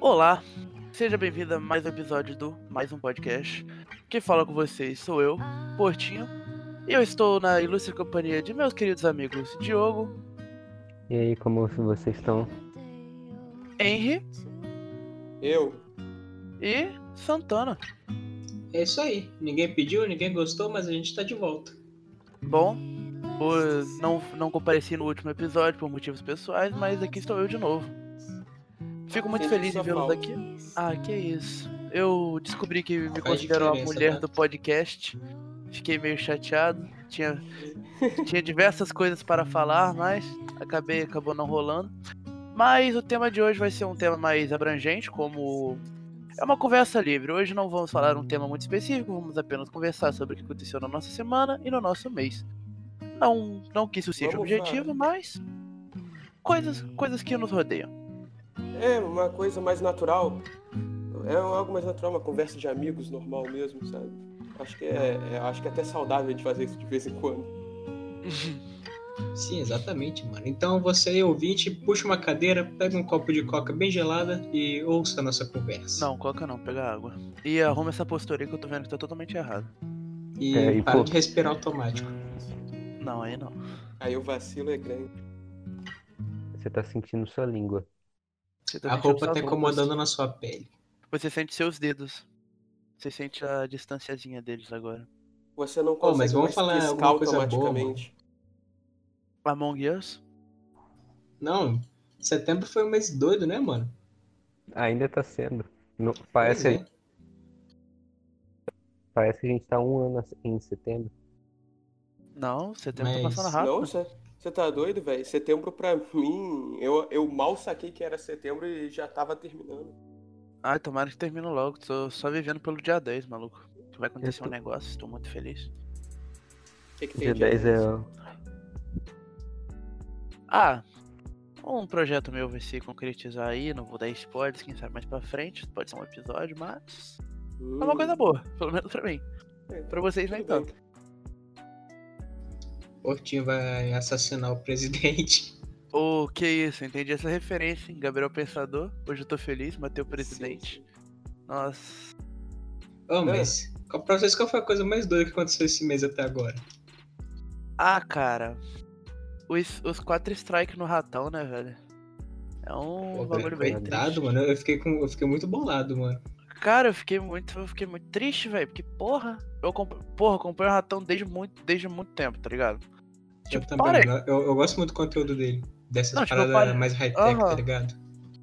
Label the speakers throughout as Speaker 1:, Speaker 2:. Speaker 1: Olá, seja bem-vindo a mais um episódio do Mais um Podcast. Quem fala com vocês sou eu, Portinho, e eu estou na ilustre companhia de meus queridos amigos Diogo,
Speaker 2: E aí, como vocês estão?
Speaker 1: Henry
Speaker 3: Eu.
Speaker 1: e Santana.
Speaker 3: É isso aí. Ninguém pediu, ninguém gostou, mas a gente tá de volta.
Speaker 1: Bom, eu não, não compareci no último episódio por motivos pessoais, mas aqui estou eu de novo. Fico muito
Speaker 3: Sente
Speaker 1: feliz de
Speaker 3: sua
Speaker 1: vê-los
Speaker 3: falta.
Speaker 1: aqui. Ah, que isso. Eu descobri que me
Speaker 3: Faz
Speaker 1: considero uma
Speaker 3: diferença,
Speaker 1: mulher
Speaker 3: né?
Speaker 1: do podcast. Fiquei meio chateado. Tinha, tinha diversas coisas para falar, mas acabei acabou não rolando. Mas o tema de hoje vai ser um tema mais abrangente, como é uma conversa livre. Hoje não vamos falar um tema muito específico, vamos apenas conversar sobre o que aconteceu na nossa semana e no nosso mês. Não, não que isso seja
Speaker 4: Vamos
Speaker 1: objetivo, mas coisas, coisas que nos rodeiam.
Speaker 4: É uma coisa mais natural. É algo mais natural, uma conversa de amigos normal mesmo, sabe? Acho que é, é- acho que é até saudável de fazer isso de vez em quando.
Speaker 3: Sim, exatamente, mano. Então você aí, ouvinte, puxa uma cadeira, pega um copo de coca bem gelada e ouça a nossa conversa.
Speaker 1: Não, coca não, pega água. E arruma essa postura aí que eu tô vendo que tá totalmente errado.
Speaker 3: E
Speaker 2: É, e
Speaker 3: para
Speaker 2: pô-
Speaker 3: de respirar automático.
Speaker 1: Não, aí não.
Speaker 4: Aí o vacilo é grande.
Speaker 2: Você tá sentindo sua língua.
Speaker 1: Você tá
Speaker 3: A
Speaker 1: sentindo
Speaker 3: roupa
Speaker 1: suas
Speaker 3: tá
Speaker 1: mãos.
Speaker 3: incomodando na sua pele.
Speaker 1: Você sente seus dedos. Você sente a distanciazinha deles agora.
Speaker 4: Você não
Speaker 3: Pô,
Speaker 4: consegue
Speaker 3: mas vamos
Speaker 4: mais
Speaker 3: falar
Speaker 4: piscar
Speaker 3: alguma coisa boa,
Speaker 4: automaticamente.
Speaker 1: Among Us?
Speaker 3: Não, setembro foi um mês doido, né, mano?
Speaker 2: Ainda tá sendo. Não-
Speaker 3: Pois
Speaker 2: parece,
Speaker 3: é.
Speaker 2: parece que a gente tá um ano assim, em setembro.
Speaker 1: Não, setembro tá
Speaker 3: Mas
Speaker 1: passando rápido.
Speaker 4: não, você, você tá doido, velho? Setembro pra mim, eu, eu mal saquei que era setembro e já tava terminando.
Speaker 1: Ai, tomara que termine logo. Tô só vivendo pelo dia 10, maluco. Que vai acontecer
Speaker 2: Eu tô-
Speaker 1: um negócio, tô muito feliz.
Speaker 4: O que, que
Speaker 2: Dia
Speaker 4: tem
Speaker 2: 10 é. o-
Speaker 1: Ah, um projeto meu vai se concretizar aí, não vou dar spoilers, quem sabe mais pra frente, pode ser um episódio, mas. É uma coisa boa, pelo menos pra mim.
Speaker 4: Hum,
Speaker 1: Pra vocês nem tanto.
Speaker 3: Portinho é. vai assassinar o presidente.
Speaker 1: Ô, que isso, entendi essa referência, hein? Gabriel Pensador. Hoje eu tô feliz, matei o presidente. Nossa.
Speaker 3: Ô,
Speaker 2: É.
Speaker 3: mas qual, pra vocês qual foi a coisa mais doida que aconteceu esse mês até agora?
Speaker 1: Ah, cara. Os, os quatro strikes no ratão, né, velho? É um
Speaker 3: Pô,
Speaker 1: bagulho bem triste.
Speaker 3: coitado, mano. Eu fiquei, com, eu fiquei muito bolado, mano.
Speaker 1: Cara, eu fiquei muito, eu fiquei muito triste, velho, porque porra, eu comp... porra, eu comprei o ratão desde muito, desde muito tempo, tá ligado?
Speaker 3: Eu
Speaker 1: Tipo,
Speaker 3: também,
Speaker 1: parei.
Speaker 3: mano. eu, eu gosto muito do conteúdo dele. Dessas
Speaker 1: Não, tipo, eu
Speaker 3: paradas
Speaker 1: parei.
Speaker 3: mais high-tech, tá
Speaker 1: Aham.
Speaker 3: ligado?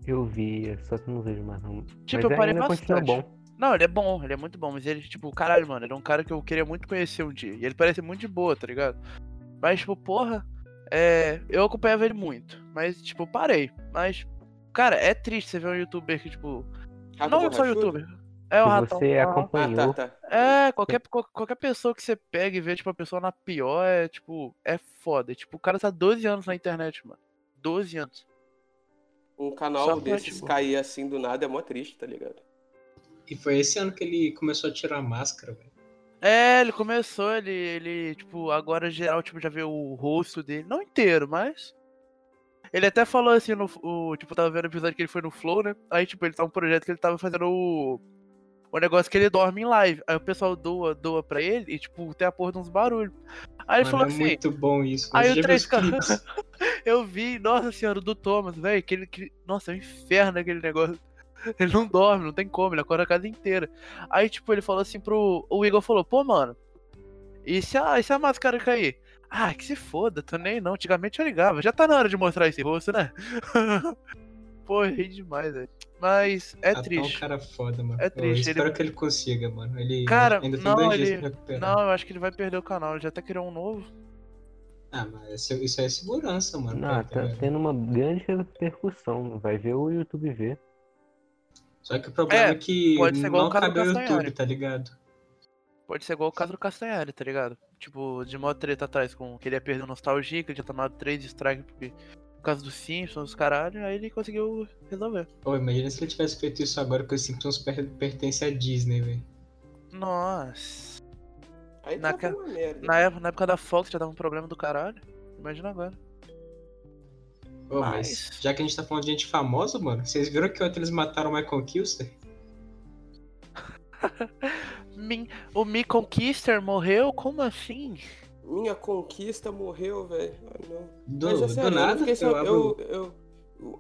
Speaker 2: Eu vi, só que eu não vejo mais não.
Speaker 1: Tipo,
Speaker 2: Mas
Speaker 1: eu parei
Speaker 2: ainda continua
Speaker 1: bastante.
Speaker 2: bom.
Speaker 1: Não, ele é bom, ele é muito bom, mas ele, tipo, caralho, mano, ele é um cara que eu queria muito conhecer um dia. E ele parece muito de boa, tá ligado? Mas, tipo, porra, é, eu acompanhava ele muito, mas, tipo, parei. Mas, cara, é triste você ver um youtuber que, tipo. não é só youtuber. É o
Speaker 2: Se
Speaker 1: ratão.
Speaker 2: você
Speaker 1: aham.
Speaker 4: Ah,
Speaker 2: acompanhou,
Speaker 4: tá, tá.
Speaker 1: É, qualquer, qual- qualquer pessoa que você pega e vê, tipo, a pessoa na pior é, tipo, é foda. Tipo, o cara tá 12 anos na internet, mano. 12 anos.
Speaker 4: Um
Speaker 1: Só
Speaker 4: canal
Speaker 1: pra,
Speaker 4: desses
Speaker 1: tipo-
Speaker 4: cair assim do nada é mó triste, tá ligado?
Speaker 3: E foi esse ano que ele começou a tirar a máscara, velho.
Speaker 1: É, ele começou, ele, ele, tipo, agora geral, tipo, já vê o rosto dele. Não inteiro, mas. Ele até falou assim, no, o, tipo, tava vendo o episódio que ele foi no Flow, né? Aí, tipo, ele tá um projeto que ele tava fazendo o. O negócio que ele dorme em live. Aí o pessoal doa, doa pra ele e, tipo, tem a porra de uns barulhos. Aí ele
Speaker 3: Mano,
Speaker 1: falou
Speaker 3: é
Speaker 1: assim.
Speaker 3: muito bom isso.
Speaker 1: aí
Speaker 3: Você
Speaker 1: o
Speaker 3: já viu os
Speaker 1: 3K
Speaker 3: clipes?
Speaker 1: Eu vi, nossa senhora, o do Thomas, velho, aquele, que- Nossa, é um inferno aquele negócio. Ele não dorme, não tem como, ele acorda a casa inteira. Aí, tipo, ele falou assim pro. O Igor falou, pô, mano, e se a, e se a máscara cair? Ah, que se foda, tô nem aí não. Antigamente eu ligava. Já tá na hora de mostrar esse rosto, né? pô, eu ri demais, velho. Mas é
Speaker 3: Ah, tá um
Speaker 1: triste.
Speaker 3: cara foda, mano.
Speaker 1: É
Speaker 3: Eu
Speaker 1: triste, ele-
Speaker 3: espero que ele consiga, mano. Ele
Speaker 1: Cara,
Speaker 3: ainda tem
Speaker 1: não,
Speaker 3: dois dias
Speaker 1: ele-
Speaker 3: pra recuperar.
Speaker 1: Não, eu acho que ele vai perder o canal, ele já até criou um novo.
Speaker 3: Ah, mas isso- isso é segurança, mano.
Speaker 2: não,
Speaker 3: pra-
Speaker 2: tá
Speaker 3: pra-
Speaker 2: tendo uma grande repercussão. Vai ver o YouTube ver.
Speaker 3: Só que o problema
Speaker 1: É,
Speaker 3: é, que
Speaker 1: pode ser igual
Speaker 3: não
Speaker 1: o cara do
Speaker 3: cabe ao
Speaker 1: Castanhari.
Speaker 3: YouTube, tá ligado?
Speaker 1: Pode ser igual o caso do Castanhari, tá ligado? Tipo, de mó treta atrás, com que ele ia perder o nostalgia, que ele tinha tomado três strikes por, por causa dos Simpsons, os caralho, aí ele conseguiu resolver.
Speaker 3: Pô, imagina se ele tivesse feito isso agora que os Simpsons per- pertencem à Disney, velho.
Speaker 1: Nossa.
Speaker 4: Aí
Speaker 1: Na
Speaker 4: tá
Speaker 1: ca-
Speaker 4: uma merda.
Speaker 1: Na época, na época da Fox já tava um problema do caralho. Imagina agora.
Speaker 3: Pô, mas... já que a gente tá falando de gente famosa, mano, vocês viram que ontem eles mataram o Michael Kilster?
Speaker 1: Min- o Me Conquister morreu? Como assim?
Speaker 4: Minha conquista morreu, velho. Ah, não.
Speaker 3: Do,
Speaker 4: Mas é
Speaker 3: do
Speaker 4: sério, eu
Speaker 3: nada,
Speaker 4: fiquei
Speaker 3: eu
Speaker 4: sab-
Speaker 3: abro-
Speaker 4: eu, eu,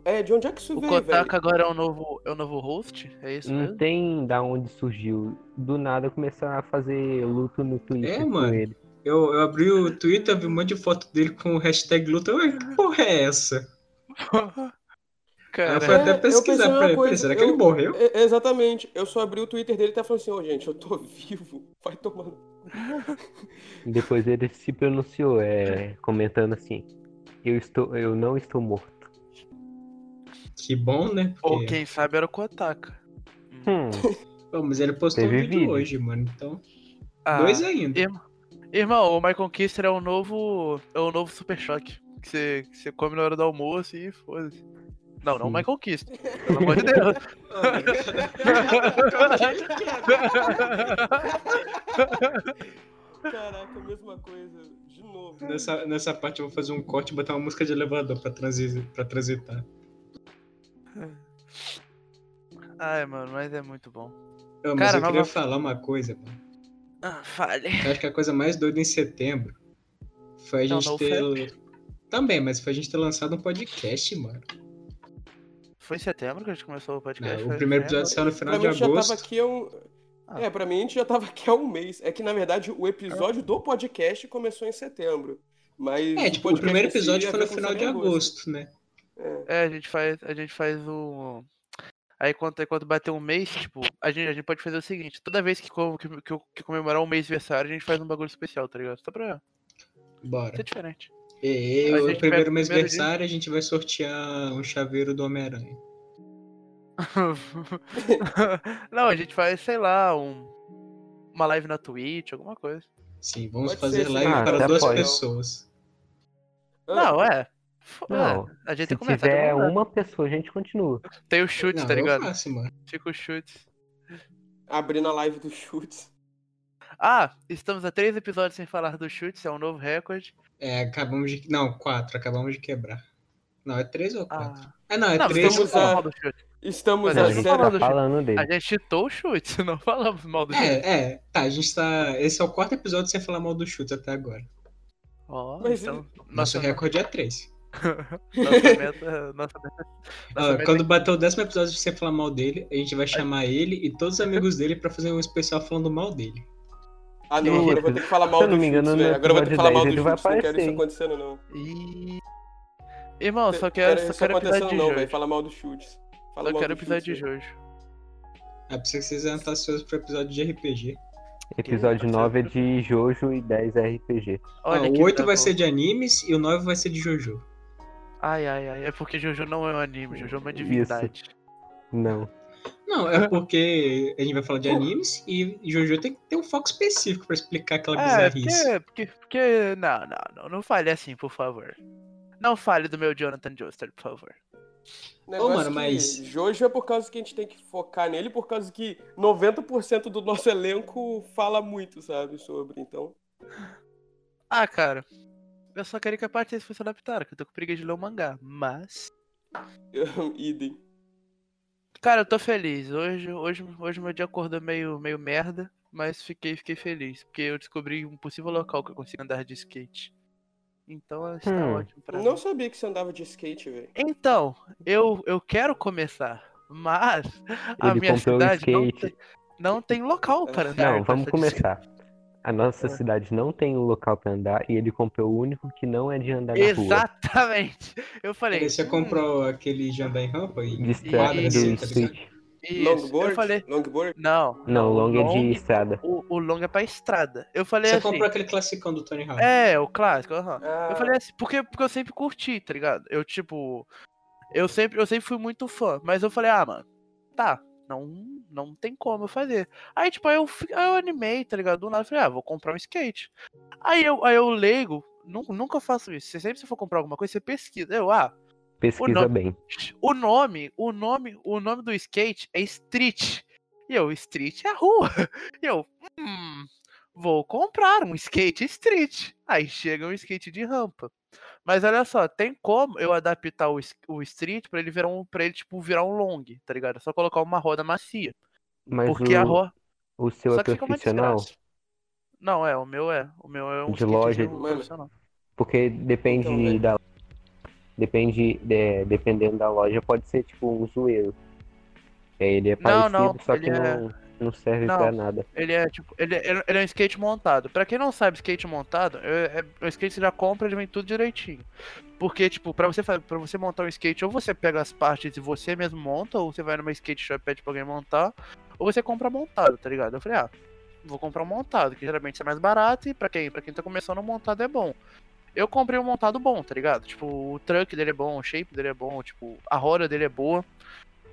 Speaker 4: É, de onde é que isso
Speaker 1: O
Speaker 4: veio, velho?
Speaker 1: Kotaka agora é o novo, é o novo host? É isso
Speaker 2: Não
Speaker 1: mesmo?
Speaker 2: tem da onde surgiu. Do nada começaram a fazer luto no Twitter
Speaker 3: É,
Speaker 2: com
Speaker 3: mano.
Speaker 2: ele.
Speaker 3: eu, eu abri o Twitter, vi um monte de foto dele com o hashtag luta. Ué, que porra é essa? Aí eu fui
Speaker 1: Cara,
Speaker 4: É,
Speaker 3: até
Speaker 4: eu pensei a
Speaker 3: pesquisar
Speaker 4: mesma
Speaker 3: pra ele.
Speaker 4: coisa,
Speaker 3: "Peraí, Será que
Speaker 4: eu-
Speaker 3: ele morreu?
Speaker 4: É, exatamente. Eu só abri o Twitter dele e tá falando assim, ô gente, eu tô vivo. Vai tomando.
Speaker 2: Depois ele se pronunciou, é, comentando assim: eu, estou, eu não estou morto.
Speaker 3: Que bom, né?
Speaker 1: ou
Speaker 3: Porque...
Speaker 1: quem sabe era o Kotaka.
Speaker 2: Hum,
Speaker 3: Pô, mas ele postou um
Speaker 2: Teve
Speaker 3: vídeo,
Speaker 2: vídeo.
Speaker 3: hoje, mano. Então,
Speaker 1: Ah,
Speaker 3: dois ainda.
Speaker 1: e- Irmão, o My Conquister é o novo. É o novo Super Choque. Que você, que você come na hora do almoço e foda-se. Não, não o
Speaker 2: Sim.
Speaker 1: My Conquister. Pelo amor de Deus.
Speaker 4: Caraca, mesma coisa. De novo.
Speaker 3: Nessa, nessa parte eu vou fazer um corte e botar uma música de elevador pra, transi pra transitar.
Speaker 1: Ai, mano, mas é muito bom.
Speaker 3: Ô, mas
Speaker 1: Cara,
Speaker 3: eu queria
Speaker 1: nova-
Speaker 3: falar uma coisa, mano.
Speaker 1: Ah, fale.
Speaker 3: Eu acho que a coisa mais doida em setembro foi a
Speaker 1: É o
Speaker 3: gente
Speaker 1: No
Speaker 3: ter. Também, mas foi a gente ter lançado um podcast, mano. Né,
Speaker 1: Foi em setembro que a gente começou o podcast?
Speaker 3: É, o
Speaker 1: foi é,
Speaker 3: primeiro
Speaker 1: em
Speaker 3: episódio
Speaker 1: setembro?
Speaker 3: saiu no
Speaker 4: Pra
Speaker 3: final
Speaker 4: mim
Speaker 3: de
Speaker 4: a gente já tava
Speaker 3: agosto.
Speaker 4: aqui há um.
Speaker 1: Ah.
Speaker 4: É, pra mim a gente já tava aqui há um mês. É que, na verdade, o episódio do podcast começou em setembro. Mas.
Speaker 3: É, tipo, o
Speaker 4: podcast
Speaker 3: primeiro
Speaker 4: em si
Speaker 3: episódio
Speaker 4: ia
Speaker 3: foi no
Speaker 4: ter
Speaker 3: final de
Speaker 4: começado em
Speaker 3: agosto, né?
Speaker 4: É.
Speaker 1: É, a gente faz. A gente faz um. Aí quando, aí quando bater um mês, tipo, a gente, a gente pode fazer o seguinte, toda vez que, co- que, que, que comemorar um mês aniversário, a gente faz um bagulho especial, tá ligado? Só pra
Speaker 3: Bora.
Speaker 1: ser diferente.
Speaker 3: E, e
Speaker 1: A
Speaker 3: o
Speaker 1: gente pega
Speaker 3: primeiro
Speaker 1: o
Speaker 3: mês
Speaker 1: primeiro dia.
Speaker 3: aniversário a gente vai sortear um chaveiro do Homem-Aranha.
Speaker 1: Não, a gente faz, sei lá, um, uma live na Twitch, alguma coisa.
Speaker 3: Sim, vamos
Speaker 4: Pode
Speaker 3: fazer
Speaker 4: ser,
Speaker 3: live
Speaker 2: sim. Ah,
Speaker 3: para
Speaker 2: até
Speaker 3: duas
Speaker 2: apoio.
Speaker 3: pessoas.
Speaker 4: Ah,
Speaker 1: Não, é. F-
Speaker 2: Não,
Speaker 1: é, A gente
Speaker 2: se
Speaker 1: tem que começar.
Speaker 2: tiver um-
Speaker 1: tem que mandar.
Speaker 2: uma pessoa, a gente continua.
Speaker 1: Tem o chute,
Speaker 3: Não, é
Speaker 1: tá
Speaker 3: eu
Speaker 1: ligado?
Speaker 3: faço, mano.
Speaker 1: Fica o chute.
Speaker 4: Abrindo a live do Chutes.
Speaker 1: Ah, estamos há três episódios sem falar do chute, é um novo recorde.
Speaker 3: É, acabamos de. Não, quatro, acabamos de quebrar. Não, é três ou quatro?
Speaker 1: Ah.
Speaker 3: Ah, não, é
Speaker 1: Não,
Speaker 3: três.
Speaker 1: estamos
Speaker 4: a-
Speaker 1: falando do chute.
Speaker 4: Estamos
Speaker 1: Mas
Speaker 2: Não,
Speaker 4: a
Speaker 2: a gente
Speaker 1: não
Speaker 4: zero.
Speaker 1: falou
Speaker 2: tá
Speaker 1: do-
Speaker 2: falando
Speaker 1: A
Speaker 2: dele.
Speaker 1: gente citou o chute, não falamos mal do chute.
Speaker 3: É, é, tá, a gente tá. Esse é o quarto episódio sem falar mal do chute até agora.
Speaker 1: Ó,
Speaker 4: Mas
Speaker 1: então,
Speaker 3: Nosso
Speaker 1: nossa,
Speaker 3: recorde é três.
Speaker 1: nossa meta. Nossa meta. Nossa
Speaker 3: Ah,
Speaker 1: meta
Speaker 3: quando bater o décimo episódio sem falar mal dele, a gente vai chamar ele e todos os amigos dele pra fazer um especial falando mal dele.
Speaker 4: Ah, não, agora eu vou ter que falar mal
Speaker 2: Se eu
Speaker 4: do
Speaker 2: não me
Speaker 4: Chutes,
Speaker 2: engano, no
Speaker 4: velho. Agora eu vou ter que falar mal do
Speaker 2: episódio 10 ele vai
Speaker 4: Chutes, não quero isso
Speaker 2: aparecer, hein?
Speaker 4: acontecendo, não.
Speaker 1: é- Ih. Irmão, só
Speaker 4: Quero
Speaker 1: quero, só
Speaker 4: isso
Speaker 1: quero episódio
Speaker 4: acontecendo,
Speaker 1: de
Speaker 4: não, velho.
Speaker 1: Jojo.
Speaker 4: Fala mal do Chutes. Fala
Speaker 1: Só
Speaker 4: mal
Speaker 1: quero
Speaker 4: do
Speaker 1: episódio de
Speaker 4: Chutes, velho.
Speaker 1: Jojo.
Speaker 3: É pra vocês que vocês ansiosos pro episódio de RPG.
Speaker 2: Episódio
Speaker 1: Tá
Speaker 2: 9 é
Speaker 1: certo.
Speaker 2: de Jojo e 10 é RPG.
Speaker 1: Olha
Speaker 3: Ah,
Speaker 1: que
Speaker 3: o 8 vai
Speaker 1: tá bom.
Speaker 3: ser de animes e o 9 vai ser de Jojo.
Speaker 1: Ai, ai, ai. É porque Jojo não é um anime, Jojo é uma divindade.
Speaker 2: Não.
Speaker 3: Não, é porque a gente vai falar de animes e Jojo tem que ter um foco específico pra explicar aquela
Speaker 1: É,
Speaker 3: bizarrice.
Speaker 1: porque, porque, porque. Não, não, não. Não fale assim, por favor. Não fale do meu Jonathan Joestar, por favor.
Speaker 4: Negócio
Speaker 3: mano,
Speaker 4: que
Speaker 3: mas-
Speaker 4: Jojo é por causa que a gente tem que focar nele, por causa que 90% do nosso elenco fala muito, sabe, sobre. Então,
Speaker 1: Ah, cara. Eu só queria que a parte deles fosse adaptada, que eu tô com preguiça de ler o mangá. Mas.
Speaker 4: eu- idem.
Speaker 1: Cara, eu tô feliz. Hoje, hoje, hoje meu dia acordou meio, meio merda, mas fiquei, fiquei feliz. Porque eu descobri um possível local que eu consigo andar de skate. Então está
Speaker 2: Hum.
Speaker 1: ótimo pra mim.
Speaker 4: Não sabia que você andava de skate, velho.
Speaker 1: Então, eu, eu quero começar, mas a
Speaker 2: Ele
Speaker 1: minha
Speaker 2: comprou um
Speaker 1: cidade não
Speaker 2: skate.
Speaker 1: tem, não tem local para andar.
Speaker 2: Não,
Speaker 1: com
Speaker 2: vamos
Speaker 1: essa
Speaker 2: começar. A nossa
Speaker 1: É.
Speaker 2: cidade não tem um local pra andar e ele comprou o único que não é de andar na rua.
Speaker 1: Exatamente. Eu falei.
Speaker 3: Você
Speaker 1: "Hum,
Speaker 3: comprou aquele de andar em rampa e
Speaker 2: De estra-
Speaker 1: quadra, assim,
Speaker 2: do
Speaker 3: tá ligado?
Speaker 2: street.
Speaker 1: isso.
Speaker 4: Longboard?
Speaker 1: Eu falei.
Speaker 4: Longboard?
Speaker 1: Não.
Speaker 2: Não, long é de
Speaker 1: long-
Speaker 2: estrada.
Speaker 1: O, o long é pra estrada. Eu falei
Speaker 3: Você
Speaker 1: assim.
Speaker 3: comprou aquele classicão do Tony Hawk.
Speaker 1: É, o clássico. aham.
Speaker 4: Ah,
Speaker 1: Eu falei assim, porque, porque eu sempre curti, tá ligado? Eu, tipo. Eu sempre, eu sempre fui muito fã, mas eu falei, ah, mano, tá, não, não tem como eu fazer. Aí, tipo, aí eu, fi- aí eu animei, tá ligado? Do nada, eu falei, ah, vou comprar um skate. Aí eu, aí eu leigo, nu- nunca faço isso. Você sempre se for comprar alguma coisa, você pesquisa. Eu, ah,
Speaker 2: Pesquisa
Speaker 1: nome-
Speaker 2: bem.
Speaker 1: o nome, o nome, o nome do skate é street. E eu, street é rua. E eu, hum, vou comprar um skate street. Aí chega um skate de rampa. Mas olha só, tem como eu adaptar o, es- o street pra ele virar um, para ele tipo virar um long, tá ligado? É só colocar uma roda macia,
Speaker 2: Mas
Speaker 1: porque
Speaker 2: o,
Speaker 1: a roda
Speaker 2: o seu
Speaker 1: só
Speaker 2: é
Speaker 1: que fica uma
Speaker 2: profissional?
Speaker 1: desgraça. Não, é, o meu é, o meu é um
Speaker 2: De
Speaker 1: skate
Speaker 2: loja.
Speaker 1: um profissional.
Speaker 2: Porque depende
Speaker 4: Então, velho.
Speaker 2: da. Depende. é, dependendo da loja, pode ser tipo um zoeiro. É, ele é
Speaker 1: Não,
Speaker 2: parecido,
Speaker 1: não,
Speaker 2: só
Speaker 1: ele
Speaker 2: que não, não serve
Speaker 1: Não.
Speaker 2: pra nada.
Speaker 1: Ele é tipo, ele é, ele é um skate montado. Pra quem não sabe, skate montado, é, é um skate que você já compra, ele vem tudo direitinho. Porque tipo, pra você para você montar um skate, ou você pega as partes e você mesmo monta, ou você vai numa skate shop e pede pra alguém montar, ou você compra montado, tá ligado? Eu falei, ah, vou comprar um montado, que geralmente é mais barato e pra quem, pra quem tá começando, um montado é bom. Eu comprei um montado bom, tá ligado? Tipo, o truck dele é bom, o shape dele é bom, tipo, a roda dele é boa.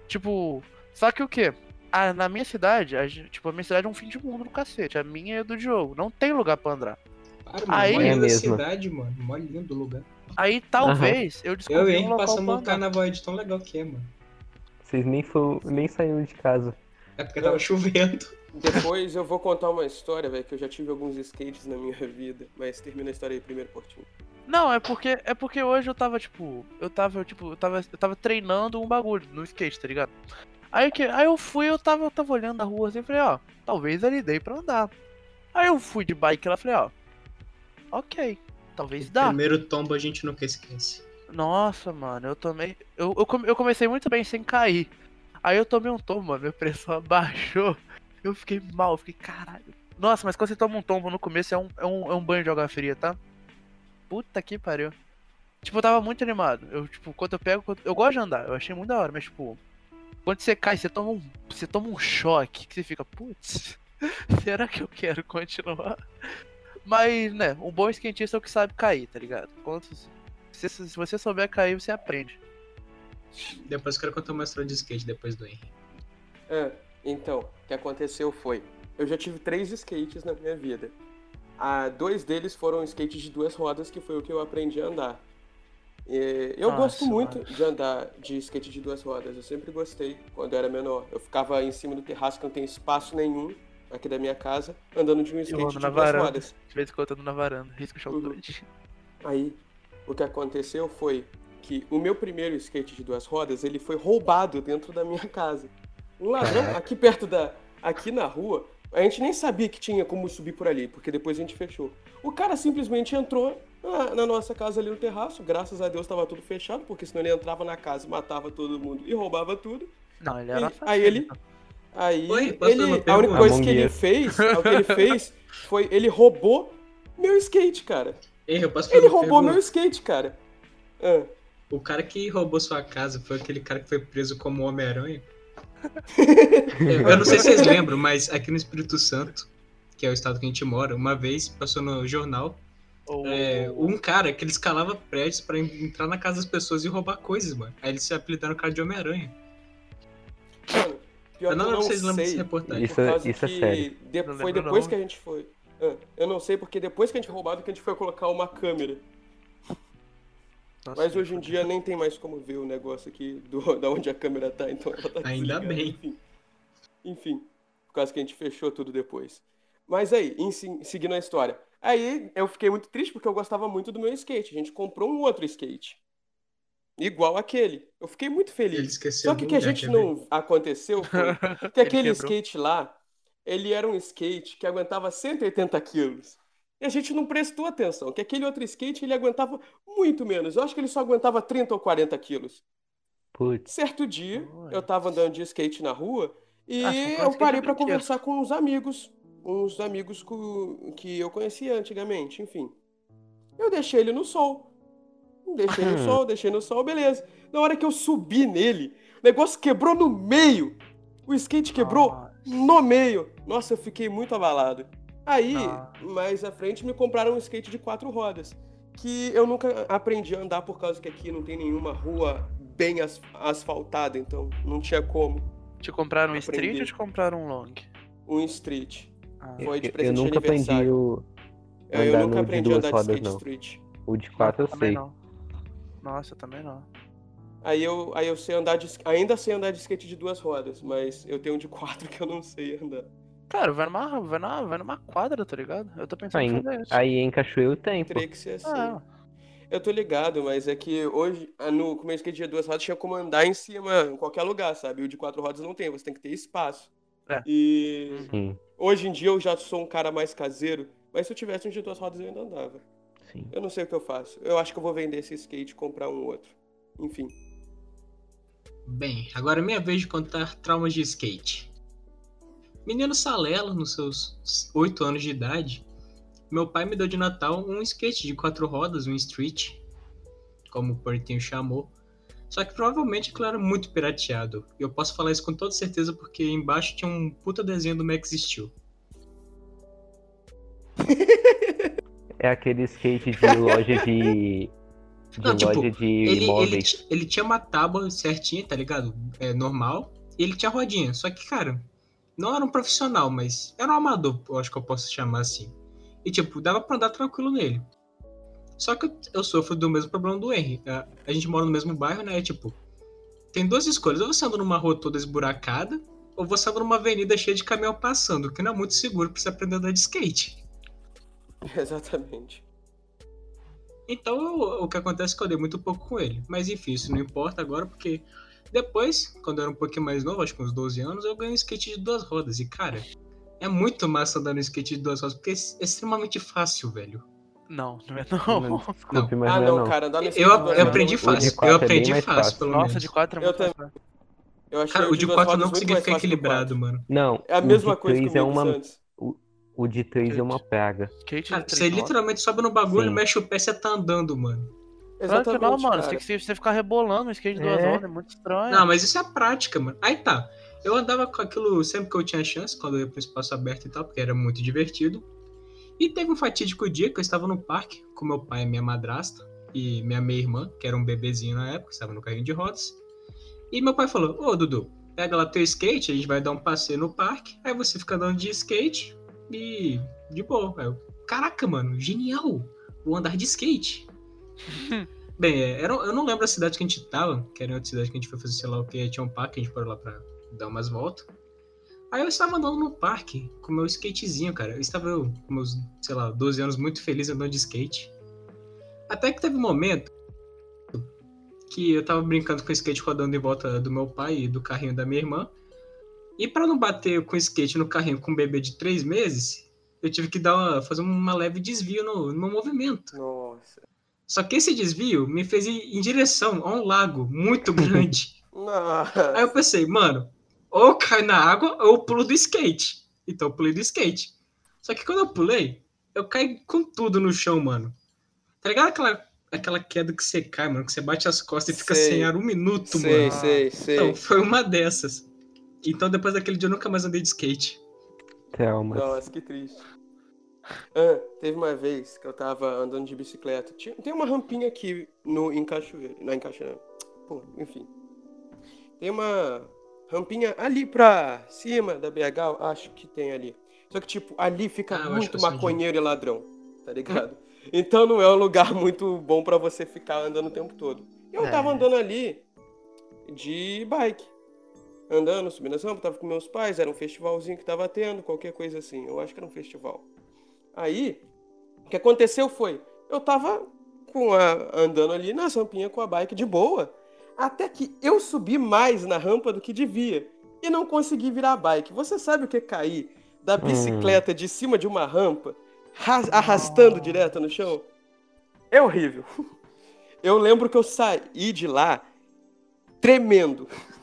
Speaker 1: Tipo, só que o quê? Ah, na minha cidade, a, gen- tipo, a minha cidade é um fim de mundo no cacete. A minha é do Diogo. Não tem lugar pra andar.
Speaker 3: Para,
Speaker 1: Aí-
Speaker 3: mano, mó
Speaker 2: É
Speaker 3: linda
Speaker 2: mesmo.
Speaker 3: cidade, mano. Mó lindo lugar.
Speaker 1: Aí talvez eu descobri
Speaker 3: Eu,
Speaker 1: um
Speaker 3: hein,
Speaker 1: local
Speaker 3: passamos
Speaker 1: pra
Speaker 3: um
Speaker 1: andar.
Speaker 3: carnaval de tão legal que é, mano.
Speaker 2: Vocês nem, foram, nem saíram de casa.
Speaker 3: É porque tava chovendo.
Speaker 4: Depois eu vou contar uma história, velho, que eu já tive alguns skates na minha vida, mas termina a história aí primeiro, Portinho.
Speaker 1: Não, é porque é porque hoje eu tava tipo, eu tava tipo, eu tava eu tava treinando um bagulho no skate, tá ligado? Aí que aí eu fui, eu tava eu tava olhando a rua assim, falei, ó, talvez ali dei pra andar. Aí eu fui de bike lá, falei, ó, OK, talvez dá.
Speaker 3: Primeiro tombo a gente nunca esquece.
Speaker 1: Nossa, mano, eu tomei. Eu, eu, come- eu comecei muito bem sem cair. Aí eu tomei um tombo, mano, minha pressão abaixou. Eu fiquei mal, eu fiquei caralho. Nossa, mas quando você toma um tombo no começo é um, é um, é um banho de água fria, tá? Puta que pariu. Tipo, eu tava muito animado. Eu, tipo, quando eu pego. quando- Eu gosto de andar, eu achei muito da hora, mas, tipo. Quando você cai, você toma um, você toma um choque que você fica, putz, será que eu quero continuar? Mas, né, um bom esquentista é o que sabe cair, tá ligado? Quantos, se, se você souber cair, você aprende.
Speaker 3: Depois eu quero contar uma história de skate depois do Henry.
Speaker 4: É, então, o que aconteceu foi, eu já tive três skates na minha vida. Ah, dois deles foram skates de duas rodas, que foi o que eu aprendi a andar. É, eu
Speaker 1: Nossa,
Speaker 4: gosto muito
Speaker 1: mano.
Speaker 4: de andar de skate de duas rodas, eu sempre gostei quando eu era menor. Eu ficava em cima do terraço que não tem espaço nenhum aqui da minha casa, andando de um
Speaker 1: ando
Speaker 4: skate de
Speaker 1: na
Speaker 4: duas
Speaker 1: varanda.
Speaker 4: rodas.
Speaker 1: De vez em quando eu tô na varanda, risco chão
Speaker 4: Uhum.
Speaker 1: doente.
Speaker 4: Aí, o que aconteceu foi que o meu primeiro skate de duas rodas, ele foi roubado dentro da minha casa. Um ladrão aqui perto da... Aqui na rua, a gente nem sabia que tinha como subir por ali, porque depois a gente fechou. O cara simplesmente entrou na, na nossa casa ali no terraço, graças a Deus estava tudo fechado, porque senão ele entrava na casa, matava todo mundo e roubava tudo.
Speaker 1: Não, ele
Speaker 4: E-
Speaker 1: era
Speaker 4: aí ele. Aí
Speaker 3: Oi, posso fazer uma
Speaker 4: ele, a única
Speaker 3: pergunta?
Speaker 4: coisa que
Speaker 2: então. Among
Speaker 4: ele
Speaker 2: Us.
Speaker 4: fez, o que ele fez foi ele roubou meu skate, cara.
Speaker 3: Henry, eu posso fazer
Speaker 4: Ele
Speaker 3: uma
Speaker 4: roubou
Speaker 3: pergunta?
Speaker 4: meu skate, cara. Ah,
Speaker 3: O cara que roubou sua casa foi aquele cara que foi preso como Homem-Aranha? Eu não sei se vocês lembram, mas aqui no Espírito Santo, que é o estado que a gente mora, uma vez passou no jornal
Speaker 1: Ou-
Speaker 3: é, um cara que ele escalava prédios pra en- entrar na casa das pessoas e roubar coisas, mano. Aí eles se apelidaram o cara de Homem-Aranha.
Speaker 4: mano, pior
Speaker 3: Eu não lembro
Speaker 4: que eu não
Speaker 3: se vocês lembram dessa
Speaker 4: sei.
Speaker 3: reportagem.
Speaker 4: Por
Speaker 2: Isso é-
Speaker 4: causa
Speaker 2: isso é
Speaker 4: que
Speaker 2: sério.
Speaker 4: de-
Speaker 1: Não
Speaker 4: foi
Speaker 1: lembro,
Speaker 4: depois
Speaker 1: não.
Speaker 4: que a gente foi. Ah, eu não sei porque depois que a gente foi roubado que a gente foi colocar uma câmera.
Speaker 1: Nossa,
Speaker 4: Mas hoje em dia nem tem mais como ver o negócio aqui do, da onde a câmera tá, então ela tá
Speaker 3: Ainda
Speaker 4: desligada,
Speaker 3: bem.
Speaker 4: Enfim. Enfim, por causa que a gente fechou tudo depois. Mas aí, em se- seguindo a história. Aí eu fiquei muito triste porque eu gostava muito do meu skate. A gente comprou um outro skate. Igual aquele. Eu fiquei muito feliz.
Speaker 3: Ele esqueceu
Speaker 4: Só que
Speaker 3: do
Speaker 4: o que a
Speaker 3: lugar,
Speaker 4: gente
Speaker 3: né? quer ver?
Speaker 4: não aconteceu foi que
Speaker 1: Ele quebrou.
Speaker 4: aquele skate lá, ele era um skate que aguentava 180 quilos. E a gente não prestou atenção, que aquele outro skate ele aguentava muito menos. Eu acho que ele só aguentava 30 ou 40 quilos.
Speaker 2: Putz,
Speaker 4: Certo dia,
Speaker 1: Olha.
Speaker 4: eu tava andando de skate na rua e
Speaker 1: Ah, você comprou um
Speaker 4: eu
Speaker 1: skate
Speaker 4: parei pra
Speaker 1: brinquedo.
Speaker 4: conversar com uns amigos, uns amigos co- que eu conhecia antigamente, enfim. Eu deixei ele no sol. Deixei no
Speaker 2: Hum.
Speaker 4: sol, deixei no sol, beleza. Na hora que eu subi nele, o negócio quebrou no meio. O skate quebrou
Speaker 1: Nossa.
Speaker 4: no meio. Nossa, eu fiquei muito abalado. Aí,
Speaker 1: Nossa.
Speaker 4: mais à frente, me compraram um skate de quatro rodas. Que eu nunca aprendi a andar por causa que aqui não tem nenhuma rua bem as- asfaltada, então não tinha como.
Speaker 1: Te compraram um
Speaker 4: Aprendi.
Speaker 1: street ou te compraram um long?
Speaker 4: Um street.
Speaker 1: Ah,
Speaker 4: Foi de
Speaker 2: eu- eu,
Speaker 4: presente de
Speaker 2: nunca aprendi
Speaker 4: aniversário.
Speaker 2: o,
Speaker 4: Eu, eu
Speaker 2: andar no
Speaker 4: nunca
Speaker 2: de
Speaker 4: aprendi a
Speaker 2: duas
Speaker 4: andar de
Speaker 2: rodas,
Speaker 4: skate
Speaker 2: não.
Speaker 4: street.
Speaker 2: o de 4, eu
Speaker 1: também
Speaker 2: sei.
Speaker 1: não. Nossa, eu também não.
Speaker 4: Aí eu, aí eu sei andar de, ainda sei andar de skate de duas rodas, mas eu tenho um de quatro que eu não sei andar.
Speaker 1: Cara, vai numa, vai numa, vai numa quadra, tá ligado? Eu tô pensando
Speaker 2: Aí,
Speaker 1: em fazer isso.
Speaker 2: aí em Cachoeiro tem, pô.
Speaker 4: Teria que ser assim.
Speaker 1: Ah,
Speaker 4: Eu tô ligado, mas é que hoje, ah, no começo que tinha duas rodas, tinha como andar em cima, em qualquer lugar, sabe? O de quatro rodas não tem, você tem que ter espaço.
Speaker 1: É.
Speaker 4: E
Speaker 2: Sim,
Speaker 4: hoje em dia eu já sou um cara mais caseiro, mas se eu tivesse um de duas rodas eu ainda andava.
Speaker 2: sim.
Speaker 4: Eu não sei o que eu faço. Eu acho que eu vou vender esse skate e comprar um outro. Enfim.
Speaker 3: Bem, agora é minha vez de contar traumas de skate. Menino Salelo, nos seus 8 anos de idade, meu pai me deu de Natal um skate de quatro rodas, um street, como o Portinho chamou. Só que provavelmente aquilo era muito pirateado. E eu posso falar isso com toda certeza porque embaixo tinha um puta desenho do Max Steel.
Speaker 2: É aquele skate de loja de. De
Speaker 3: Não, tipo,
Speaker 2: loja de
Speaker 3: Ele, ele,
Speaker 2: imóveis.
Speaker 3: ti- ele tinha uma tábua certinha, tá ligado? É normal. E ele tinha rodinha. Só que, cara, não era um profissional, mas era um amador, eu acho que eu posso chamar assim. E, tipo, dava pra andar tranquilo nele. Só que eu, eu sofro do mesmo problema do Henry. A, a gente mora no mesmo bairro, né? E, tipo, tem duas escolhas. Ou você anda numa rua toda esburacada, ou você anda numa avenida cheia de caminhão passando, o que não é muito seguro pra você aprender a andar de skate.
Speaker 4: Exatamente.
Speaker 3: Então eu- o que acontece é que eu dei muito pouco com ele. Mas enfim, isso não importa agora, porque depois, quando eu era um pouquinho mais novo, acho que uns 12 anos, eu ganhei um skate de duas rodas. E cara, é muito massa andar no skate de duas rodas, porque é ex- extremamente fácil, velho.
Speaker 1: Não, não é não.
Speaker 2: Desculpe, mas
Speaker 4: ah,
Speaker 2: não, é
Speaker 4: não,
Speaker 2: não.
Speaker 4: cara, andar no skate
Speaker 3: Eu,
Speaker 4: não é
Speaker 3: eu aprendi
Speaker 4: muito-
Speaker 2: O de
Speaker 3: fácil,
Speaker 2: quatro
Speaker 3: eu
Speaker 2: é bem
Speaker 3: aprendi
Speaker 2: mais
Speaker 3: fácil,
Speaker 2: fácil.
Speaker 3: pelo
Speaker 1: Nossa,
Speaker 3: menos.
Speaker 1: de quatro é
Speaker 4: Eu
Speaker 1: muito
Speaker 4: também.
Speaker 1: fácil.
Speaker 4: Eu achei
Speaker 3: Cara, o de
Speaker 4: duas
Speaker 3: 4
Speaker 4: rodas
Speaker 3: não
Speaker 4: muito
Speaker 3: conseguia
Speaker 4: mais
Speaker 3: ficar
Speaker 4: fácil que o
Speaker 3: equilibrado,
Speaker 4: quatro.
Speaker 3: mano.
Speaker 2: Não,
Speaker 4: É a
Speaker 2: o
Speaker 4: mesma
Speaker 2: de
Speaker 4: coisa que o
Speaker 2: três é
Speaker 4: Milton
Speaker 2: uma,
Speaker 4: Santos.
Speaker 2: O de 3 é uma praga.
Speaker 1: Skate
Speaker 3: Cara,
Speaker 1: de
Speaker 3: você
Speaker 1: três rodas.
Speaker 3: literalmente sobe no bagulho,
Speaker 2: Sim.
Speaker 3: mexe o pé e você tá andando, mano.
Speaker 1: Claro que
Speaker 4: Exatamente,
Speaker 1: não, mano. Você
Speaker 4: cara.
Speaker 1: tem que se- você ficar rebolando um skate de duas
Speaker 2: É.
Speaker 1: rodas, é muito estranho.
Speaker 3: Não, mas isso é prática, mano. Aí tá. Eu andava com aquilo sempre que eu tinha chance, quando eu ia pro espaço aberto e tal, porque era muito divertido. E teve um fatídico dia que eu estava no parque com meu pai e minha madrasta e minha meia-irmã, que era um bebezinho na época, estava no carrinho de rodas. E meu pai falou: Ô Dudu, pega lá teu skate, a gente vai dar um passeio no parque, aí você fica andando de skate e de boa. Aí eu, Caraca, mano, genial! Vou andar de skate. Bem, é, era, eu não lembro a cidade que a gente tava, que era outra cidade que a gente foi fazer, sei lá o que, aí tinha um parque, a gente parou lá pra dar umas voltas. Aí eu estava andando no parque com meu skatezinho, cara. Eu estava, eu, com meus, sei lá, 12 anos, muito feliz andando de skate. Até que teve um momento que eu tava brincando com o skate rodando em volta do meu pai e do carrinho da minha irmã. E pra não bater com o skate no carrinho com um bebê de 3 meses, eu tive que dar uma- fazer uma leve desvio no, no meu movimento.
Speaker 4: Nossa.
Speaker 3: Só que esse desvio me fez ir em direção a um lago muito grande.
Speaker 4: Nossa.
Speaker 3: Aí eu pensei, mano, ou eu caio na água ou eu pulo do skate. Então eu pulei do skate. Só que quando eu pulei, eu caí com tudo no chão, mano. Tá ligado aquela, aquela queda que você cai, mano? Que você bate as costas e fica
Speaker 4: Sei.
Speaker 3: sem ar um minuto,
Speaker 4: sei,
Speaker 3: mano.
Speaker 4: sei, sei.
Speaker 3: Então, foi uma dessas. Então depois daquele dia eu nunca mais andei de skate.
Speaker 2: Traumas.
Speaker 4: Nossa, que triste. Ah, teve uma vez que eu tava andando de bicicleta. Tinha- tem uma rampinha aqui no, em Cachoeira. Não, em Cachoeira. Pô, enfim. Tem uma rampinha ali pra cima da BH, eu acho que tem ali. Só que, tipo, ali fica
Speaker 3: Ah, eu acho que
Speaker 4: muito
Speaker 3: eu sei onde é.
Speaker 4: maconheiro e ladrão, tá ligado? Então não é um lugar muito bom pra você ficar andando o tempo todo. Eu
Speaker 1: É.
Speaker 4: tava andando ali de bike andando, subindo as rampas, tava com meus pais, era um festivalzinho que tava tendo, qualquer coisa assim. Eu acho que era um festival. Aí, o que aconteceu foi, eu tava com a- andando ali nas rampinhas com a bike de boa, até que eu subi mais na rampa do que devia e não consegui virar a bike. Você sabe o que é cair da bicicleta de cima de uma rampa, ras- arrastando direto no chão? É horrível. Eu lembro que eu saí de lá tremendo.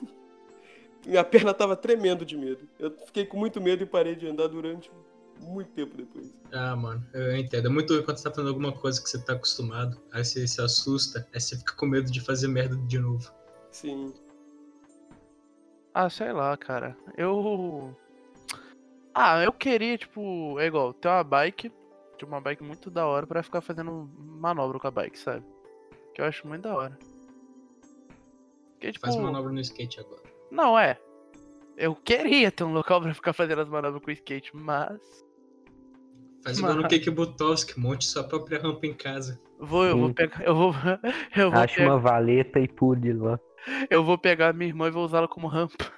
Speaker 4: Minha perna tava tremendo de medo. Eu fiquei com muito medo e parei de andar durante muito tempo depois.
Speaker 3: Ah, mano, eu entendo. É muito ruim quando você tá fazendo alguma coisa que você tá acostumado. Aí você se assusta, aí você fica com medo de fazer merda de novo.
Speaker 4: Sim.
Speaker 1: Ah, sei lá, cara. Eu. Ah, eu queria, tipo, é igual, ter uma bike, tipo, uma bike muito da hora pra ficar fazendo manobra com a bike, sabe? Que eu acho muito da hora. Porque, tipo,
Speaker 3: Faz manobra no skate agora.
Speaker 1: não é. Eu queria ter um local pra ficar fazendo as manobras com skate, mas.
Speaker 3: Faz igual no
Speaker 1: Mas-
Speaker 3: Cake Butowski, monte sua própria rampa em casa.
Speaker 1: Vou, eu vou
Speaker 2: Sim.
Speaker 1: pegar. Eu vou. Eu vou,
Speaker 2: Acha
Speaker 1: pe-
Speaker 2: uma valeta e pule lá.
Speaker 1: eu vou pegar minha irmã e vou usá-la como rampa.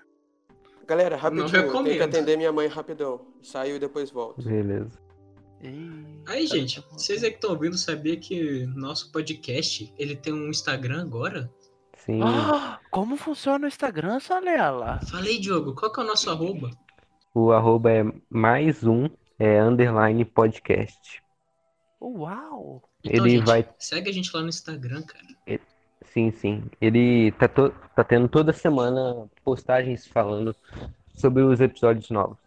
Speaker 4: Galera, rapidinho, eu tenho que
Speaker 3: recomendo.
Speaker 4: atender minha mãe rapidão. Saiu e depois volto.
Speaker 2: Beleza.
Speaker 1: Eita,
Speaker 3: Aí, gente,
Speaker 1: porra.
Speaker 3: vocês é- aí que estão ouvindo saber que nosso podcast, ele tem um Instagram agora?
Speaker 2: Sim.
Speaker 1: Ah, como funciona o Instagram, Salela?
Speaker 3: Falei, Diogo, qual que é o nosso arroba?
Speaker 2: O arroba é mais um, é underline podcast.
Speaker 1: Uau!
Speaker 3: Então,
Speaker 2: Ele
Speaker 3: gente,
Speaker 2: vai-
Speaker 3: segue a gente lá no Instagram, cara.
Speaker 2: Sim, sim. Ele tá, to- tá tendo toda semana postagens falando sobre os episódios novos.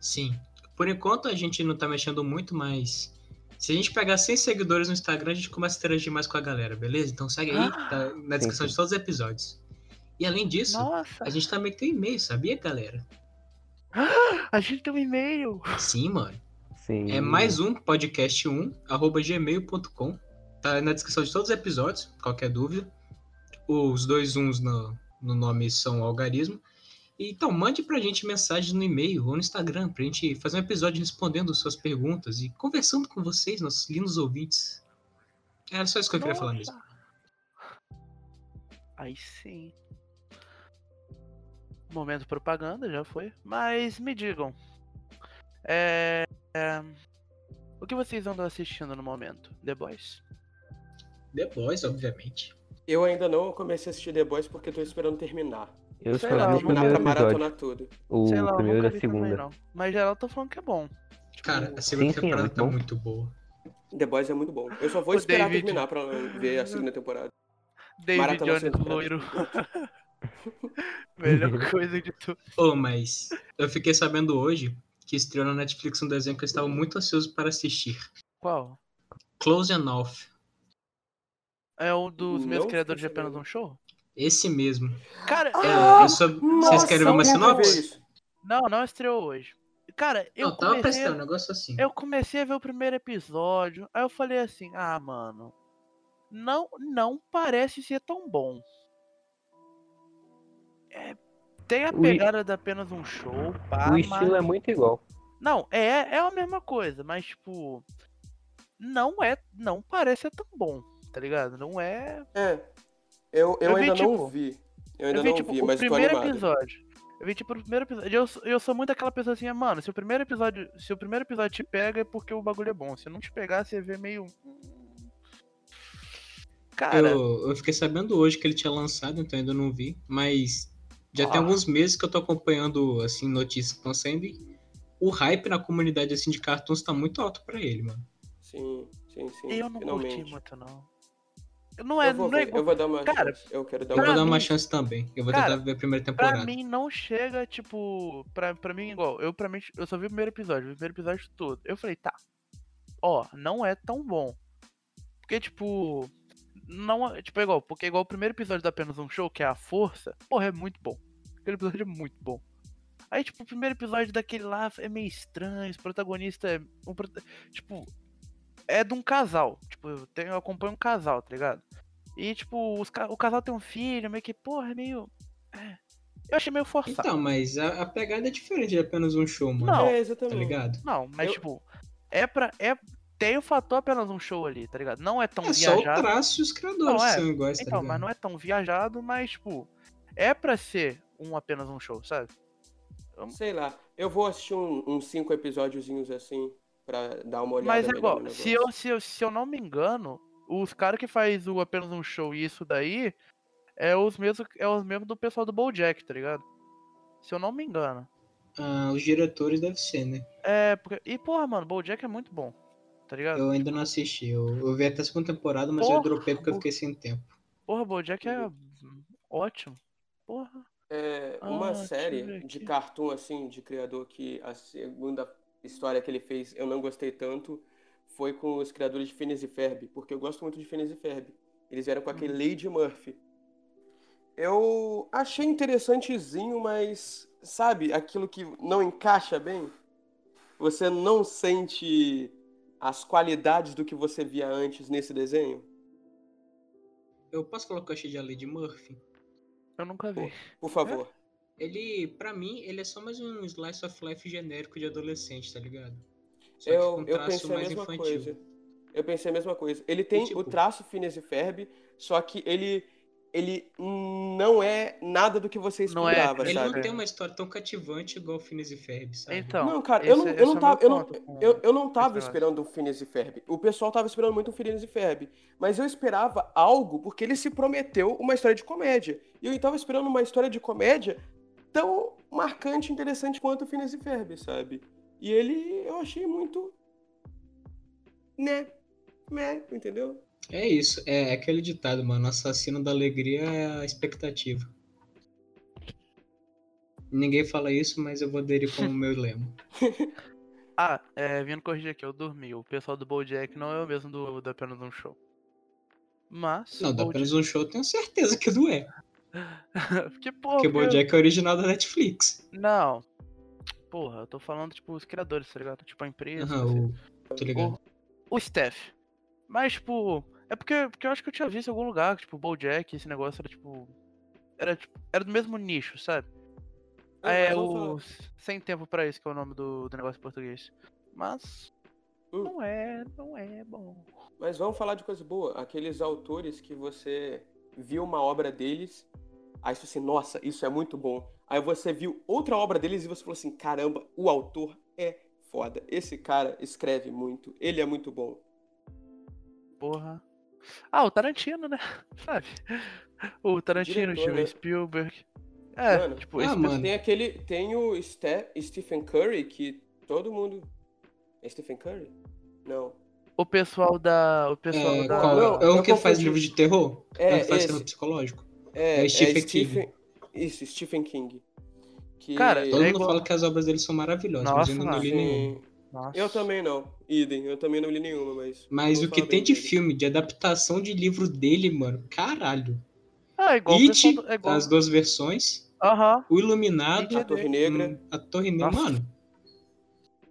Speaker 3: Sim. Por enquanto a gente não tá mexendo muito, mas se a gente pegar 100 seguidores no Instagram, a gente começa a interagir mais com a galera, beleza? Então segue aí,
Speaker 1: Ah.
Speaker 3: tá na descrição de todos os episódios. E além disso,
Speaker 1: Nossa,
Speaker 3: a gente também tem e-mail, sabia, galera?
Speaker 1: a gente tem um e-mail.
Speaker 3: Sim, mano.
Speaker 2: Sim.
Speaker 3: É mais um podcast1, arroba gmail.com. Tá na descrição de todos os episódios, qualquer dúvida. Os dois uns no, no nome são algarismo. Então, mande pra gente mensagem no e-mail ou no Instagram, pra gente fazer um episódio respondendo suas perguntas e conversando com vocês, nossos lindos ouvintes. Era só isso que eu queria falar
Speaker 1: Nossa.
Speaker 3: mesmo.
Speaker 1: Aí sim. Momento propaganda, já foi. Mas me digam. é, é, o que vocês andam assistindo no momento? The Boys?
Speaker 3: The Boys, obviamente.
Speaker 4: Eu ainda não comecei a assistir The Boys porque tô esperando terminar.
Speaker 2: Eu
Speaker 1: um, sei
Speaker 2: só
Speaker 1: lá,
Speaker 2: vi o
Speaker 1: não dá
Speaker 4: Terminar pra
Speaker 2: primeiro episódio.
Speaker 4: maratonar tudo.
Speaker 2: O
Speaker 1: Sei lá, eu
Speaker 2: primeiro e
Speaker 1: nunca vi
Speaker 2: a
Speaker 1: também,
Speaker 2: segunda.
Speaker 1: não. Mas geral tô falando que é bom.
Speaker 3: Cara, a
Speaker 2: Sim,
Speaker 3: segunda
Speaker 2: sim, é
Speaker 3: temporada
Speaker 2: muito
Speaker 3: tá
Speaker 2: bom.
Speaker 3: muito boa.
Speaker 4: The Boys é muito bom. Eu só vou
Speaker 1: O
Speaker 4: esperar
Speaker 1: David.
Speaker 4: terminar pra ver a segunda temporada.
Speaker 1: David
Speaker 4: Maratona
Speaker 1: Jones
Speaker 4: Central.
Speaker 1: loiro. Melhor coisa de tudo.
Speaker 3: Oh, mas eu fiquei sabendo hoje que estreou na Netflix um desenho que eu estava muito ansioso para assistir.
Speaker 1: Qual?
Speaker 3: Close Enough.
Speaker 1: É um dos meus
Speaker 4: Não
Speaker 1: criadores de
Speaker 4: fiquei
Speaker 1: apenas
Speaker 4: sabendo.
Speaker 1: um show?
Speaker 3: Esse mesmo.
Speaker 1: Cara,
Speaker 3: Cara, eu sou... Vocês
Speaker 4: Nossa,
Speaker 3: querem ver uma
Speaker 4: eu quero ver
Speaker 3: sinopse?
Speaker 4: isso.
Speaker 1: não, não estreou hoje. Cara, eu
Speaker 3: Não, tava pra
Speaker 1: comecei,
Speaker 3: estrear um negócio assim.
Speaker 1: eu comecei a ver o primeiro episódio, aí eu falei assim, ah, mano, não, não parece ser tão bom. É, tem a
Speaker 2: O i-
Speaker 1: pegada da apenas um show, pá,
Speaker 2: O estilo é muito igual.
Speaker 1: Não, é, é a mesma coisa, mas tipo. Não é. Não parece ser tão bom, tá ligado? Não é.
Speaker 4: É. Eu, eu,
Speaker 1: Eu vi,
Speaker 4: ainda
Speaker 1: tipo,
Speaker 4: não vi. Eu ainda
Speaker 1: eu vi,
Speaker 4: não
Speaker 1: tipo,
Speaker 4: vi,
Speaker 1: o
Speaker 4: mas tô
Speaker 1: primeiro
Speaker 4: animado.
Speaker 1: episódio. Eu vi, tipo, o primeiro episódio. Eu, sou- eu sou muito aquela pessoa assim, ah, mano, se o primeiro episódio. Se o primeiro episódio te pega é porque o bagulho é bom. Se não te pegar, você vê meio. "Hum". Cara,
Speaker 3: Eu, eu fiquei sabendo hoje que ele tinha lançado, então ainda não vi. Mas já tem
Speaker 1: Ah.
Speaker 3: alguns meses que eu tô acompanhando, assim, notícias que estão saindo. e O hype na comunidade, assim, de cartoons tá muito alto pra ele, mano.
Speaker 4: Sim, sim, sim.
Speaker 1: eu não
Speaker 4: finalmente.
Speaker 1: curti muito, não. Não é,
Speaker 4: eu vou
Speaker 1: não é
Speaker 4: ver,
Speaker 1: igual.
Speaker 4: eu vou dar uma
Speaker 1: Cara,
Speaker 4: chance. Eu quero dar
Speaker 3: Eu
Speaker 4: uma
Speaker 1: pra
Speaker 3: vou dar uma
Speaker 1: mim-
Speaker 3: chance também. Eu vou
Speaker 1: Cara,
Speaker 3: tentar ver a primeira
Speaker 1: Pra
Speaker 3: temporada.
Speaker 1: mim não chega, tipo, pra, pra mim igual, eu pra mim, eu só vi o primeiro episódio, vi o primeiro episódio todo. Eu falei, tá. Ó, não é tão bom. Porque tipo, não, é- tipo, é igual, porque igual o primeiro episódio da apenas um show, que é a força, porra, é muito bom. Aquele episódio é muito bom. Aí, tipo, o primeiro episódio daquele lá é meio estranho, o protagonista é um prota- tipo, é de um casal, tipo, eu, tenho, eu acompanho um casal, tá ligado? E tipo, os ca- o casal tem um filho, meio que, porra, é meio é. eu achei meio forçado.
Speaker 3: Então, mas a, a pegada é diferente de apenas um show, mano.
Speaker 1: Não.
Speaker 4: É,
Speaker 3: Tá
Speaker 4: exatamente.
Speaker 3: ligado?
Speaker 1: Não, mas
Speaker 4: Eu-
Speaker 1: tipo, é pra. É, tem o fator apenas um show ali, tá ligado? Não é tão
Speaker 3: É só o
Speaker 1: viajado.
Speaker 3: traço e os criadores
Speaker 1: Não, é.
Speaker 3: que são iguais, tá
Speaker 1: Então,
Speaker 3: ligado?
Speaker 1: mas não é tão viajado, mas, tipo, é pra ser um apenas um show, sabe?
Speaker 4: Sei lá. Eu vou assistir um- uns cinco episódiozinhos assim pra dar uma olhada.
Speaker 1: Mas é
Speaker 4: melhor
Speaker 1: igual,
Speaker 4: no
Speaker 1: se
Speaker 4: negócio.
Speaker 1: eu, se, eu, se eu não me engano, os caras que faz o apenas um show e isso daí é os mesmos, é os mesmos do pessoal do Bojack, tá ligado? Se eu não me engano.
Speaker 3: Ah, os diretores deve ser, né?
Speaker 1: É, porque. E porra, mano, Bojack é muito bom, tá ligado?
Speaker 3: Eu ainda não assisti. Eu, eu vi até a segunda temporada, mas eu
Speaker 1: Porra.
Speaker 3: dropei porque eu fiquei sem tempo.
Speaker 1: Porra, Bojack é
Speaker 3: Uhum.
Speaker 1: ótimo. Porra.
Speaker 4: É,
Speaker 1: Ah,
Speaker 4: uma
Speaker 1: deixa eu ver
Speaker 4: série de
Speaker 1: aqui.
Speaker 4: cartoon assim, de criador que a segunda história que ele fez eu não gostei tanto foi com os criadores de Phineas e Ferb, porque eu gosto muito de Phineas e Ferb. Eles vieram com aquele
Speaker 1: Hum.
Speaker 4: Lady Murphy. Eu achei interessantezinho, mas sabe, aquilo que não encaixa bem? Você não sente as qualidades do que você via antes nesse desenho?
Speaker 3: Eu posso colocar o que eu achei de A Lady Murphy?
Speaker 1: Eu nunca vi.
Speaker 4: Por favor.
Speaker 3: Ele, pra mim, ele é só mais um slice of life genérico de adolescente, tá ligado? Só que com
Speaker 4: Eu,
Speaker 3: um
Speaker 4: eu
Speaker 3: traço
Speaker 4: pensei a mesma coisa. Eu pensei a mesma coisa. Ele tem
Speaker 3: tipo-
Speaker 4: o traço Phineas e Ferb, só que ele ele não é nada do que você
Speaker 1: Não é,
Speaker 4: esperava,
Speaker 1: ele
Speaker 3: Ele
Speaker 4: sabe?
Speaker 3: não tem uma história tão cativante igual o Phineas e Ferb, sabe?
Speaker 1: Então,
Speaker 4: Não, cara, eu não- eu não tava- eu não-
Speaker 3: É.
Speaker 4: Eu, eu não tava
Speaker 1: Exato.
Speaker 4: esperando um Phineas e Ferb. O pessoal tava esperando muito um Phineas e Ferb. Mas eu esperava algo porque ele se prometeu uma história de comédia. E eu tava esperando uma história de comédia tão marcante e interessante quanto o Phineas e Ferb, sabe? E ele, eu achei muito... Né? Né? Entendeu?
Speaker 3: É isso, é aquele ditado, mano. Assassino da alegria é a expectativa. Ninguém fala isso, mas eu vou aderir como meu lema.
Speaker 1: Ah, é, vindo corrigir aqui, eu dormi. O pessoal do Bojack não é o mesmo do, do apenas um show. Mas.
Speaker 3: Não,
Speaker 1: o
Speaker 3: dá
Speaker 1: Bojack-
Speaker 3: apenas um show, eu tenho certeza que não é.
Speaker 1: Porque, porra, porque-
Speaker 3: Porque Bojack é original da Netflix.
Speaker 1: Não. Porra, eu tô falando, tipo, os criadores, tá ligado? Tipo, a empresa.
Speaker 3: Aham,
Speaker 1: assim.
Speaker 3: o... tô ligado.
Speaker 1: o Steph. Mas, tipo, é porque, porque eu acho que eu tinha visto em algum lugar, que, tipo, o Bojack, esse negócio era, tipo, era, tipo, era do mesmo nicho, sabe? é
Speaker 4: Ah, mas vamos
Speaker 1: o
Speaker 4: falar-
Speaker 1: Sem Tempo Pra Isso, que é o nome do, do negócio em português. Mas,
Speaker 4: Hum.
Speaker 1: não é, não é bom.
Speaker 4: Mas vamos falar de coisa boa. Aqueles autores que você viu uma obra deles, aí você, nossa, isso é muito bom. Aí você viu outra obra deles e você falou assim, caramba, o autor é foda. Esse cara escreve muito, ele é muito bom.
Speaker 1: Porra. Ah, o Tarantino, né? Sabe? O Tarantino,
Speaker 4: Diretor,
Speaker 1: Steven
Speaker 4: né?
Speaker 1: Spielberg. É,
Speaker 4: Mano,
Speaker 1: tipo,
Speaker 3: ah,
Speaker 1: esse
Speaker 3: mano.
Speaker 4: Tem aquele, tem o Ste- Stephen Curry que todo mundo é Stephen Curry? Não.
Speaker 1: o pessoal da. O pessoal
Speaker 3: É,
Speaker 1: da.
Speaker 3: qual-
Speaker 4: não,
Speaker 3: é o
Speaker 4: eu
Speaker 3: que faz
Speaker 4: confundi.
Speaker 3: livro de terror? É,
Speaker 4: É,
Speaker 3: que faz
Speaker 4: esse.
Speaker 3: terror psicológico?
Speaker 4: É,
Speaker 3: É
Speaker 4: é
Speaker 3: Stephen
Speaker 4: Stephen,
Speaker 3: King.
Speaker 4: Isso, Stephen King. Que- assim,
Speaker 1: Cara,
Speaker 3: Todo
Speaker 1: É
Speaker 3: mundo
Speaker 1: igual-
Speaker 3: fala que as obras dele são maravilhosas,
Speaker 1: Nossa,
Speaker 3: mas eu não
Speaker 1: mano.
Speaker 3: li nenhuma.
Speaker 4: Sim.
Speaker 1: Nossa.
Speaker 4: Eu também não. Idem, eu também não li nenhuma, mas.
Speaker 3: Mas
Speaker 4: vou
Speaker 3: o que
Speaker 4: falar
Speaker 3: tem
Speaker 4: bem
Speaker 3: de
Speaker 4: dele.
Speaker 3: filme, de adaptação de livro dele, mano, caralho.
Speaker 1: Ah, igual o
Speaker 3: It,
Speaker 1: pessoal do- é igual.
Speaker 3: as duas versões.
Speaker 1: Aham.
Speaker 3: O Iluminado.
Speaker 4: A Torre Negra.
Speaker 3: hum, A Torre Negra.
Speaker 1: Nossa.
Speaker 3: Mano,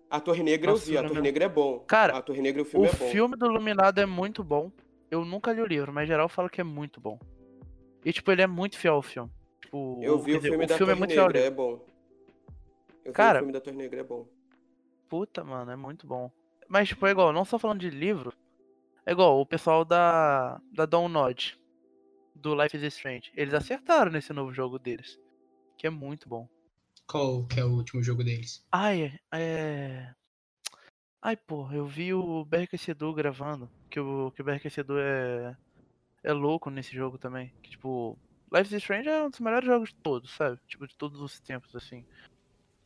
Speaker 4: A Torre Negra
Speaker 1: Nossa,
Speaker 4: eu vi, a
Speaker 1: não
Speaker 4: Torre
Speaker 1: lembro.
Speaker 4: Negra é bom.
Speaker 1: Cara,
Speaker 4: a Torre Negra o filme
Speaker 1: O
Speaker 4: é bom.
Speaker 1: filme do Iluminado é muito bom. Eu nunca li o livro, mas geral fala que é muito bom. E, tipo, ele é muito fiel ao filme. Tipo,
Speaker 4: eu vi
Speaker 1: quer
Speaker 4: o
Speaker 1: dizer,
Speaker 4: filme da
Speaker 1: filme é
Speaker 4: Torre
Speaker 1: muito fiel ao
Speaker 4: Negra,
Speaker 1: livro.
Speaker 4: é bom. Eu vi
Speaker 1: Cara-
Speaker 4: o filme da Torre Negra, é bom.
Speaker 1: Puta, mano, é muito bom. Mas, tipo, é igual, não só falando de livro, é igual o pessoal da, da Download, do Life is Strange. Eles acertaram nesse novo jogo deles, que é muito bom.
Speaker 3: qual que é o último jogo deles?
Speaker 1: Ai, é... Ai, porra, eu vi o BRK Sedu gravando, que o, que o BRK Sedu é... é louco nesse jogo também. Que, tipo, Life is Strange é um dos melhores jogos de todos, sabe? Tipo, de todos os tempos, assim.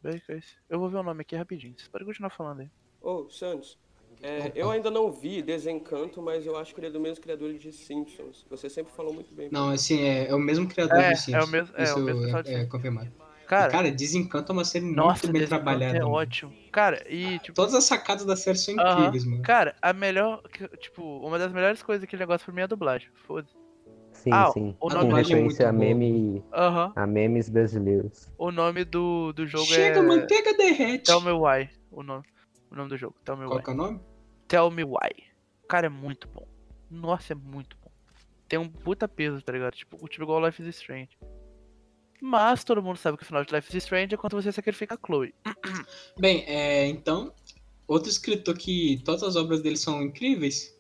Speaker 1: BRK Sedu- Eu vou ver o nome aqui rapidinho, vocês podem continuar falando aí.
Speaker 4: Ô, Santos, é, eu ainda não vi Desencanto, mas eu acho que ele é do mesmo criador de Simpsons. Você sempre falou muito bem.
Speaker 3: Não, assim, é, é o mesmo criador
Speaker 1: É,
Speaker 3: do Sims.
Speaker 1: é o mesmo- é,
Speaker 3: Isso
Speaker 1: o mesmo pessoal de
Speaker 3: é, é
Speaker 1: Sims.
Speaker 3: confirmado. Cara,
Speaker 1: Cara,
Speaker 3: Desencanto é uma série
Speaker 1: nossa,
Speaker 3: muito bem
Speaker 1: Desencanto
Speaker 3: trabalhada.
Speaker 1: é
Speaker 3: mano.
Speaker 1: ótimo. Cara, e, tipo,
Speaker 3: Todas as sacadas da série são
Speaker 1: Aham.
Speaker 3: incríveis, mano.
Speaker 1: cara, a melhor, que- tipo, uma das melhores coisas daquele negócio pra mim é a dublagem, foda-se.
Speaker 2: Sim,
Speaker 1: Ah,
Speaker 2: sim.
Speaker 1: o
Speaker 2: Com
Speaker 1: nome dele é
Speaker 2: referência a,
Speaker 3: muito bom.
Speaker 2: meme,
Speaker 1: Aham,
Speaker 2: a memes brasileiros.
Speaker 1: o nome do, do jogo
Speaker 3: Chega,
Speaker 1: é...
Speaker 3: manteiga derrete.
Speaker 1: Tell Me Why, o nome, o nome do jogo, Tell Me
Speaker 3: Qual
Speaker 1: Why.
Speaker 3: que é o nome?
Speaker 1: Tell Me Why. Cara, é muito bom. Nossa, é muito bom. Tem um puta peso, tá ligado? Tipo, tipo igual Life is Strange. Mas todo mundo sabe que o final de Life is Strange é quando você sacrifica a Chloe.
Speaker 3: Bem, é, então, outro escritor que todas as obras dele são incríveis.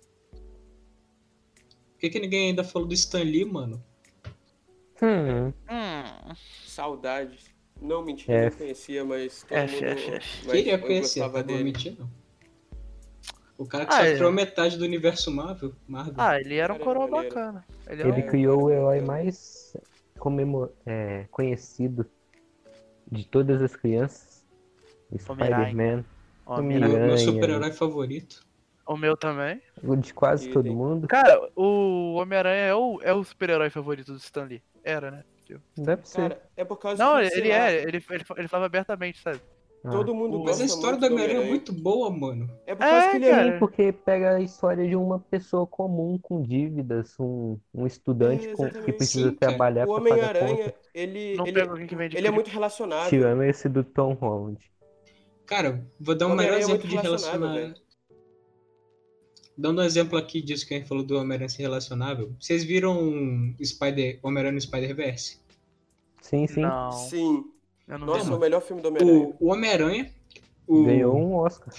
Speaker 3: Por que, que ninguém ainda falou do Stan Lee, mano?
Speaker 2: Hum.
Speaker 1: Hum.
Speaker 4: Saudades. Não, mentira,
Speaker 2: É.
Speaker 4: eu não conhecia, mas todo
Speaker 1: F,
Speaker 4: mundo
Speaker 1: F, F.
Speaker 4: mas
Speaker 3: Queria
Speaker 4: eu
Speaker 3: conhecer,
Speaker 4: gostava
Speaker 3: não vou
Speaker 4: dele.
Speaker 3: mentir, não. O cara que
Speaker 1: Ah,
Speaker 3: só
Speaker 1: é.
Speaker 3: criou metade do universo Marvel. Marvel.
Speaker 1: Ah, ele era um
Speaker 4: Cara,
Speaker 1: coroa
Speaker 4: maneiro.
Speaker 1: bacana. Ele era
Speaker 2: Ele
Speaker 1: um...
Speaker 4: É,
Speaker 2: criou o
Speaker 4: cara,
Speaker 2: herói
Speaker 4: eu-
Speaker 2: mais comemo- é, conhecido de todas as crianças.
Speaker 1: Homem-Aranha.
Speaker 2: Spider-Man.
Speaker 1: Ó,
Speaker 3: Meu-
Speaker 1: mira-
Speaker 2: Miranha.
Speaker 3: meu super-herói favorito.
Speaker 1: o meu também.
Speaker 2: O de quase
Speaker 4: E
Speaker 2: todo
Speaker 4: tem-
Speaker 2: mundo.
Speaker 1: Cara, o Homem-Aranha é o, é o super-herói favorito do Stan Lee. Era, né?
Speaker 2: Deve ser.
Speaker 4: Cara, é por causa
Speaker 1: Não,
Speaker 4: que, sei
Speaker 1: ele
Speaker 4: lá,
Speaker 1: é. Ele, ele, ele falava abertamente, sabe?
Speaker 2: Ah.
Speaker 4: Todo
Speaker 1: Mas
Speaker 4: mundo
Speaker 3: Mas
Speaker 4: gosta
Speaker 3: a história
Speaker 4: muito
Speaker 3: do Homem-Aranha é
Speaker 4: Homem-Aranha.
Speaker 3: muito boa, mano.
Speaker 4: É por causa
Speaker 1: É,
Speaker 4: que ele
Speaker 1: cara.
Speaker 4: é
Speaker 2: Sim, porque pega a história de uma pessoa comum com dívidas, um, um estudante
Speaker 4: É,
Speaker 2: com- que
Speaker 4: exatamente.
Speaker 2: precisa
Speaker 3: Sim, cara.
Speaker 2: trabalhar
Speaker 4: O
Speaker 2: para É pagar
Speaker 4: Homem-Aranha, é
Speaker 2: conta,
Speaker 4: ele,
Speaker 1: Não
Speaker 4: ele,
Speaker 1: pega alguém que vem de
Speaker 4: ele é
Speaker 1: cri-
Speaker 4: muito relacionável.
Speaker 2: tirando esse do Tom Holland.
Speaker 3: Cara, vou dar um
Speaker 4: Homem-Aranha
Speaker 3: melhor
Speaker 4: é
Speaker 3: exemplo
Speaker 4: muito
Speaker 3: de
Speaker 4: relacionável,
Speaker 3: relacionar. Dando um exemplo aqui disso que a gente falou do Homem-Aranha ser relacionável. Vocês viram um Spider, Homem-Aranha no Spider-Verse?
Speaker 2: Sim, sim.
Speaker 1: Não,
Speaker 4: Sim.
Speaker 1: eu não
Speaker 4: Nossa,
Speaker 1: lembro.
Speaker 4: o melhor filme do Homem-Aranha.
Speaker 3: O, o Homem-Aranha. O...
Speaker 2: Ganhou um Oscar.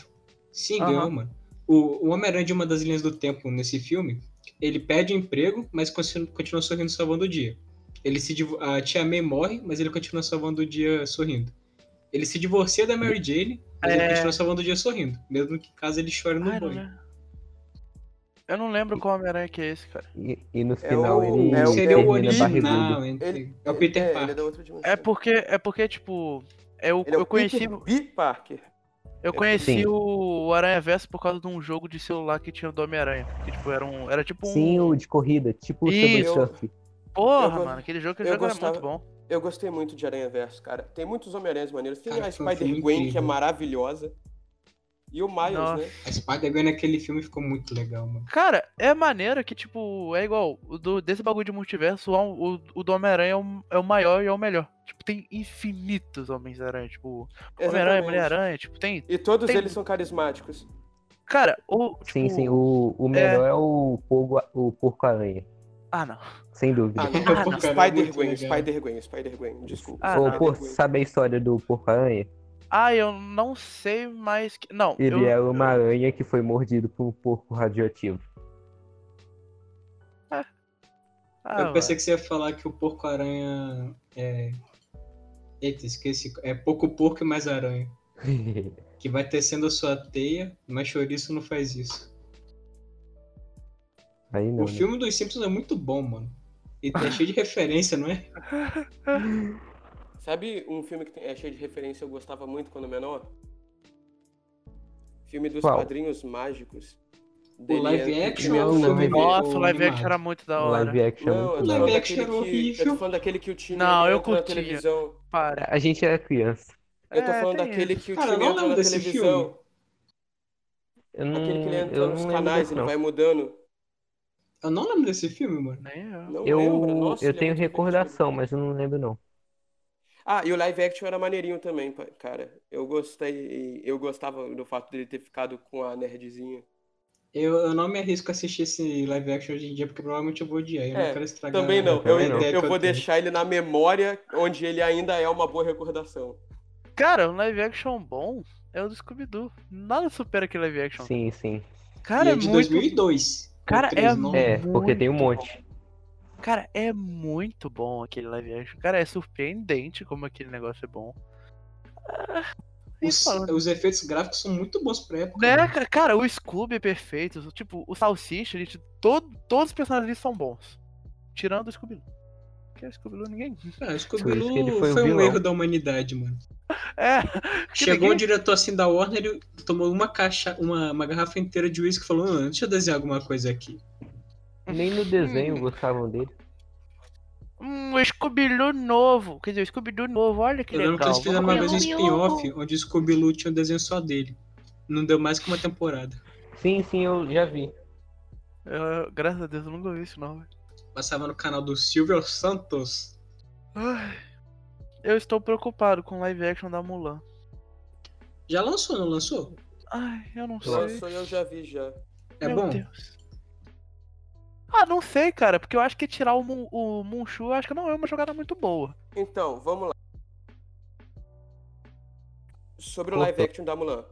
Speaker 3: Sim,
Speaker 1: Aham.
Speaker 3: ganhou, mano. O, o Homem-Aranha de uma das linhas do tempo nesse filme. ele pede emprego, mas continu- continua sorrindo salvando o dia. Ele se div- a tia May morre, mas ele continua salvando o dia sorrindo. Ele se divorcia da
Speaker 2: Hum.
Speaker 3: Mary Jane, mas ele
Speaker 1: É.
Speaker 3: continua salvando o dia sorrindo, mesmo que em casa ele chore no
Speaker 1: Ah, eu não
Speaker 3: banho.
Speaker 1: lembro. Eu não lembro qual Homem-Aranha que é esse, cara.
Speaker 2: E, e no
Speaker 4: É
Speaker 2: final
Speaker 4: o-
Speaker 2: ele
Speaker 4: é o-
Speaker 3: Seria Tipo, o
Speaker 2: termina barrigudo.
Speaker 3: original, entre-
Speaker 4: Ele,
Speaker 3: é o Peter
Speaker 4: é, ele é
Speaker 3: Parker.
Speaker 4: da outra dimensão.
Speaker 1: É porque, é porque tipo, eu,
Speaker 4: Ele é o
Speaker 1: eu conheci,
Speaker 4: Peter B. Parker.
Speaker 1: eu conheci
Speaker 2: Sim.
Speaker 1: o, o Aranha Verso por causa de um jogo de celular que tinha do Homem-Aranha. Que, tipo, era, um, era tipo um.
Speaker 2: Sim, o de corrida, tipo o Subway
Speaker 4: Isso.
Speaker 2: Surf.
Speaker 1: Porra,
Speaker 4: Eu go-
Speaker 1: mano, aquele jogo,
Speaker 4: eu
Speaker 1: aquele jogo
Speaker 4: gostava-
Speaker 1: era muito bom.
Speaker 4: Eu gostei muito de Aranha Verso, cara. Tem muitos Homem-Aranhas maneiros. Tem
Speaker 3: Cara,
Speaker 4: a
Speaker 3: foi um filme
Speaker 4: Spider-Gwen, que é
Speaker 3: incrível.
Speaker 4: maravilhosa. E o Miles,
Speaker 1: Nossa.
Speaker 4: né?
Speaker 3: A Spider-Man naquele filme ficou muito legal, mano.
Speaker 1: Cara, é maneiro que, tipo, é igual, o do, desse bagulho de multiverso, há um- o, o do Homem-Aranha é, o- é o maior e é o melhor. Tipo, tem infinitos Homens-Aranha, tipo, Homem-Aranha,
Speaker 4: Exatamente.
Speaker 1: Mulher-Aranha, tipo, tem...
Speaker 4: E todos
Speaker 1: Tem-
Speaker 4: eles são carismáticos.
Speaker 1: Cara, o...
Speaker 2: Sim,
Speaker 1: tipo,
Speaker 2: sim, o, o melhor é, o, porco, o Porco-Aranha,
Speaker 1: Ah, não.
Speaker 2: sem dúvida.
Speaker 4: Ah,
Speaker 3: Ah,
Speaker 4: não.
Speaker 3: não.
Speaker 4: Spider-Gwen,
Speaker 3: Muito legal.
Speaker 4: Spider-Gwen, Spider-Gwen. Desculpa.
Speaker 1: Ah,
Speaker 2: Ô,
Speaker 1: não.
Speaker 2: pô,
Speaker 4: Spider-Gwen.
Speaker 2: sabe a história do Porco-Aranha?
Speaker 1: Ah, eu não sei mais... Que... Não,
Speaker 2: Ele
Speaker 1: eu...
Speaker 2: era uma aranha que foi mordido por um porco radioativo.
Speaker 1: Ah,
Speaker 3: eu pensei que você ia falar que o porco-aranha é. Eita, esqueci. É pouco porco e mais aranha. Que vai tecendo a sua teia, mas chouriço não faz isso.
Speaker 2: Aí não.
Speaker 3: O
Speaker 2: né?
Speaker 3: filme dos Simpsons é muito bom, mano. E tá cheio de referência, não é?
Speaker 4: Sabe um filme que tem- é cheio de referência eu gostava muito quando menor? Filme dos
Speaker 2: Qual?
Speaker 4: Padrinhos Mágicos.
Speaker 3: O
Speaker 4: Dele
Speaker 3: live
Speaker 4: é-
Speaker 3: action
Speaker 2: não,
Speaker 3: é o
Speaker 2: não,
Speaker 3: filme
Speaker 2: não.
Speaker 1: Nossa,
Speaker 3: o
Speaker 1: o live action
Speaker 3: animado.
Speaker 1: era muito da
Speaker 2: O
Speaker 1: hora.
Speaker 2: live action é
Speaker 4: Não,
Speaker 2: muito
Speaker 4: eu tô
Speaker 2: bom.
Speaker 4: falando
Speaker 3: Live
Speaker 4: daquele
Speaker 3: action era um
Speaker 4: que, eu tô
Speaker 3: horrível.
Speaker 4: falando daquele que o time
Speaker 1: Não, eu
Speaker 4: entra na
Speaker 1: curtia.
Speaker 4: televisão.
Speaker 1: Para.
Speaker 2: A gente era criança.
Speaker 4: Eu tô
Speaker 1: É,
Speaker 4: falando
Speaker 1: tem
Speaker 4: daquele que o
Speaker 3: Cara,
Speaker 4: time
Speaker 3: eu não
Speaker 4: entra
Speaker 3: lembro
Speaker 4: na
Speaker 3: desse
Speaker 4: televisão.
Speaker 3: filme.
Speaker 2: Eu não,
Speaker 4: Aquele que ele entra
Speaker 2: Hum, eu
Speaker 4: nos
Speaker 2: não lembro
Speaker 4: canais,
Speaker 2: desse,
Speaker 4: ele
Speaker 2: não.
Speaker 4: vai mudando.
Speaker 3: Eu não lembro desse filme, mano.
Speaker 1: Nem eu.
Speaker 4: Não
Speaker 2: Eu,
Speaker 4: lembra? Nossa,
Speaker 2: eu
Speaker 4: ele é
Speaker 2: tenho
Speaker 4: muito divertido.
Speaker 2: recordação, mas eu não lembro não.
Speaker 4: Ah, e o live action era maneirinho também, pa- cara. Eu gostei, eu gostava do fato dele ter ficado com a nerdzinha.
Speaker 3: Eu, eu não me arrisco a assistir esse live action hoje em dia, porque provavelmente eu vou odiar. Eu
Speaker 4: É,
Speaker 3: não quero estragar. é
Speaker 4: Também não, eu,
Speaker 2: também
Speaker 4: eu,
Speaker 2: não.
Speaker 3: ideia que
Speaker 4: vou
Speaker 3: eu tenho.
Speaker 4: deixar ele na memória, onde ele ainda é uma boa recordação.
Speaker 1: Cara, um live action bom é o do Scooby-Doo. Nada supera aquele live action.
Speaker 2: Sim, sim.
Speaker 1: Cara, é,
Speaker 3: e é de
Speaker 1: muito.
Speaker 3: 2002. com
Speaker 1: Cara,
Speaker 3: três
Speaker 1: é
Speaker 3: nomes.
Speaker 2: É, porque tem um
Speaker 1: Muito
Speaker 2: monte.
Speaker 1: Cara, é muito bom aquele live action. Cara, é surpreendente como aquele negócio é bom. Ah, e
Speaker 3: Os,
Speaker 1: falando.
Speaker 3: os efeitos gráficos são muito bons pra época.
Speaker 1: Né,
Speaker 3: mano.
Speaker 1: cara, cara, o Scooby é perfeito. Tipo, o Salsicha, ele, te- todo, todos os personagens ali são bons. Tirando o Scooby-Doo. Porque o Scooby-Doo ninguém.
Speaker 3: Ah, o
Speaker 2: Por isso que ele
Speaker 3: Scooby-Doo
Speaker 2: foi
Speaker 3: foi,
Speaker 2: o
Speaker 3: um
Speaker 2: vilão.
Speaker 3: erro da humanidade, mano.
Speaker 1: É. porque
Speaker 3: Chegou
Speaker 1: ninguém-
Speaker 3: um diretor assim da Warner e tomou uma caixa, uma, uma garrafa inteira de uísque e falou: "Ah, deixa eu desenhar alguma coisa aqui.
Speaker 2: Nem no desenho gostavam dele.
Speaker 1: Hum, o Scooby-Doo novo. Quer dizer, o Scooby-Doo novo, olha que
Speaker 3: eu lembro
Speaker 1: legal.
Speaker 3: que eles fizeram uma
Speaker 1: Vamos
Speaker 3: vez um
Speaker 1: olhar.
Speaker 3: spin-off onde o Scooby-Loo tinha um desenho só dele. Não deu mais que uma temporada.
Speaker 2: Sim, sim, eu já
Speaker 4: É,
Speaker 2: vi.
Speaker 1: Eu- graças a Deus, eu nunca vi isso, não. velho.
Speaker 3: Passava no canal do Silvio Santos.
Speaker 1: Ai, Eu estou preocupado com o live action da Mulan.
Speaker 3: Já lançou, não lançou?
Speaker 1: Ai, eu não sei.
Speaker 4: Lançou e eu já vi já.
Speaker 3: É
Speaker 1: Meu
Speaker 3: bom?
Speaker 1: Deus. Ah, não sei, cara, porque eu acho que tirar o, Mun- o Munchu, eu acho que não é uma jogada muito boa.
Speaker 4: Então, vamos lá. Sobre o
Speaker 2: Opa.
Speaker 4: live action da Mulan.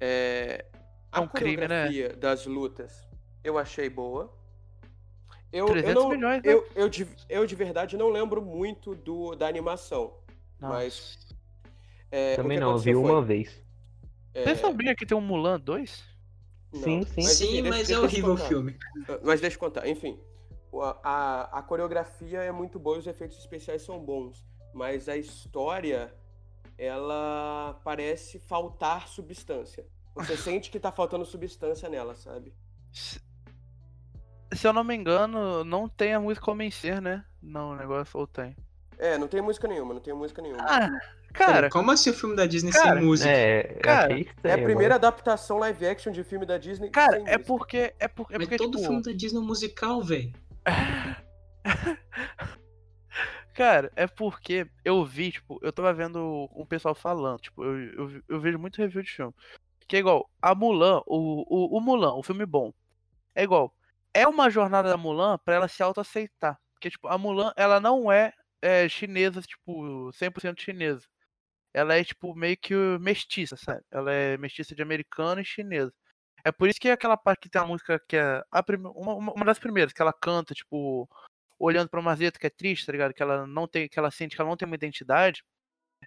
Speaker 4: É, a
Speaker 1: É um crime, né?
Speaker 4: coreografia das lutas eu achei boa. Eu,
Speaker 1: 300
Speaker 4: eu não,
Speaker 1: milhões, né?
Speaker 4: eu, eu, de, eu de verdade não lembro muito do, da animação.
Speaker 1: Não.
Speaker 4: Mas- É, o
Speaker 2: Também
Speaker 4: que
Speaker 2: não, eu vi
Speaker 4: aconteceu foi-
Speaker 2: uma vez.
Speaker 4: é,
Speaker 1: Você sabia que tem um Mulan 2?
Speaker 4: não.
Speaker 2: Sim, sim.
Speaker 4: Mas, enfim,
Speaker 3: Sim,
Speaker 4: deixa-
Speaker 3: mas
Speaker 4: deixa
Speaker 3: é
Speaker 4: eu
Speaker 3: horrível o
Speaker 4: contar.
Speaker 3: filme.
Speaker 4: Ah, Mas deixa eu contar, enfim. o- A, a- a coreografia é muito boa e os efeitos especiais são bons. Mas a história, ela parece faltar substância. Você sente que tá faltando substância nela, sabe?
Speaker 1: Se se eu não me engano, não tem a música Homem Ser, né? Não, o negócio ou tem.
Speaker 4: É, não tem música nenhuma, não tem música nenhuma.
Speaker 1: Ah, cara,
Speaker 3: Como assim o filme da Disney
Speaker 1: cara,
Speaker 3: sem música?
Speaker 2: É, eu
Speaker 1: Cara,
Speaker 2: achei
Speaker 4: é
Speaker 2: estranho,
Speaker 4: a primeira adaptação live action de filme da Disney.
Speaker 1: cara,
Speaker 4: sem
Speaker 1: é
Speaker 4: música.
Speaker 1: porque. É, por, é
Speaker 3: Mas
Speaker 1: porque,
Speaker 3: todo
Speaker 1: tipo,
Speaker 3: filme da Disney é musical, velho.
Speaker 1: Cara, é porque eu vi, tipo, eu tava vendo um pessoal falando, tipo, eu, eu, vi- eu vejo muito review de filme. Que é igual, a Mulan, o, o, o Mulan, o filme bom, é igual, é uma jornada da Mulan pra ela se autoaceitar. Porque, tipo, a Mulan, ela não é, é, chinesa, tipo, 100% chinesa. Ela é, tipo, meio que mestiça, sabe? Ela é mestiça de americano e chinesa. É por isso que é aquela parte que tem a música que é a prime- uma, uma- uma das primeiras, que ela canta, tipo, olhando pra Mazeta, que é triste, tá ligado? Que ela não tem, que ela sente que ela não tem uma identidade.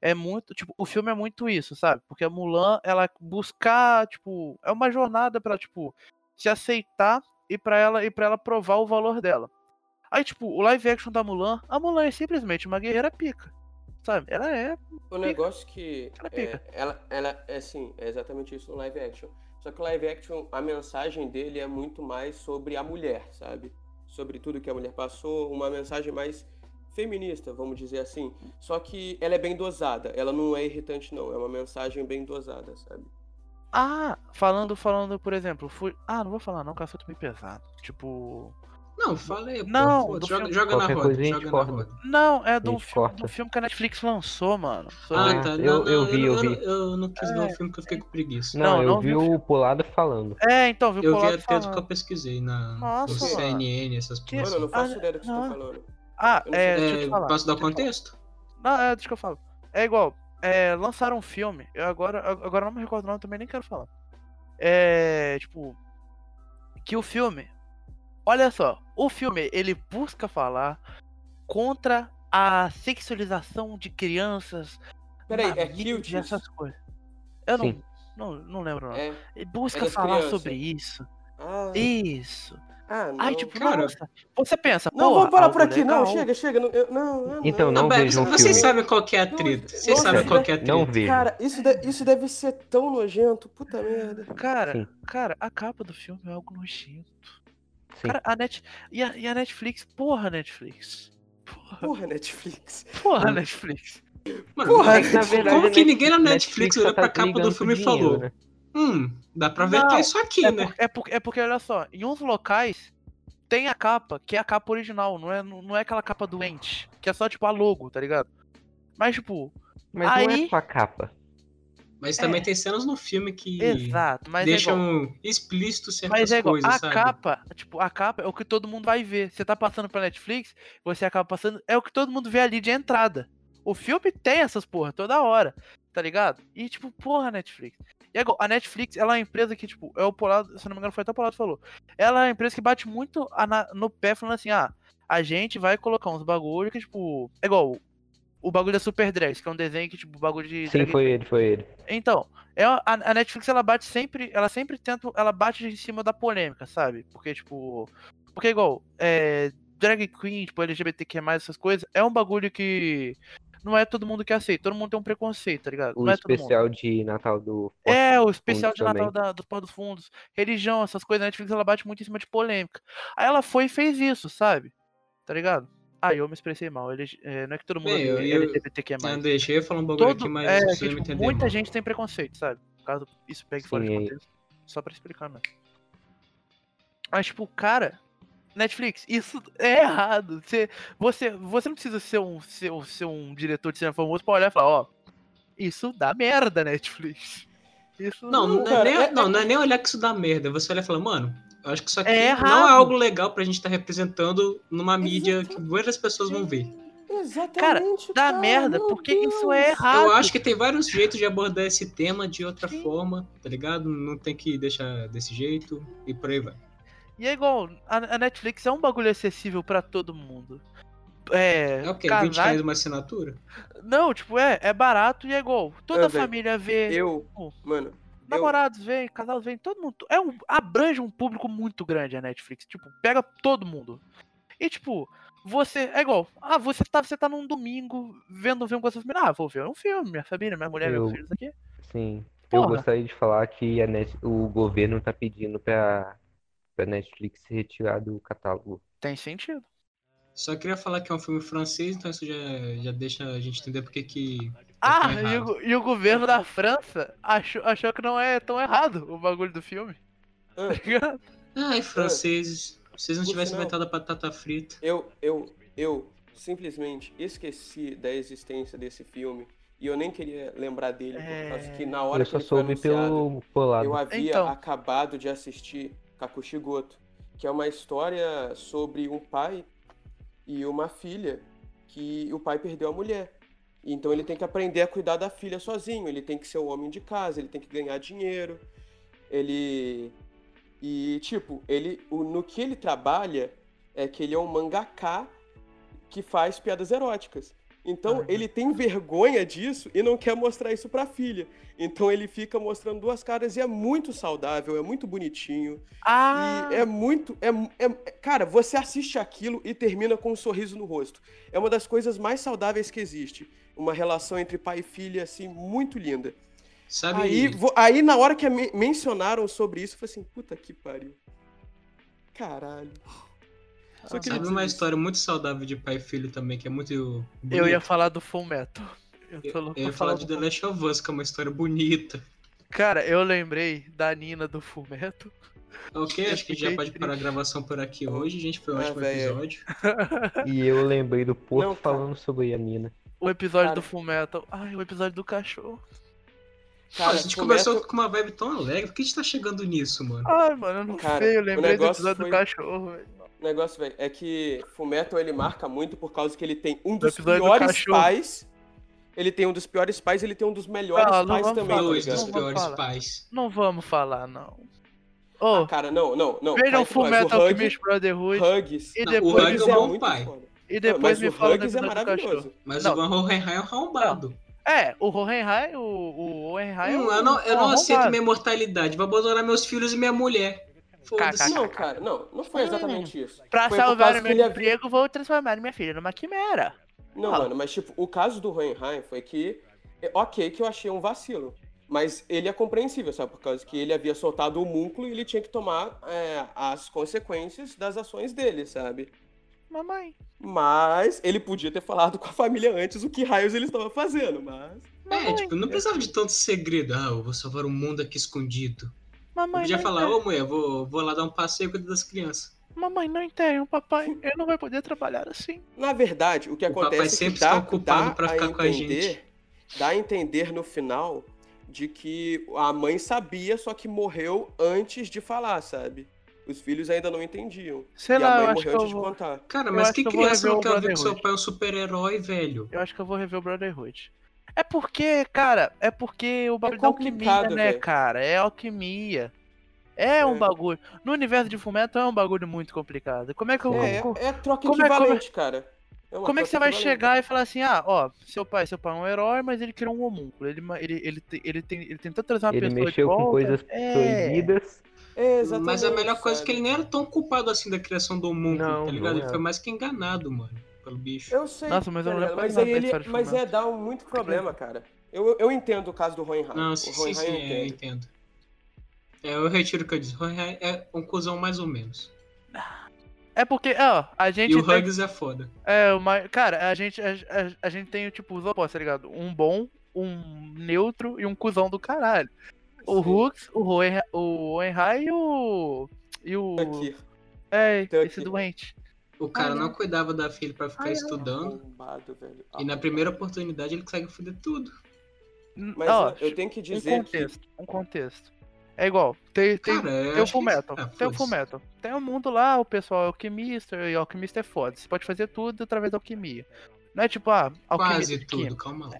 Speaker 1: É muito, tipo, o filme é muito isso, sabe? Porque a Mulan, ela buscar, tipo, é uma jornada pra, tipo, se aceitar e pra ela e para ela provar o valor dela. Aí, tipo, o live action da Mulan, a Mulan é simplesmente uma guerreira pica. Sabe? Ela é
Speaker 4: O negócio que.
Speaker 1: Ela
Speaker 4: é,
Speaker 1: pica.
Speaker 4: ela, ela é assim, é exatamente isso no live action. Só que o live action, a mensagem dele é muito mais sobre a mulher, sabe? Sobre tudo que a mulher passou, uma mensagem mais feminista, vamos dizer assim. Só que ela é bem dosada, ela não é irritante, não. É uma mensagem bem dosada, sabe?
Speaker 1: Ah, falando, falando, por exemplo, fui. Ah, não vou falar não, que o assunto é meio pesado. Tipo.
Speaker 3: Não, fala aí, pô.
Speaker 1: Não,
Speaker 3: Foda-se,
Speaker 1: do
Speaker 3: joga,
Speaker 1: filme.
Speaker 3: joga na
Speaker 2: Qualquer
Speaker 3: roda,
Speaker 2: coisa a gente
Speaker 3: joga na
Speaker 2: corta.
Speaker 3: roda.
Speaker 1: Não, é do
Speaker 2: Gente,
Speaker 1: filme,
Speaker 2: corta.
Speaker 1: do filme que a Netflix lançou, mano. sobre-
Speaker 3: Ah, tá.
Speaker 2: eu-
Speaker 3: Não, não,
Speaker 2: eu vi,
Speaker 3: não-
Speaker 2: eu vi.
Speaker 3: Eu, não quis ver o filme porque eu fiquei com preguiça.
Speaker 2: Não,
Speaker 1: Não,
Speaker 2: eu
Speaker 1: não
Speaker 2: vi
Speaker 1: vi o
Speaker 2: o Polado falando.
Speaker 1: É, então, viu
Speaker 3: eu vi
Speaker 1: colado
Speaker 3: até do que eu
Speaker 1: falando.
Speaker 3: pesquisei na
Speaker 1: Nossa,
Speaker 3: no
Speaker 4: mano.
Speaker 3: CNN, essas
Speaker 1: Que-
Speaker 4: Mano, eu não
Speaker 3: porra.
Speaker 4: faço
Speaker 1: Ah,
Speaker 4: ideia do que você tá
Speaker 1: não.
Speaker 4: falando.
Speaker 1: Ah,
Speaker 4: eu não
Speaker 1: é,
Speaker 4: sei.
Speaker 1: deixa eu
Speaker 3: É,
Speaker 1: te falar.
Speaker 3: posso dar o
Speaker 1: deixa eu te falar.
Speaker 3: contexto?
Speaker 1: Não, é, deixa que eu falo. É igual, é, lançaram um filme, eu agora, agora não me recordo o nome, também nem quero falar. É, tipo, que o filme, olha só, o filme, ele busca falar contra a sexualização de crianças.
Speaker 4: Peraí, é
Speaker 1: mamilos e
Speaker 4: cuties?
Speaker 1: essas coisas. Eu não,
Speaker 2: Sim.
Speaker 1: não, não lembro não.
Speaker 4: É.
Speaker 1: Ele busca
Speaker 4: das
Speaker 1: falar
Speaker 4: crianças.
Speaker 1: sobre isso.
Speaker 4: Ah,
Speaker 1: Isso.
Speaker 4: ah, não.
Speaker 1: Ai, tipo,
Speaker 3: Cara,
Speaker 1: nossa, você pensa,
Speaker 4: Não,
Speaker 1: porra,
Speaker 4: vamos parar por
Speaker 1: algo
Speaker 4: aqui, não.
Speaker 1: legal.
Speaker 4: Chega, chega. Não, eu- não, não,
Speaker 2: Então,
Speaker 4: não.
Speaker 2: não
Speaker 3: Mas
Speaker 2: vejo um
Speaker 3: vocês
Speaker 2: filme.
Speaker 3: sabem qual que é a treta. Vocês
Speaker 4: Nossa,
Speaker 3: sabem qual que é a treta.
Speaker 2: Não vejo.
Speaker 4: Cara, isso, de- isso deve ser tão nojento, puta merda.
Speaker 1: Cara,
Speaker 2: Sim.
Speaker 1: cara, a capa do filme é algo nojento.
Speaker 2: Sim.
Speaker 1: Cara, a Net... e, a, e a Netflix, porra, Netflix. Porra,
Speaker 4: Porra, Netflix.
Speaker 1: porra, Netflix.
Speaker 3: Mano,
Speaker 4: Porra,
Speaker 2: É que, na verdade,
Speaker 3: como que
Speaker 2: a
Speaker 3: ninguém na Netflix,
Speaker 2: Netflix só
Speaker 3: olhou
Speaker 2: tá
Speaker 3: pra capa do
Speaker 2: brigando
Speaker 3: filme e
Speaker 2: por dinheiro,
Speaker 3: falou:
Speaker 2: né?
Speaker 3: Hum, dá pra ver que
Speaker 1: Não,
Speaker 3: é isso aqui,
Speaker 1: É,
Speaker 3: né?
Speaker 1: por- é por- é porque, olha só, em uns locais tem a capa, que é a capa original, não é, não é aquela capa doente, que é só tipo a logo, tá ligado? Mas, tipo,
Speaker 2: Mas não
Speaker 1: Aí-
Speaker 2: é só a capa.
Speaker 3: Mas também
Speaker 1: É.
Speaker 3: tem cenas no filme que
Speaker 1: exato, mas é igual.
Speaker 3: deixam explícito certas
Speaker 1: Mas é igual,
Speaker 3: coisas,
Speaker 1: a
Speaker 3: sabe?
Speaker 1: capa, tipo, a capa é o que todo mundo vai ver. Você tá passando pra Netflix, você acaba passando, é o que todo mundo vê ali de entrada. O filme tem essas porra toda hora, tá ligado? E tipo, porra, Netflix. E é igual, a Netflix, ela é uma empresa que, tipo, é o Polado, se não me engano, foi até o Polado que falou. Ela é uma empresa que bate muito a na- no pé falando assim, ah, a gente vai colocar uns bagulho que, tipo, é igual o bagulho da Super Dress, que é um desenho que, tipo, bagulho de
Speaker 2: Sim, foi ele, foi ele.
Speaker 1: então, é a, a Netflix ela bate sempre, ela sempre tenta, ela bate em cima da polêmica, sabe? Porque tipo, porque igual, é, drag queen, tipo LGBTQ+, essas coisas, é um bagulho que não é todo mundo que aceita, todo mundo tem um preconceito, tá ligado?
Speaker 2: O
Speaker 1: não é todo mundo.
Speaker 2: especial de Natal do.
Speaker 1: É, o especial
Speaker 2: fundos
Speaker 1: de Natal
Speaker 2: também.
Speaker 1: da, do Pó dos Fundos, religião, essas coisas, a Netflix ela bate muito em cima de polêmica. Aí ela foi e fez isso, sabe? Tá ligado? Ah, eu me expressei mal. Ele, é, não é que todo mundo
Speaker 3: Bem, eu-
Speaker 1: é
Speaker 3: eu-
Speaker 1: LGBTQ+.
Speaker 3: Ah, deixa eu falar um bagulho
Speaker 1: Todo,
Speaker 3: aqui, mas
Speaker 1: é,
Speaker 3: vocês
Speaker 1: que,
Speaker 3: vão
Speaker 1: tipo,
Speaker 3: entender.
Speaker 1: muita
Speaker 3: mano.
Speaker 1: gente tem preconceito, sabe? Caso isso pegue fora de
Speaker 2: Sim, é.
Speaker 1: contexto. Só pra explicar, né? Mas, tipo, cara, Netflix, isso é errado. Você, você, você não precisa ser um, ser, um- ser um diretor de cinema famoso pra olhar e falar, ó, isso dá merda, Netflix. Isso
Speaker 3: Não, não,
Speaker 4: Cara,
Speaker 3: é nem,
Speaker 4: é-
Speaker 3: não, não é nem olhar que isso dá merda. Você olha e fala, mano, eu acho que isso aqui
Speaker 1: É
Speaker 3: não
Speaker 1: errado.
Speaker 3: é algo legal pra gente estar representando numa mídia que muitas pessoas vão ver.
Speaker 4: Exatamente,
Speaker 1: dá
Speaker 4: cara,
Speaker 1: merda,
Speaker 4: Ah, meu
Speaker 1: porque
Speaker 4: Deus.
Speaker 1: isso é errado.
Speaker 3: Eu acho que tem vários jeitos de abordar esse tema de outra forma, tá ligado? Não tem que deixar desse jeito e por aí vai.
Speaker 1: E é igual, a, a Netflix é um bagulho acessível pra todo mundo. É,
Speaker 3: É o quê? 20
Speaker 1: casais-
Speaker 3: reais uma assinatura?
Speaker 1: Não, tipo, é, é barato e é igual. Toda
Speaker 4: É,
Speaker 1: a
Speaker 4: velho,
Speaker 1: família vê.
Speaker 4: Eu, mano,
Speaker 1: Namorados vêm, casal vem, todo mundo. É um, abrange um público muito grande a Netflix. Tipo, pega todo mundo. E tipo, você. É igual. Ah, você tá, você tá num domingo vendo um filme com a sua família. Ah, vou ver um filme, minha família, minha mulher, meus
Speaker 2: Eu-
Speaker 1: filhos aqui.
Speaker 2: Sim. Eu
Speaker 1: Porra.
Speaker 2: gostaria de falar que a Net- o governo tá pedindo pra, pra Netflix se retirar do catálogo.
Speaker 1: Tem sentido.
Speaker 3: Só queria falar que é um filme francês, então isso já, já deixa a gente entender porque que.
Speaker 1: Ah,
Speaker 3: tão
Speaker 1: e o,
Speaker 3: errado.
Speaker 1: go- e o governo da França achou, achou que não é tão errado o bagulho do filme.
Speaker 4: Ah.
Speaker 1: Tá ligado?
Speaker 3: Ai, franceses, se vocês não
Speaker 4: Por
Speaker 3: tivessem
Speaker 4: sinal-
Speaker 3: inventado a batata frita.
Speaker 4: eu, eu, eu simplesmente esqueci da existência desse filme e eu nem queria lembrar dele,
Speaker 1: É.
Speaker 4: por causa que na hora
Speaker 2: Eu
Speaker 4: que
Speaker 2: só
Speaker 4: ele foi
Speaker 2: soube
Speaker 4: anunciado,
Speaker 2: pelo Polado.
Speaker 4: eu havia
Speaker 1: Então.
Speaker 4: acabado de assistir Kakushi Goto, que é uma história sobre um pai e uma filha que o pai perdeu a mulher. Então ele tem que aprender a cuidar da filha sozinho, ele tem que ser o homem de casa, ele tem que ganhar dinheiro. Ele. E, tipo, ele. o- no que ele trabalha é que ele é um mangaká que faz piadas eróticas. Então,
Speaker 3: Ah,
Speaker 4: ele tem vergonha disso e não quer mostrar isso pra filha. Então, ele fica mostrando duas caras e é muito saudável, é muito bonitinho.
Speaker 1: Ah!
Speaker 4: E é muito. É, é- é- cara, você assiste aquilo e termina com um sorriso no rosto. É uma das coisas mais saudáveis que existe. Uma relação entre pai e filha, assim, muito linda.
Speaker 3: Sabe?
Speaker 4: Aí, vo- aí na hora que me- mencionaram sobre isso, eu falei assim: puta que pariu. Caralho. Só queria
Speaker 3: Sabe
Speaker 4: dizer
Speaker 3: uma
Speaker 4: isso.
Speaker 3: história muito saudável de pai e filho também, que é muito.
Speaker 1: Eu
Speaker 3: bonita?
Speaker 1: ia falar do Full Metal. Eu tô louco
Speaker 3: Eu ia
Speaker 1: pra
Speaker 3: falar
Speaker 1: falar
Speaker 3: de
Speaker 1: do
Speaker 3: The
Speaker 1: Full-
Speaker 3: Last of Us, que é uma história bonita.
Speaker 1: Cara, eu lembrei da Nina do Full Metal.
Speaker 3: Ok,
Speaker 1: Eu
Speaker 3: acho que já
Speaker 1: fiquei
Speaker 3: pode parar a gravação por aqui hoje, gente. Foi um
Speaker 4: Ah,
Speaker 3: ótimo
Speaker 4: véi, é.
Speaker 3: episódio.
Speaker 2: E eu lembrei do Porto
Speaker 4: Não, cara.
Speaker 2: falando sobre a Nina.
Speaker 1: O episódio
Speaker 4: Cara.
Speaker 1: do Full Metal. Ai, o episódio do cachorro.
Speaker 3: Ah, a gente
Speaker 4: Full
Speaker 3: começou
Speaker 4: Metal-
Speaker 3: com uma vibe tão alegre. Por que a gente tá chegando nisso, mano?
Speaker 1: Ai, mano, eu não
Speaker 4: Cara,
Speaker 1: sei. Eu
Speaker 4: o
Speaker 1: lembrei do
Speaker 4: negócio
Speaker 1: episódio
Speaker 4: foi-
Speaker 1: do cachorro, velho.
Speaker 4: O negócio, velho, é que Fullmetal ele marca muito por causa que ele tem um
Speaker 1: Do
Speaker 4: dos
Speaker 1: episódio do
Speaker 4: piores
Speaker 1: cachorro.
Speaker 4: pais. Ele tem um dos piores pais, ele tem um dos melhores
Speaker 1: Ah, não
Speaker 4: pais
Speaker 1: vamos
Speaker 4: também.
Speaker 1: falar
Speaker 4: tá
Speaker 3: Dois
Speaker 1: disso,
Speaker 3: dos
Speaker 4: ligado?
Speaker 1: não vou
Speaker 3: piores
Speaker 1: falar.
Speaker 3: pais.
Speaker 1: Não vamos falar, não. Ô,
Speaker 4: Ah, Cara, não, não, não.
Speaker 1: vejam
Speaker 4: Mas,
Speaker 1: Full
Speaker 4: mas o
Speaker 1: Metal
Speaker 4: Huggy-
Speaker 1: Alchemist Brotherhood.
Speaker 4: Huggies.
Speaker 1: E
Speaker 3: Não, o
Speaker 1: depois,
Speaker 3: Huggies
Speaker 1: me
Speaker 3: é
Speaker 1: fala-
Speaker 3: bom pai.
Speaker 4: foda.
Speaker 1: e
Speaker 4: Mas
Speaker 1: depois me
Speaker 4: o
Speaker 1: fala do
Speaker 4: Huggies é
Speaker 1: episódio do cachorro.
Speaker 4: maravilhoso.
Speaker 3: Mas
Speaker 1: Não.
Speaker 3: o Van Hohenheim é um arrombado.
Speaker 1: É, o Hohenheim, o, o Hohenheim. é
Speaker 3: Hum,
Speaker 1: um-
Speaker 3: eu não, eu
Speaker 1: um
Speaker 3: não aceito
Speaker 1: arrombado.
Speaker 3: minha mortalidade. Vou abandonar meus filhos e minha mulher. Foda-se.
Speaker 4: Não, cara, não, não foi exatamente isso.
Speaker 1: Pra
Speaker 4: Foi por
Speaker 1: salvar
Speaker 4: causa
Speaker 1: o
Speaker 4: que ele é
Speaker 1: meu
Speaker 4: havia-
Speaker 1: emprego, vou transformar minha filha numa quimera.
Speaker 4: Não,
Speaker 1: Ah.
Speaker 4: mano, mas tipo, o caso do Hohenheim foi que, é, ok, que eu achei um vacilo. Mas ele é compreensível, sabe? Por causa que ele havia soltado o múnculo e ele tinha que tomar é, as consequências das ações dele, sabe?
Speaker 1: Mamãe.
Speaker 4: Mas ele podia ter falado com a família antes o que raios ele estava fazendo, mas.
Speaker 3: É,
Speaker 1: Mamãe,
Speaker 3: tipo, não precisava de tanto segredo. Ah, eu vou salvar o mundo aqui escondido. Eu
Speaker 1: mamãe,
Speaker 3: podia
Speaker 1: não
Speaker 3: falar,
Speaker 1: entendo.
Speaker 3: ô mulher, vou, vou lá dar um passeio e cuidar das crianças.
Speaker 1: mamãe, não entendo, papai. Eu não vou poder trabalhar assim.
Speaker 4: Na verdade, o que
Speaker 3: O papai
Speaker 4: acontece é
Speaker 3: sempre
Speaker 4: que dá,
Speaker 3: está ocupado
Speaker 4: dá
Speaker 3: pra ficar com a gente.
Speaker 4: dá a entender no final de que a mãe sabia, só que morreu antes de falar, sabe? Os filhos ainda não entendiam.
Speaker 1: Sei
Speaker 4: e a
Speaker 1: lá,
Speaker 4: mãe
Speaker 1: eu acho que
Speaker 4: morreu
Speaker 1: eu
Speaker 4: antes de
Speaker 1: vou.
Speaker 4: contar.
Speaker 3: Cara,
Speaker 1: Eu
Speaker 3: mas
Speaker 1: acho
Speaker 3: que
Speaker 1: que eu vou
Speaker 3: criança
Speaker 1: rever
Speaker 3: não
Speaker 1: o
Speaker 3: quer ver que seu
Speaker 1: Brotherhood.
Speaker 3: pai é um super-herói, velho?
Speaker 1: Eu acho que eu vou rever o Brotherhood. É porque, cara, é porque o bagulho da alquimia,
Speaker 4: complicado,
Speaker 1: né,
Speaker 4: velho.
Speaker 1: cara? É alquimia. É,
Speaker 4: É.
Speaker 1: um bagulho. No universo de Fumeto é um bagulho muito complicado. Como é que eu.
Speaker 4: É, tá
Speaker 1: co-
Speaker 4: é, é troca
Speaker 1: como é-
Speaker 4: equivalente, cara. uma
Speaker 1: Como é que você
Speaker 4: troca
Speaker 1: vai
Speaker 4: equivalente.
Speaker 1: chegar e falar assim, ah, ó, seu pai, seu pai é um herói, mas ele criou um homúnculo. Ele, ma- ele, ele, te- ele, tem, ele tentou trazer uma
Speaker 2: Ele
Speaker 1: pessoa de
Speaker 2: mexeu com
Speaker 1: volta.
Speaker 2: coisas
Speaker 1: É.
Speaker 2: proibidas.
Speaker 4: É, exatamente,
Speaker 3: Mas a melhor coisa é
Speaker 4: sabe?
Speaker 3: que ele nem era tão culpado assim da criação do mundo,
Speaker 2: Não,
Speaker 3: tá ligado?
Speaker 2: não
Speaker 3: Ele foi mais que enganado, mano, pelo bicho.
Speaker 4: Eu sei.
Speaker 1: Nossa, mas eu
Speaker 4: tá
Speaker 1: não lembro
Speaker 4: ligado? Mas,
Speaker 1: quase nada
Speaker 4: aí
Speaker 1: da
Speaker 4: ele,
Speaker 1: história de
Speaker 4: mas é
Speaker 1: Fullmetal.
Speaker 4: dar um muito problema, cara. Eu, eu entendo o caso do Hohenheim.
Speaker 3: Não,
Speaker 4: o
Speaker 3: sim, sim,
Speaker 4: Hohenheim
Speaker 3: sim,
Speaker 4: eu
Speaker 3: é, eu
Speaker 4: entendo.
Speaker 3: entendo. É, eu retiro o que eu disse. Hohenheim é um cuzão mais ou menos.
Speaker 1: É porque, ó, a gente
Speaker 3: E o
Speaker 1: tem-
Speaker 3: Hugs é foda.
Speaker 1: É, mas, cara, a gente, a, a- a gente tem, tipo, os opostos, tá ligado? Um bom, um neutro e um cuzão do caralho. O
Speaker 4: Sim.
Speaker 1: Hux, o Hohen- o Hohenheim e o... E o...
Speaker 4: Aqui.
Speaker 1: É,
Speaker 4: Tô
Speaker 1: esse
Speaker 4: aqui.
Speaker 1: doente.
Speaker 3: O cara
Speaker 1: Ai,
Speaker 3: não cuidava da filha pra ficar
Speaker 1: Ai, ai.
Speaker 3: estudando.
Speaker 4: Arrombado, velho.
Speaker 3: E na primeira oportunidade ele consegue foder tudo.
Speaker 1: N-
Speaker 4: Mas
Speaker 1: ó,
Speaker 4: né, eu tenho que
Speaker 1: um
Speaker 4: dizer que
Speaker 1: contexto, um contexto. É igual, tem, tem,
Speaker 3: Cara, eu
Speaker 1: tem o
Speaker 3: acho que-
Speaker 1: Fullmetal,
Speaker 4: é,
Speaker 3: Ah,
Speaker 1: tem o
Speaker 3: foda-se.
Speaker 1: Fullmetal. Tem o mundo lá, o pessoal é alquimista, e alquimista é foda. Você pode fazer tudo através da alquimia. Não é tipo, ah, alquimista
Speaker 3: Quase
Speaker 1: de
Speaker 3: tudo,
Speaker 1: química.
Speaker 3: calma lá.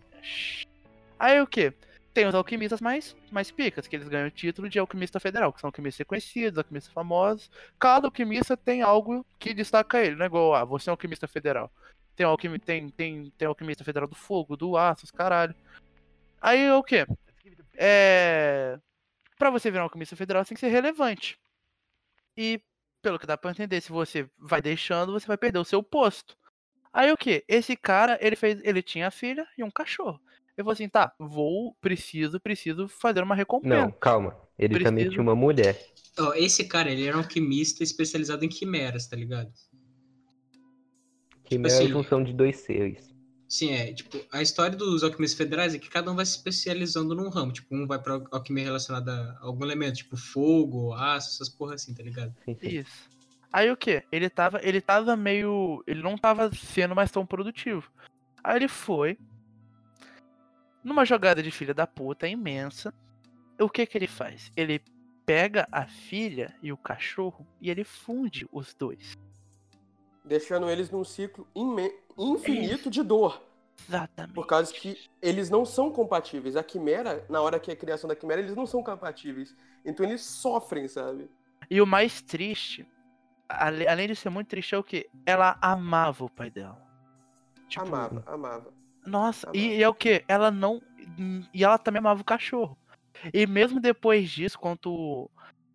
Speaker 1: Aí o que? Tem os alquimistas mais, mais picas, que eles ganham o título de alquimista federal, que são alquimistas reconhecidos, alquimistas famosos. Cada alquimista tem algo que destaca ele, né? Igual, ah, você é um alquimista federal. Tem, alquim... tem, tem, tem alquimista federal do fogo, do aço, os caralho. Aí o que? É... Pra você virar um alquimista federal, você tem que ser relevante. E, pelo que dá pra entender, se você vai deixando, você vai perder o seu posto. Aí o que? Esse cara, ele fez, ele tinha a filha e um cachorro. Eu falei assim, tá, vou, preciso, preciso fazer uma recompensa.
Speaker 2: Não, calma. Ele também
Speaker 1: Preciso.
Speaker 2: tinha uma mulher.
Speaker 3: Ó, esse cara, ele era um alquimista especializado em quimeras, tá ligado?
Speaker 2: Que
Speaker 3: Tipo
Speaker 2: é
Speaker 3: assim,
Speaker 2: a junção de dois seres.
Speaker 3: Sim, é, tipo, a história dos alquimistas federais é que cada um vai se especializando num ramo, tipo, um vai pra alquimia relacionada a algum elemento, tipo fogo, aço, essas porra assim, tá ligado?
Speaker 2: Sim, sim.
Speaker 1: Isso. Aí o que? Ele tava, ele tava meio, ele não tava sendo mais tão produtivo. Aí ele foi numa jogada de filha da puta imensa. O que que ele faz? Ele pega a filha e o cachorro e ele funde os dois.
Speaker 4: deixando eles num ciclo imen- infinito de dor.
Speaker 1: Exatamente.
Speaker 4: Por causa que eles não são compatíveis. A Quimera, na hora que é a criação da Quimera, eles não são compatíveis. Então eles sofrem, sabe?
Speaker 1: E o mais triste, ale- além de ser muito triste, é o que? Ela amava o pai dela. Tipo,
Speaker 4: Amava, amava.
Speaker 1: Nossa,
Speaker 4: Amava.
Speaker 1: e, e é o que? Ela não. E ela também amava o cachorro. E mesmo depois disso, quando,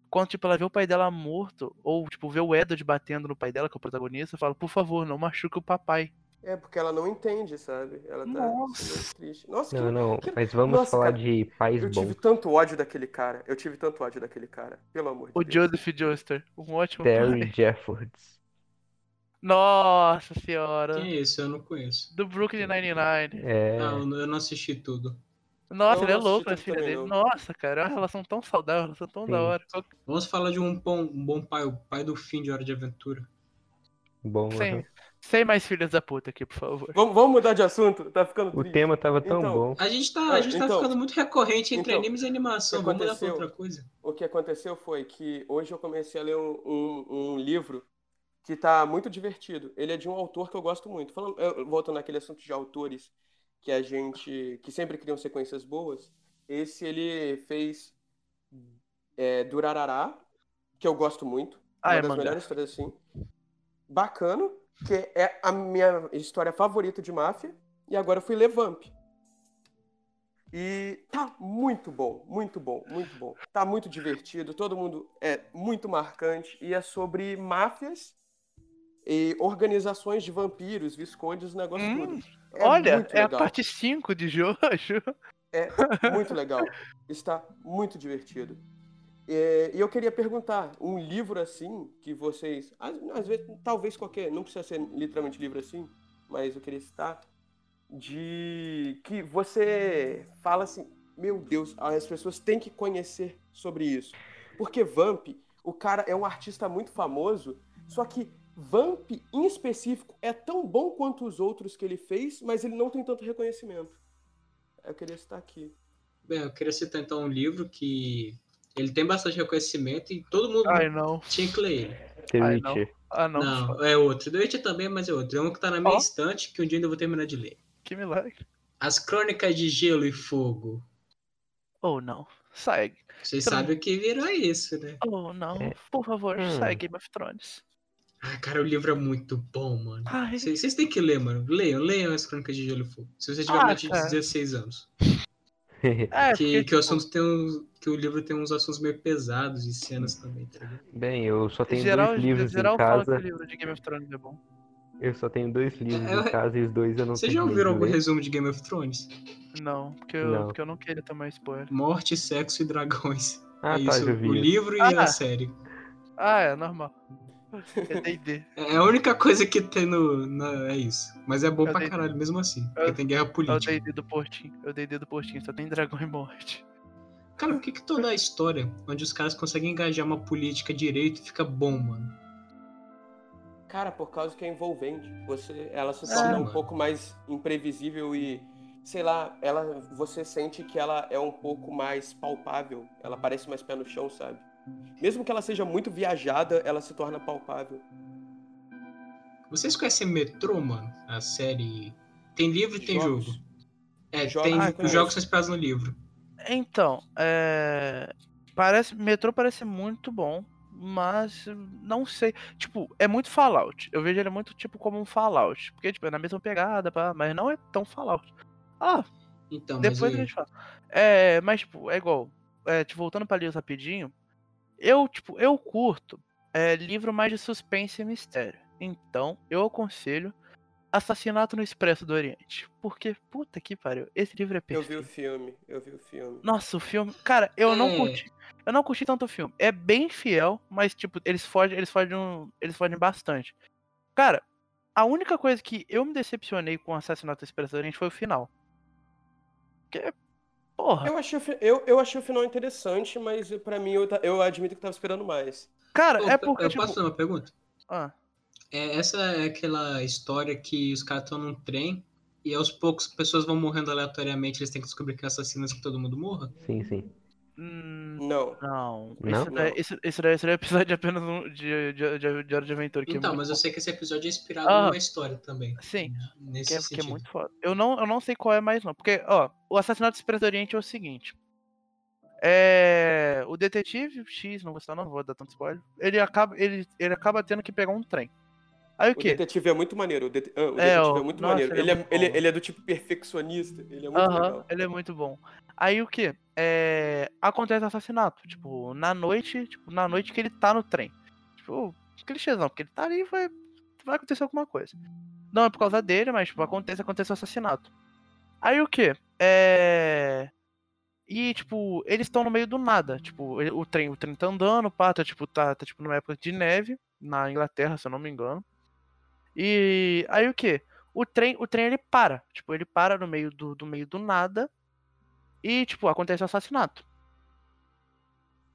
Speaker 1: quando tipo, ela vê o pai dela morto, ou tipo, vê o Edward batendo no pai dela, que é o protagonista, fala, por favor, não machuque o papai.
Speaker 4: É, porque ela não entende, sabe? Ela tá
Speaker 1: Nossa.
Speaker 4: muito triste. Nossa,
Speaker 2: Não,
Speaker 4: que...
Speaker 2: não, mas vamos
Speaker 4: Nossa,
Speaker 2: falar
Speaker 4: cara,
Speaker 2: de pais
Speaker 4: eu
Speaker 2: bons.
Speaker 4: tive tanto ódio daquele cara. Eu tive tanto ódio daquele cara. Pelo amor
Speaker 1: O
Speaker 4: de Deus.
Speaker 1: Joseph Joester, um ótimo
Speaker 2: Terry
Speaker 1: pai.
Speaker 2: Jeffords.
Speaker 1: Nossa senhora.
Speaker 3: Quem é esse? Eu não conheço.
Speaker 1: Do Brooklyn 99.
Speaker 2: É,
Speaker 3: Não, eu não assisti tudo.
Speaker 1: Nossa,
Speaker 4: Eu
Speaker 1: ele é
Speaker 4: não assisti
Speaker 1: louco na
Speaker 4: tudo
Speaker 1: filha
Speaker 4: também,
Speaker 1: dele.
Speaker 4: não.
Speaker 1: Nossa, cara, é uma relação tão saudável, uma relação tão da
Speaker 2: Sim.
Speaker 1: hora. Só que
Speaker 3: Vamos falar de um bom, um bom pai, o pai do fim de Hora de Aventura.
Speaker 2: bom. Uhum.
Speaker 1: sem,
Speaker 2: aham.
Speaker 1: sem mais filhas da puta aqui, por favor.
Speaker 4: Vamos, vamos mudar de assunto? Tá ficando
Speaker 2: O
Speaker 4: triste.
Speaker 2: tema tava tão
Speaker 4: Então,
Speaker 2: bom.
Speaker 3: A gente tá, a
Speaker 4: É,
Speaker 3: gente tá
Speaker 4: então,
Speaker 3: ficando muito recorrente entre
Speaker 4: então,
Speaker 3: animes e animação.
Speaker 4: o que
Speaker 3: Vamos mudar pra
Speaker 4: aconteceu?
Speaker 3: outra coisa.
Speaker 4: O que aconteceu foi que hoje eu comecei a ler um, um- um livro que tá muito divertido. Ele é de um autor que eu gosto muito. Falando, eu- voltando naquele assunto de autores que a gente, que sempre criam sequências boas, esse ele fez é, Durarará, que eu gosto muito.
Speaker 1: Ah,
Speaker 4: uma
Speaker 1: é
Speaker 4: das
Speaker 1: mangá.
Speaker 4: melhores histórias assim. Bacano, que é a minha história favorita de máfia. E agora eu fui ler Vamp. E tá muito bom, muito bom, muito bom. Tá muito divertido, todo mundo é muito marcante e é sobre máfias e organizações de vampiros, viscondes, o negócio
Speaker 1: Hum,
Speaker 4: todo. É
Speaker 1: Olha,
Speaker 4: muito
Speaker 1: é a
Speaker 4: legal.
Speaker 1: parte 5 de Jojo.
Speaker 4: É Muito legal. Está muito divertido. É, E eu queria perguntar, um livro assim que vocês, às, às vezes, talvez qualquer, não precisa ser literalmente livro assim, mas eu queria citar de que você fala assim, meu Deus, as pessoas têm que conhecer sobre isso. Porque Vamp, o cara é um artista muito famoso, só que Vamp em específico é tão bom quanto os outros que ele fez, mas ele não tem tanto reconhecimento. Eu queria citar aqui.
Speaker 3: Bem, eu queria citar então um livro que ele tem bastante reconhecimento e todo mundo
Speaker 1: Ai, não.
Speaker 3: tinha que ler ele.
Speaker 2: The
Speaker 1: Ai, não.
Speaker 2: Witcher.
Speaker 1: Ah, não.
Speaker 3: Não, é outro. Do Witcher também, mas é outro. É um que tá na minha
Speaker 1: Ó.
Speaker 3: estante que um dia ainda eu vou terminar de ler.
Speaker 1: Que milagre.
Speaker 3: As Crônicas de Gelo e Fogo.
Speaker 1: Ou não. Segue.
Speaker 3: Vocês
Speaker 1: Também.
Speaker 3: sabem o que virou isso, né?
Speaker 1: Ou não.
Speaker 2: É.
Speaker 1: Por favor,
Speaker 2: Hum.
Speaker 1: segue Game of Thrones.
Speaker 3: Ah, cara, o livro é muito bom, mano.
Speaker 1: Ai,
Speaker 3: Vocês vocês têm que ler, mano. Leiam, leiam as Crônicas de Gelo e Fogo. Se você tiver
Speaker 1: Ah,
Speaker 3: mais de
Speaker 1: cara.
Speaker 3: 16 anos.
Speaker 1: é,
Speaker 3: Que,
Speaker 1: porque,
Speaker 3: que o
Speaker 2: um
Speaker 3: assunto tem uns, que o livro tem uns assuntos meio pesados e cenas também, tá ligado?
Speaker 2: Bem, eu só tenho
Speaker 1: geral,
Speaker 2: dois livros
Speaker 1: geral
Speaker 2: em
Speaker 1: fala que o
Speaker 2: casa.
Speaker 1: livro de Game of Thrones é bom.
Speaker 2: Eu só tenho dois livros
Speaker 3: Eu-
Speaker 2: em casa e os dois eu não
Speaker 3: Vocês
Speaker 2: tenho.
Speaker 3: já ouviram algum
Speaker 2: medo de ler.
Speaker 3: resumo de Game of Thrones?
Speaker 1: Não, porque eu,
Speaker 2: Não.
Speaker 1: Porque eu não queria tomar spoiler.
Speaker 3: Morte, sexo e dragões.
Speaker 2: Ah,
Speaker 3: é
Speaker 2: tá,
Speaker 3: isso,
Speaker 2: já
Speaker 3: o
Speaker 2: vi.
Speaker 3: livro e
Speaker 1: Ah.
Speaker 3: a série.
Speaker 1: Ah, é normal. É D&D.
Speaker 3: É a única coisa que tem no. na- é isso. Mas é bom
Speaker 1: Eu
Speaker 3: pra
Speaker 1: dei-
Speaker 3: caralho, mesmo assim.
Speaker 1: eu-
Speaker 3: Porque tem guerra
Speaker 1: É o
Speaker 3: política.
Speaker 1: D&D do Portinho. É o D&D do Portinho. Só tem dragão e morte.
Speaker 3: Cara, por que, que toda a história onde os caras conseguem engajar uma política direito fica bom, mano?
Speaker 4: Cara, por causa que é envolvente. Você, ela se
Speaker 3: Sim,
Speaker 4: torna um
Speaker 3: mano.
Speaker 4: pouco mais imprevisível e, sei lá, ela, você sente que ela é um pouco mais palpável. Ela parece mais pé no chão, sabe? Mesmo que ela seja muito viajada, ela se torna palpável.
Speaker 3: Vocês conhecem Metrô, mano? A série. Tem livro e tem
Speaker 4: Jogos.
Speaker 3: jogo. É,
Speaker 4: Jogos,
Speaker 3: tem
Speaker 4: ah,
Speaker 3: os
Speaker 4: conheço.
Speaker 3: jogos são inspirados no livro.
Speaker 1: Então, é... Parece... Metrô parece muito bom, mas não sei. Tipo, é muito Fallout. Eu vejo ele muito tipo como um Fallout. Porque, tipo, é na mesma pegada, pá, mas não é tão Fallout. Ah,
Speaker 3: Então, mas.
Speaker 1: depois a
Speaker 3: eu-
Speaker 1: gente fala. É, mas, tipo, é igual. É, tipo, voltando pra Lios rapidinho. Eu, tipo, eu curto é, livro mais de suspense e mistério. Então, eu aconselho Assassinato no Expresso do Oriente. Porque, puta que pariu, esse livro é
Speaker 4: Eu
Speaker 1: perfeito.
Speaker 4: vi o filme, eu vi o filme.
Speaker 1: Nossa, o filme. Cara, eu não
Speaker 3: É.
Speaker 1: curti. Eu não curti tanto o filme. É bem fiel, mas, tipo, eles fogem, eles fogem, um- eles fogem bastante. Cara, a única coisa que eu me decepcionei com o Assassinato Expresso do Oriente foi o final. Porque, porra.
Speaker 4: Eu achei, o fi- eu, eu achei o final interessante, mas pra mim eu, ta- eu admito que tava esperando mais.
Speaker 1: Cara,
Speaker 3: Ô,
Speaker 1: é porque,
Speaker 3: eu
Speaker 1: tipo.
Speaker 3: posso fazer uma pergunta?
Speaker 1: ah,
Speaker 3: É, essa é aquela história que os caras estão num trem e aos poucos pessoas vão morrendo aleatoriamente, eles têm que descobrir que é assassino antes que todo mundo morra.
Speaker 2: Sim, sim.
Speaker 1: Hum,
Speaker 4: Não.
Speaker 1: não.
Speaker 2: Não?
Speaker 1: Esse, daí,
Speaker 4: Não.
Speaker 1: esse, esse daí seria episódio de apenas um de, de, de, de Hora de Aventura. Que é
Speaker 3: Então,
Speaker 1: muito
Speaker 3: mas eu sei que esse episódio é inspirado
Speaker 1: Ah.
Speaker 3: numa história também.
Speaker 1: bom. Sim,
Speaker 3: Nesse
Speaker 1: que é, que é
Speaker 3: sentido.
Speaker 1: muito foda. Eu não, eu não sei qual é mais, não. Porque, ó, o assassinato do Expresso do Oriente é o seguinte. É. O detetive X, não vou citar, não vou dar tanto spoiler. Ele acaba, ele, ele acaba tendo que pegar um trem. Aí o
Speaker 4: O
Speaker 1: quê?
Speaker 4: detetive é muito maneiro. O, det- ah, o
Speaker 1: É,
Speaker 4: detetive é,
Speaker 1: o-
Speaker 4: muito
Speaker 1: nossa,
Speaker 4: maneiro.
Speaker 1: ele é
Speaker 4: Ele é,
Speaker 1: muito
Speaker 4: ele,
Speaker 1: bom.
Speaker 4: ele é do tipo perfeccionista. Ele é muito
Speaker 1: Aham,
Speaker 4: legal.
Speaker 1: ele é muito bom. Aí o que? É... Acontece o assassinato. Tipo, na noite, tipo, na noite que ele tá no trem. Tipo, clichêzão, porque ele tá ali e vai, vai acontecer alguma coisa. Não é por causa dele, mas tipo, acontece, acontece o assassinato. Aí o que? É. E, tipo, eles estão no meio do nada. Tipo, ele- o trem, o trem tá andando, pá, tá, tipo, tá, tá tipo, numa época de neve, na Inglaterra, se eu não me engano. E aí o que? o trem, o trem ele para. Tipo, ele para no meio do, do meio do nada. E, tipo, acontece o assassinato.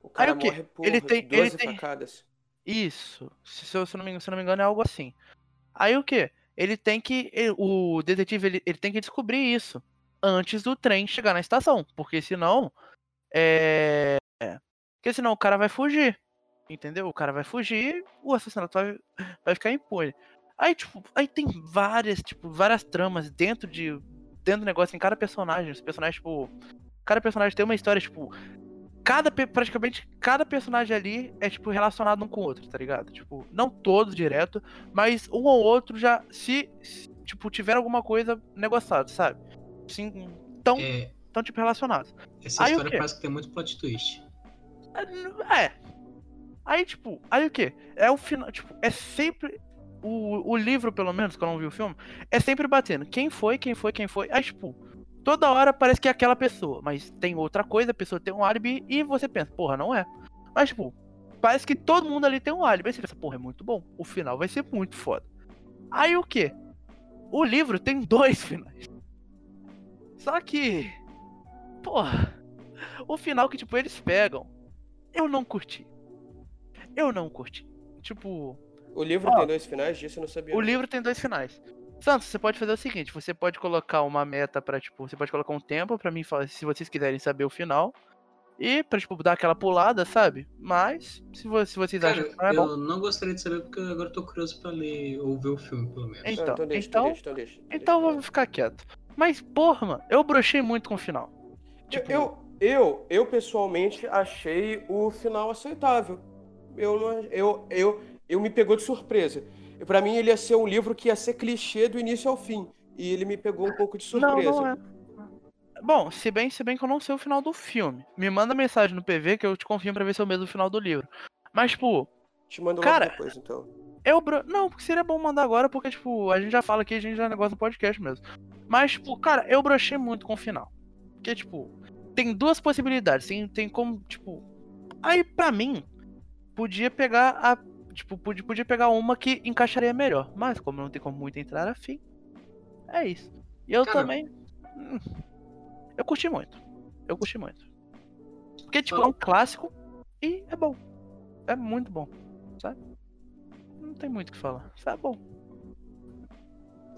Speaker 4: O cara
Speaker 1: Aí o quê?
Speaker 4: morre por
Speaker 1: Ele tem-
Speaker 4: 12
Speaker 1: ele tem-
Speaker 4: facadas.
Speaker 1: Isso. Se, se eu, se eu não me, engano- se eu não me engano, é algo assim. Aí o que? Ele tem que. ele- o detetive ele, ele tem que descobrir isso antes do trem chegar na estação. Porque senão. É. é, Porque senão o cara vai fugir. Entendeu? O cara vai fugir, o assassinato vai, vai ficar impune. Aí, tipo, aí tem várias, tipo, várias tramas dentro de. Dentro do negócio, em cada personagem. Os personagens, tipo. Cada personagem tem uma história, tipo, cada pe- praticamente cada personagem ali é tipo relacionado um com o outro, tá ligado? Tipo, não todos direto, mas um ou outro já se, se, tipo tiver alguma coisa negociado, sabe? Sim, tão,
Speaker 3: É,
Speaker 1: tão tipo relacionados.
Speaker 3: essa
Speaker 1: Aí o
Speaker 3: história
Speaker 1: quê?
Speaker 3: parece que tem muito plot twist.
Speaker 1: É. Aí tipo, aí o quê? É o final, tipo, é sempre o, o livro, pelo menos, que eu não vi o filme, é sempre batendo. Quem foi, quem foi, quem foi. Aí, tipo, toda hora parece que é aquela pessoa, mas tem outra coisa, a pessoa tem um álibi e você pensa, porra, não é. Mas, tipo, parece que todo mundo ali tem um álibi. Aí você pensa, porra, é muito bom. O final vai ser muito foda. Aí o quê? O livro tem dois finais. Só que. Porra. O final que, tipo, eles pegam. Eu não curti. Eu não curti. Tipo.
Speaker 4: O livro
Speaker 1: Ó,
Speaker 4: tem dois finais disso, eu não sabia.
Speaker 1: O
Speaker 4: não.
Speaker 1: livro tem dois finais. Santos, você pode fazer o seguinte: você pode colocar uma meta pra, tipo, você pode colocar um tempo pra mim, fa- se vocês quiserem saber o final. E pra, tipo, dar aquela pulada, sabe? Mas, se, vo- se vocês
Speaker 3: Cara,
Speaker 1: acham que não é bom.
Speaker 3: eu não gostaria de saber porque agora eu tô curioso pra ler ou ver o filme, pelo menos.
Speaker 1: É,
Speaker 4: Ah,
Speaker 1: então,
Speaker 4: então, deixa,
Speaker 1: então-
Speaker 4: deixa, então deixa. então
Speaker 1: Então
Speaker 4: deixa.
Speaker 1: vamos ficar quieto. Mas, porra, mano, eu brochei muito com o final. Tipo,
Speaker 4: Eu, eu, eu pessoalmente achei o final aceitável. Eu não, eu, eu, eu me pegou de surpresa. E Pra mim ele ia ser um livro que ia ser clichê do início ao fim. E ele me pegou um pouco de
Speaker 1: não,
Speaker 4: surpresa.
Speaker 1: não é. Bom, se bem, se bem que eu não sei o final do filme. Me manda mensagem no PV que eu te confirmo pra ver se é o mesmo final do livro. Mas, tipo,
Speaker 4: Te mando
Speaker 1: Cara,
Speaker 4: logo depois, então.
Speaker 1: Eu, bro... Não, porque seria bom mandar agora, porque, tipo, a gente já fala aqui, a gente já negócio no podcast mesmo. Mas, tipo, cara, eu brochei muito com o final. Porque, tipo, tem duas possibilidades. Tem, tem como, tipo. Aí, pra mim, podia pegar a. Tipo, podia, podia pegar uma que encaixaria melhor. Mas, como não tem como muito entrar a fim, é isso. E eu
Speaker 3: Cara.
Speaker 1: também. hum, Eu curti muito. Eu curti muito. Porque, tipo,
Speaker 3: Fala.
Speaker 1: é um clássico e é bom. É muito bom, sabe? Não tem muito o que falar. Isso é bom.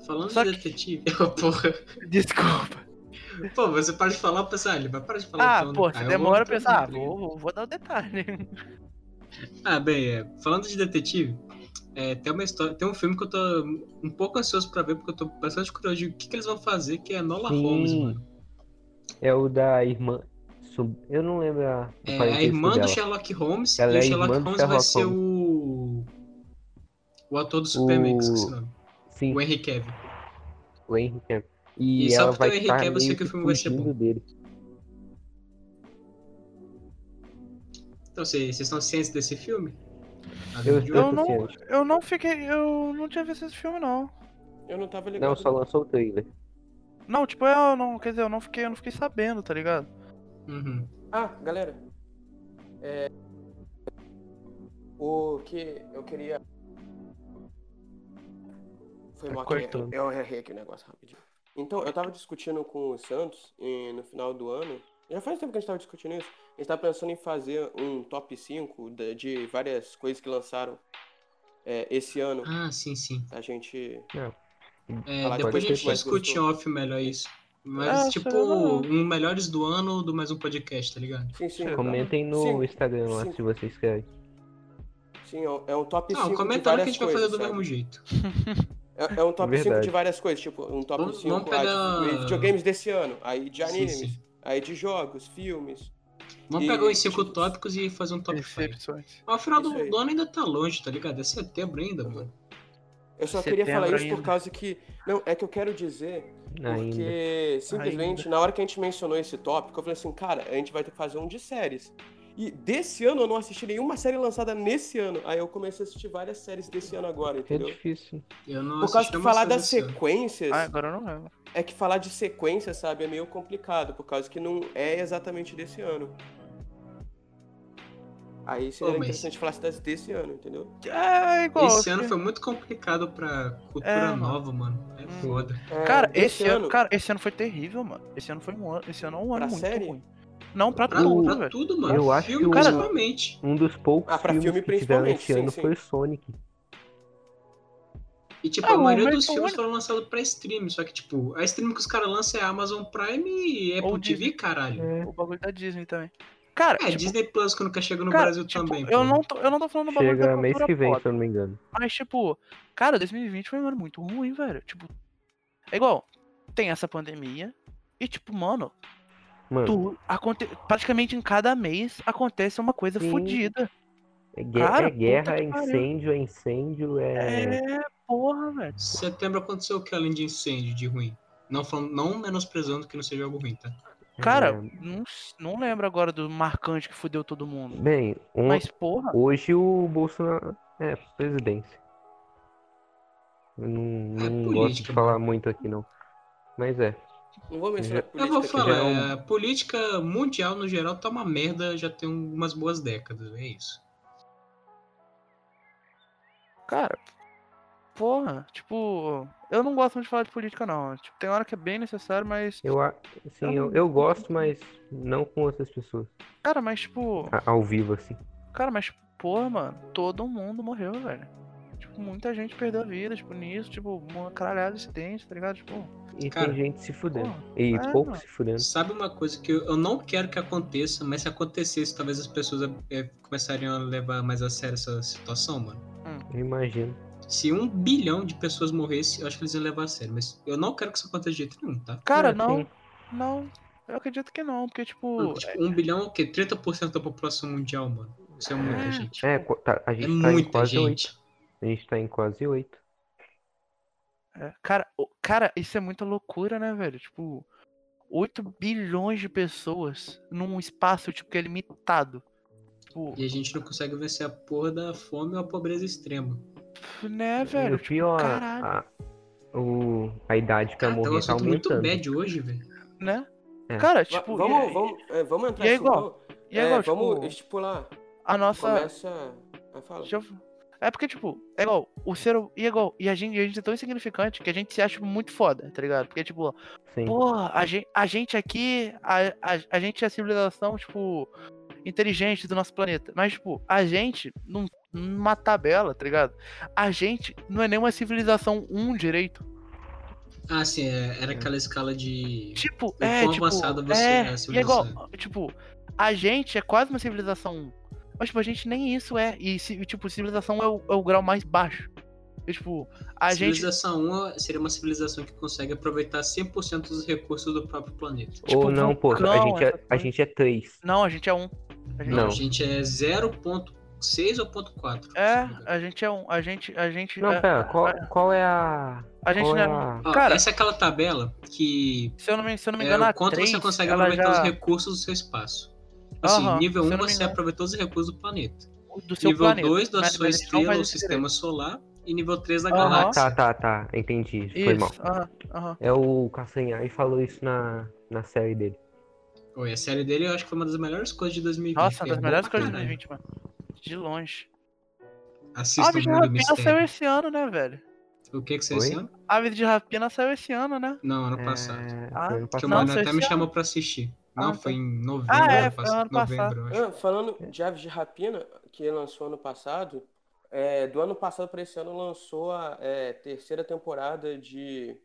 Speaker 3: Falando
Speaker 1: É, Só
Speaker 3: de
Speaker 1: que-
Speaker 3: detetive, Ô, porra.
Speaker 1: Desculpa.
Speaker 3: Pô, você para de falar, eu pensar, ah, ele vai parar de falar.
Speaker 1: Ah,
Speaker 3: então,
Speaker 1: pô,
Speaker 3: cara,
Speaker 1: você
Speaker 3: eu vou
Speaker 1: demora a
Speaker 3: entrar no
Speaker 1: pensar. Ah,
Speaker 3: trem.
Speaker 1: vou, vou- vou dar o detalhe.
Speaker 3: Ah, bem, é, falando de detetive, é, tem uma história, tem um filme que eu tô um pouco ansioso pra ver, porque eu tô bastante curioso de o que, que eles vão fazer, que é Nola
Speaker 2: Sim.
Speaker 3: Holmes, mano.
Speaker 2: É o da irmã. sub- Eu não lembro a. o
Speaker 3: É a
Speaker 2: parentesco
Speaker 3: irmã do
Speaker 2: dela.
Speaker 3: Sherlock Holmes,
Speaker 2: Ela
Speaker 3: e
Speaker 2: é
Speaker 3: o
Speaker 2: a
Speaker 3: Sherlock
Speaker 2: irmã do
Speaker 3: Holmes vai
Speaker 2: Sherlock
Speaker 3: ser o. O ator do Superman,
Speaker 2: O-
Speaker 3: que esqueci o nome.
Speaker 2: Sim,
Speaker 3: O Henry Cavill.
Speaker 2: o Henry Cavill. E,
Speaker 3: E só
Speaker 2: ela
Speaker 3: porque
Speaker 2: vai
Speaker 3: o Henry
Speaker 2: estar
Speaker 3: Cavill, eu sei
Speaker 2: meio
Speaker 3: que o filme vai ser
Speaker 2: fugindo
Speaker 3: bom.
Speaker 2: dele.
Speaker 3: Então, vocês vocês estão cientes desse filme? Tá
Speaker 2: Eu,
Speaker 3: Aventura?
Speaker 1: eu
Speaker 2: tô
Speaker 1: não-
Speaker 2: ciente.
Speaker 1: Eu não fiquei. Eu não tinha visto esse filme, não.
Speaker 4: Eu não tava ligado.
Speaker 2: Não, só lançou o trailer.
Speaker 1: Não, tipo, eu não. Quer dizer, eu não fiquei, eu não fiquei sabendo, tá ligado?
Speaker 3: Uhum.
Speaker 4: Ah, galera. é, O que eu queria. Foi
Speaker 2: Tá
Speaker 4: mal
Speaker 2: cortando.
Speaker 4: que eu errei um aqui o negócio rapidinho. Então, eu tava discutindo com o Santos e no final do ano. Já faz tempo que a gente tava discutindo isso. A gente tava pensando em fazer um top 5 de, de várias coisas que lançaram é, esse ano.
Speaker 3: Ah, sim, sim.
Speaker 4: A gente.
Speaker 3: É,
Speaker 2: Falar
Speaker 3: depois a
Speaker 2: de
Speaker 3: gente
Speaker 4: depois,
Speaker 3: discute em off melhor isso. Mas,
Speaker 1: Ah,
Speaker 3: tipo,
Speaker 1: sei lá.
Speaker 3: um Melhores do Ano do mais um podcast, tá ligado?
Speaker 4: Sim, sim.
Speaker 2: Comentem no
Speaker 4: Sim,
Speaker 2: Instagram lá
Speaker 4: sim.
Speaker 2: se vocês querem.
Speaker 4: Sim, é um- é um top 5
Speaker 3: Não,
Speaker 4: de várias
Speaker 3: comenta lá que a gente vai fazer do
Speaker 4: coisas,
Speaker 3: mesmo jeito.
Speaker 4: sabe? É, é um top 5
Speaker 2: Verdade.
Speaker 4: de várias coisas, tipo, um top
Speaker 3: Vamos-
Speaker 4: 5
Speaker 3: vamos pegar-
Speaker 4: de videogames desse ano, aí de
Speaker 3: Sim,
Speaker 4: animes,
Speaker 3: sim.
Speaker 4: aí de jogos, filmes.
Speaker 3: Vamos
Speaker 4: E-
Speaker 3: pegar os cinco tópicos e fazer um top
Speaker 1: é
Speaker 3: 5.
Speaker 1: Decepções.
Speaker 3: Mas o final do,
Speaker 4: Isso aí.
Speaker 3: do ano ainda tá longe, tá ligado? É setembro ainda, mano.
Speaker 4: Eu só
Speaker 1: Setembro
Speaker 4: queria falar isso por
Speaker 1: ainda.
Speaker 4: causa que. Não, é que eu quero dizer
Speaker 2: Ainda.
Speaker 4: Porque simplesmente na hora que a gente mencionou esse tópico, eu falei assim, cara, a gente vai ter que fazer um de séries. E desse ano eu não assisti nenhuma série lançada nesse ano. Aí eu comecei a assistir várias séries desse ano agora,
Speaker 2: É
Speaker 4: entendeu?
Speaker 2: difícil.
Speaker 3: Eu não
Speaker 4: Por causa
Speaker 3: assisti
Speaker 4: que
Speaker 3: uma
Speaker 4: falar
Speaker 3: série
Speaker 4: das
Speaker 3: esse ano.
Speaker 4: sequências,
Speaker 1: Ah, agora eu não lembro.
Speaker 4: é que falar de sequências, sabe, é meio complicado, por causa que não é exatamente desse ano. Aí seria
Speaker 3: Ô, mas-
Speaker 4: interessante falar das desse ano, entendeu?
Speaker 1: É igual.
Speaker 3: Esse
Speaker 1: assim.
Speaker 3: ano foi muito complicado pra cultura
Speaker 1: É, mano.
Speaker 3: nova, mano. É
Speaker 1: Hum.
Speaker 3: foda.
Speaker 4: É,
Speaker 1: Cara,
Speaker 4: desse
Speaker 1: esse ano, cara, esse ano foi terrível, mano. Esse ano foi um ano, esse ano é um ano
Speaker 4: Pra
Speaker 1: muito
Speaker 4: série?
Speaker 1: ruim. Não, pra
Speaker 3: Pra,
Speaker 1: tudo,
Speaker 3: pra
Speaker 1: velho.
Speaker 3: tudo, mano.
Speaker 2: Eu acho
Speaker 3: filme
Speaker 2: que o-
Speaker 3: principalmente.
Speaker 2: Um dos poucos
Speaker 4: Ah, pra
Speaker 2: filmes
Speaker 4: filme
Speaker 2: que tiveram
Speaker 4: principalmente,
Speaker 2: esse
Speaker 4: sim,
Speaker 2: ano
Speaker 4: sim.
Speaker 2: foi o Sonic.
Speaker 3: E, tipo,
Speaker 1: É,
Speaker 3: a
Speaker 1: o
Speaker 3: maioria
Speaker 1: American
Speaker 3: dos filmes
Speaker 1: One-
Speaker 3: foram lançados pra stream. Só que, tipo, a stream que os caras lançam é a Amazon Prime e Apple
Speaker 1: Ou
Speaker 3: TV, caralho.
Speaker 2: É,
Speaker 1: O bagulho da Disney também. Cara,
Speaker 3: É,
Speaker 1: tipo,
Speaker 3: Disney Plus quando chega no
Speaker 1: cara,
Speaker 3: Brasil
Speaker 1: tipo,
Speaker 3: também.
Speaker 1: eu
Speaker 3: pô.
Speaker 1: não tô, eu não tô falando do bagulho
Speaker 2: chega
Speaker 1: da
Speaker 2: mês
Speaker 1: cultura
Speaker 2: que vem,
Speaker 1: pop,
Speaker 2: se eu não me engano.
Speaker 1: mas tipo, cara, 2020 foi um ano muito ruim, velho. Tipo, é igual, tem essa pandemia e tipo, mano,
Speaker 2: Mano,
Speaker 1: tu, aconte, praticamente em cada mês acontece uma coisa
Speaker 2: Sim.
Speaker 1: fodida.
Speaker 2: é, guerra,
Speaker 1: cara,
Speaker 2: é guerra,
Speaker 1: puta
Speaker 2: é
Speaker 1: que pariu.
Speaker 2: incêndio, é incêndio, é...
Speaker 1: É, porra, velho.
Speaker 3: Setembro aconteceu o que além de incêndio, de ruim? Não, falando, não menosprezando que não seja algo ruim, tá?
Speaker 1: Cara,
Speaker 2: é-
Speaker 1: não, não lembro agora do marcante que fudeu todo mundo.
Speaker 2: Bem, on-
Speaker 1: Mas, porra,
Speaker 2: hoje o Bolsonaro é presidência. Eu não,
Speaker 1: Ah,
Speaker 2: não
Speaker 3: política,
Speaker 2: gosto de falar muito aqui, não. Mas é.
Speaker 4: Não vou mencionar
Speaker 3: Eu vou
Speaker 4: política aqui, né?
Speaker 3: falar,
Speaker 4: não.
Speaker 3: a política mundial no geral tá uma merda já tem umas boas décadas, é isso.
Speaker 1: Cara, porra, tipo, eu não gosto muito de falar de política, não. Tipo, tem hora que é bem necessário, mas.
Speaker 2: Eu, a-
Speaker 1: Tá
Speaker 2: assim, eu, eu gosto, mas não com outras pessoas.
Speaker 1: Cara, mas tipo.
Speaker 2: a- ao vivo, assim.
Speaker 1: Cara, mas tipo, porra, mano, todo mundo morreu, velho. Tipo, muita gente perdeu a vida, tipo, nisso, tipo, uma caralhada de acidente, tá ligado? Tipo,
Speaker 2: E
Speaker 3: Cara,
Speaker 2: tem gente se fudendo.
Speaker 1: porra.
Speaker 2: E
Speaker 1: é,
Speaker 2: pouco
Speaker 1: mano.
Speaker 2: se fudendo.
Speaker 3: Sabe uma coisa que eu eu não quero que aconteça, mas se acontecesse, talvez as pessoas eh, começariam a levar mais a sério essa situação, mano.
Speaker 2: Eu imagino.
Speaker 3: Se um bilhão de pessoas morresse, eu acho que eles iam levar a sério, mas eu não quero que isso aconteça de jeito nenhum, tá?
Speaker 1: Cara,
Speaker 2: É,
Speaker 1: não,
Speaker 2: sim.
Speaker 1: não. Eu acredito que não, porque, tipo.
Speaker 3: Tipo, um bilhão é o quê? 30% da população mundial, mano. Isso é muita
Speaker 1: É,
Speaker 3: gente.
Speaker 2: É, qu- tá- a
Speaker 3: É
Speaker 2: gente tá em
Speaker 3: muita
Speaker 2: quase oito.
Speaker 3: gente.
Speaker 2: A gente tá em quase oito.
Speaker 1: é, cara, o- cara, isso é muita loucura, né, velho? Tipo, 8 bilhões de pessoas num espaço, tipo, que é limitado. Tipo,
Speaker 3: E a gente não consegue vencer a porra da fome ou a pobreza extrema.
Speaker 1: né,
Speaker 2: E
Speaker 1: velho?
Speaker 2: o pior, a-
Speaker 1: caralho.
Speaker 2: a, o, a idade pra
Speaker 3: Cara, tá um
Speaker 2: morrer tá
Speaker 3: assunto muito
Speaker 2: aumentando.
Speaker 3: bad hoje, velho.
Speaker 1: né?
Speaker 2: É.
Speaker 1: Cara,
Speaker 4: Va-
Speaker 1: tipo,
Speaker 4: vamos,
Speaker 1: e,
Speaker 4: vamos, é, vamos entrar
Speaker 1: e é
Speaker 4: assim,
Speaker 1: igual,
Speaker 4: então.
Speaker 1: e
Speaker 4: É,
Speaker 1: agora,
Speaker 4: vamos
Speaker 1: tipo,
Speaker 4: estipular.
Speaker 1: a nossa.
Speaker 4: Começa. Ah, fala.
Speaker 1: deixa eu- É porque, tipo, é igual, o ser. E é igual, e a gente, a gente é tão insignificante que a gente se acha muito foda, tá ligado? Porque, tipo,
Speaker 2: Sim.
Speaker 1: porra, a gente, a gente aqui, a, a, a gente é a civilização, tipo, inteligente do nosso planeta. Mas, tipo, a gente, num- numa tabela, tá ligado? A gente não é nenhuma civilização um direito.
Speaker 3: Ah, sim, é- era aquela escala de.
Speaker 1: Tipo,
Speaker 3: O
Speaker 1: é,
Speaker 3: quão
Speaker 1: tipo,
Speaker 3: avançado você é,
Speaker 1: é, e é
Speaker 3: civilização.
Speaker 1: igual, tipo, a gente é quase uma civilização 1. Mas, tipo, a gente nem isso é. E, ci- e, tipo, civilização é o, é o grau mais baixo. E, tipo, a gente...
Speaker 3: civilização 1 seria uma civilização que consegue aproveitar 100% dos recursos do próprio planeta.
Speaker 1: tipo,
Speaker 2: Ou não, pô. A
Speaker 1: vulcão,
Speaker 2: gente é,
Speaker 1: essas
Speaker 2: a
Speaker 1: coisas.
Speaker 2: gente é três.
Speaker 1: Não, a gente é um. A gente
Speaker 3: Não,
Speaker 2: Não.
Speaker 3: a gente é 0.6 ou 0.4.
Speaker 1: É, a gente é um. A gente. A gente.
Speaker 2: Não,
Speaker 1: é-
Speaker 2: pera, qual, qual é a.
Speaker 1: a gente
Speaker 2: qual
Speaker 1: não
Speaker 2: é
Speaker 1: é-
Speaker 2: a...
Speaker 3: Ó,
Speaker 1: Cara-
Speaker 3: essa é aquela tabela que
Speaker 1: Se eu não me, se eu não me
Speaker 3: é
Speaker 1: engano,
Speaker 3: o
Speaker 1: a
Speaker 3: quanto
Speaker 1: 3,
Speaker 3: você consegue
Speaker 1: ela
Speaker 3: aproveitar
Speaker 1: já,
Speaker 3: os recursos do seu espaço. Assim,
Speaker 1: Aham,
Speaker 3: nível
Speaker 1: se
Speaker 3: 1
Speaker 1: eu não me
Speaker 3: você
Speaker 1: engano.
Speaker 3: aproveitou os recursos do planeta.
Speaker 1: do seu
Speaker 3: nível
Speaker 1: planeta.
Speaker 3: 2 da
Speaker 1: mas-
Speaker 3: sua
Speaker 1: mas isso não
Speaker 3: estrela
Speaker 1: faz
Speaker 3: ou
Speaker 1: isso
Speaker 3: sistema solar. E nível 3 da
Speaker 1: Aham.
Speaker 2: Ah, tá,
Speaker 3: galáxia.
Speaker 2: tá, tá. Entendi. Foi mal.
Speaker 1: Isso, aham, aham.
Speaker 2: É o Castanhari falou isso na, na série dele.
Speaker 3: Oi, a série dele eu acho que foi uma das melhores coisas de 2020.
Speaker 1: Nossa, uma das
Speaker 3: É
Speaker 1: melhores
Speaker 3: bom pra
Speaker 1: coisas de
Speaker 3: caralho.
Speaker 1: 2020, mano. De longe.
Speaker 3: Assista
Speaker 1: A
Speaker 3: o
Speaker 1: Vida de
Speaker 3: Mundo
Speaker 1: Rapina saiu
Speaker 3: Mistério.
Speaker 1: esse ano, né, velho?
Speaker 3: O que que você
Speaker 2: Oi?
Speaker 3: esse ano?
Speaker 1: A Vida de Rapina saiu esse ano, né?
Speaker 3: Não, ano
Speaker 2: É,
Speaker 3: passado.
Speaker 1: Ah,
Speaker 2: foi ano
Speaker 3: Que
Speaker 2: passado.
Speaker 3: o
Speaker 1: Não,
Speaker 3: mano
Speaker 1: foi
Speaker 3: até
Speaker 1: esse
Speaker 3: me chamou pra assistir. Não,
Speaker 1: Ah,
Speaker 3: foi em novembro.
Speaker 1: Ah, é,
Speaker 3: ano
Speaker 1: foi
Speaker 3: passado-
Speaker 1: ano passado.
Speaker 3: Novembro, eu acho.
Speaker 4: Ah, falando
Speaker 2: É.
Speaker 4: de Aves de Rapina, que lançou ano passado, é, do ano passado para esse ano lançou a é, terceira temporada de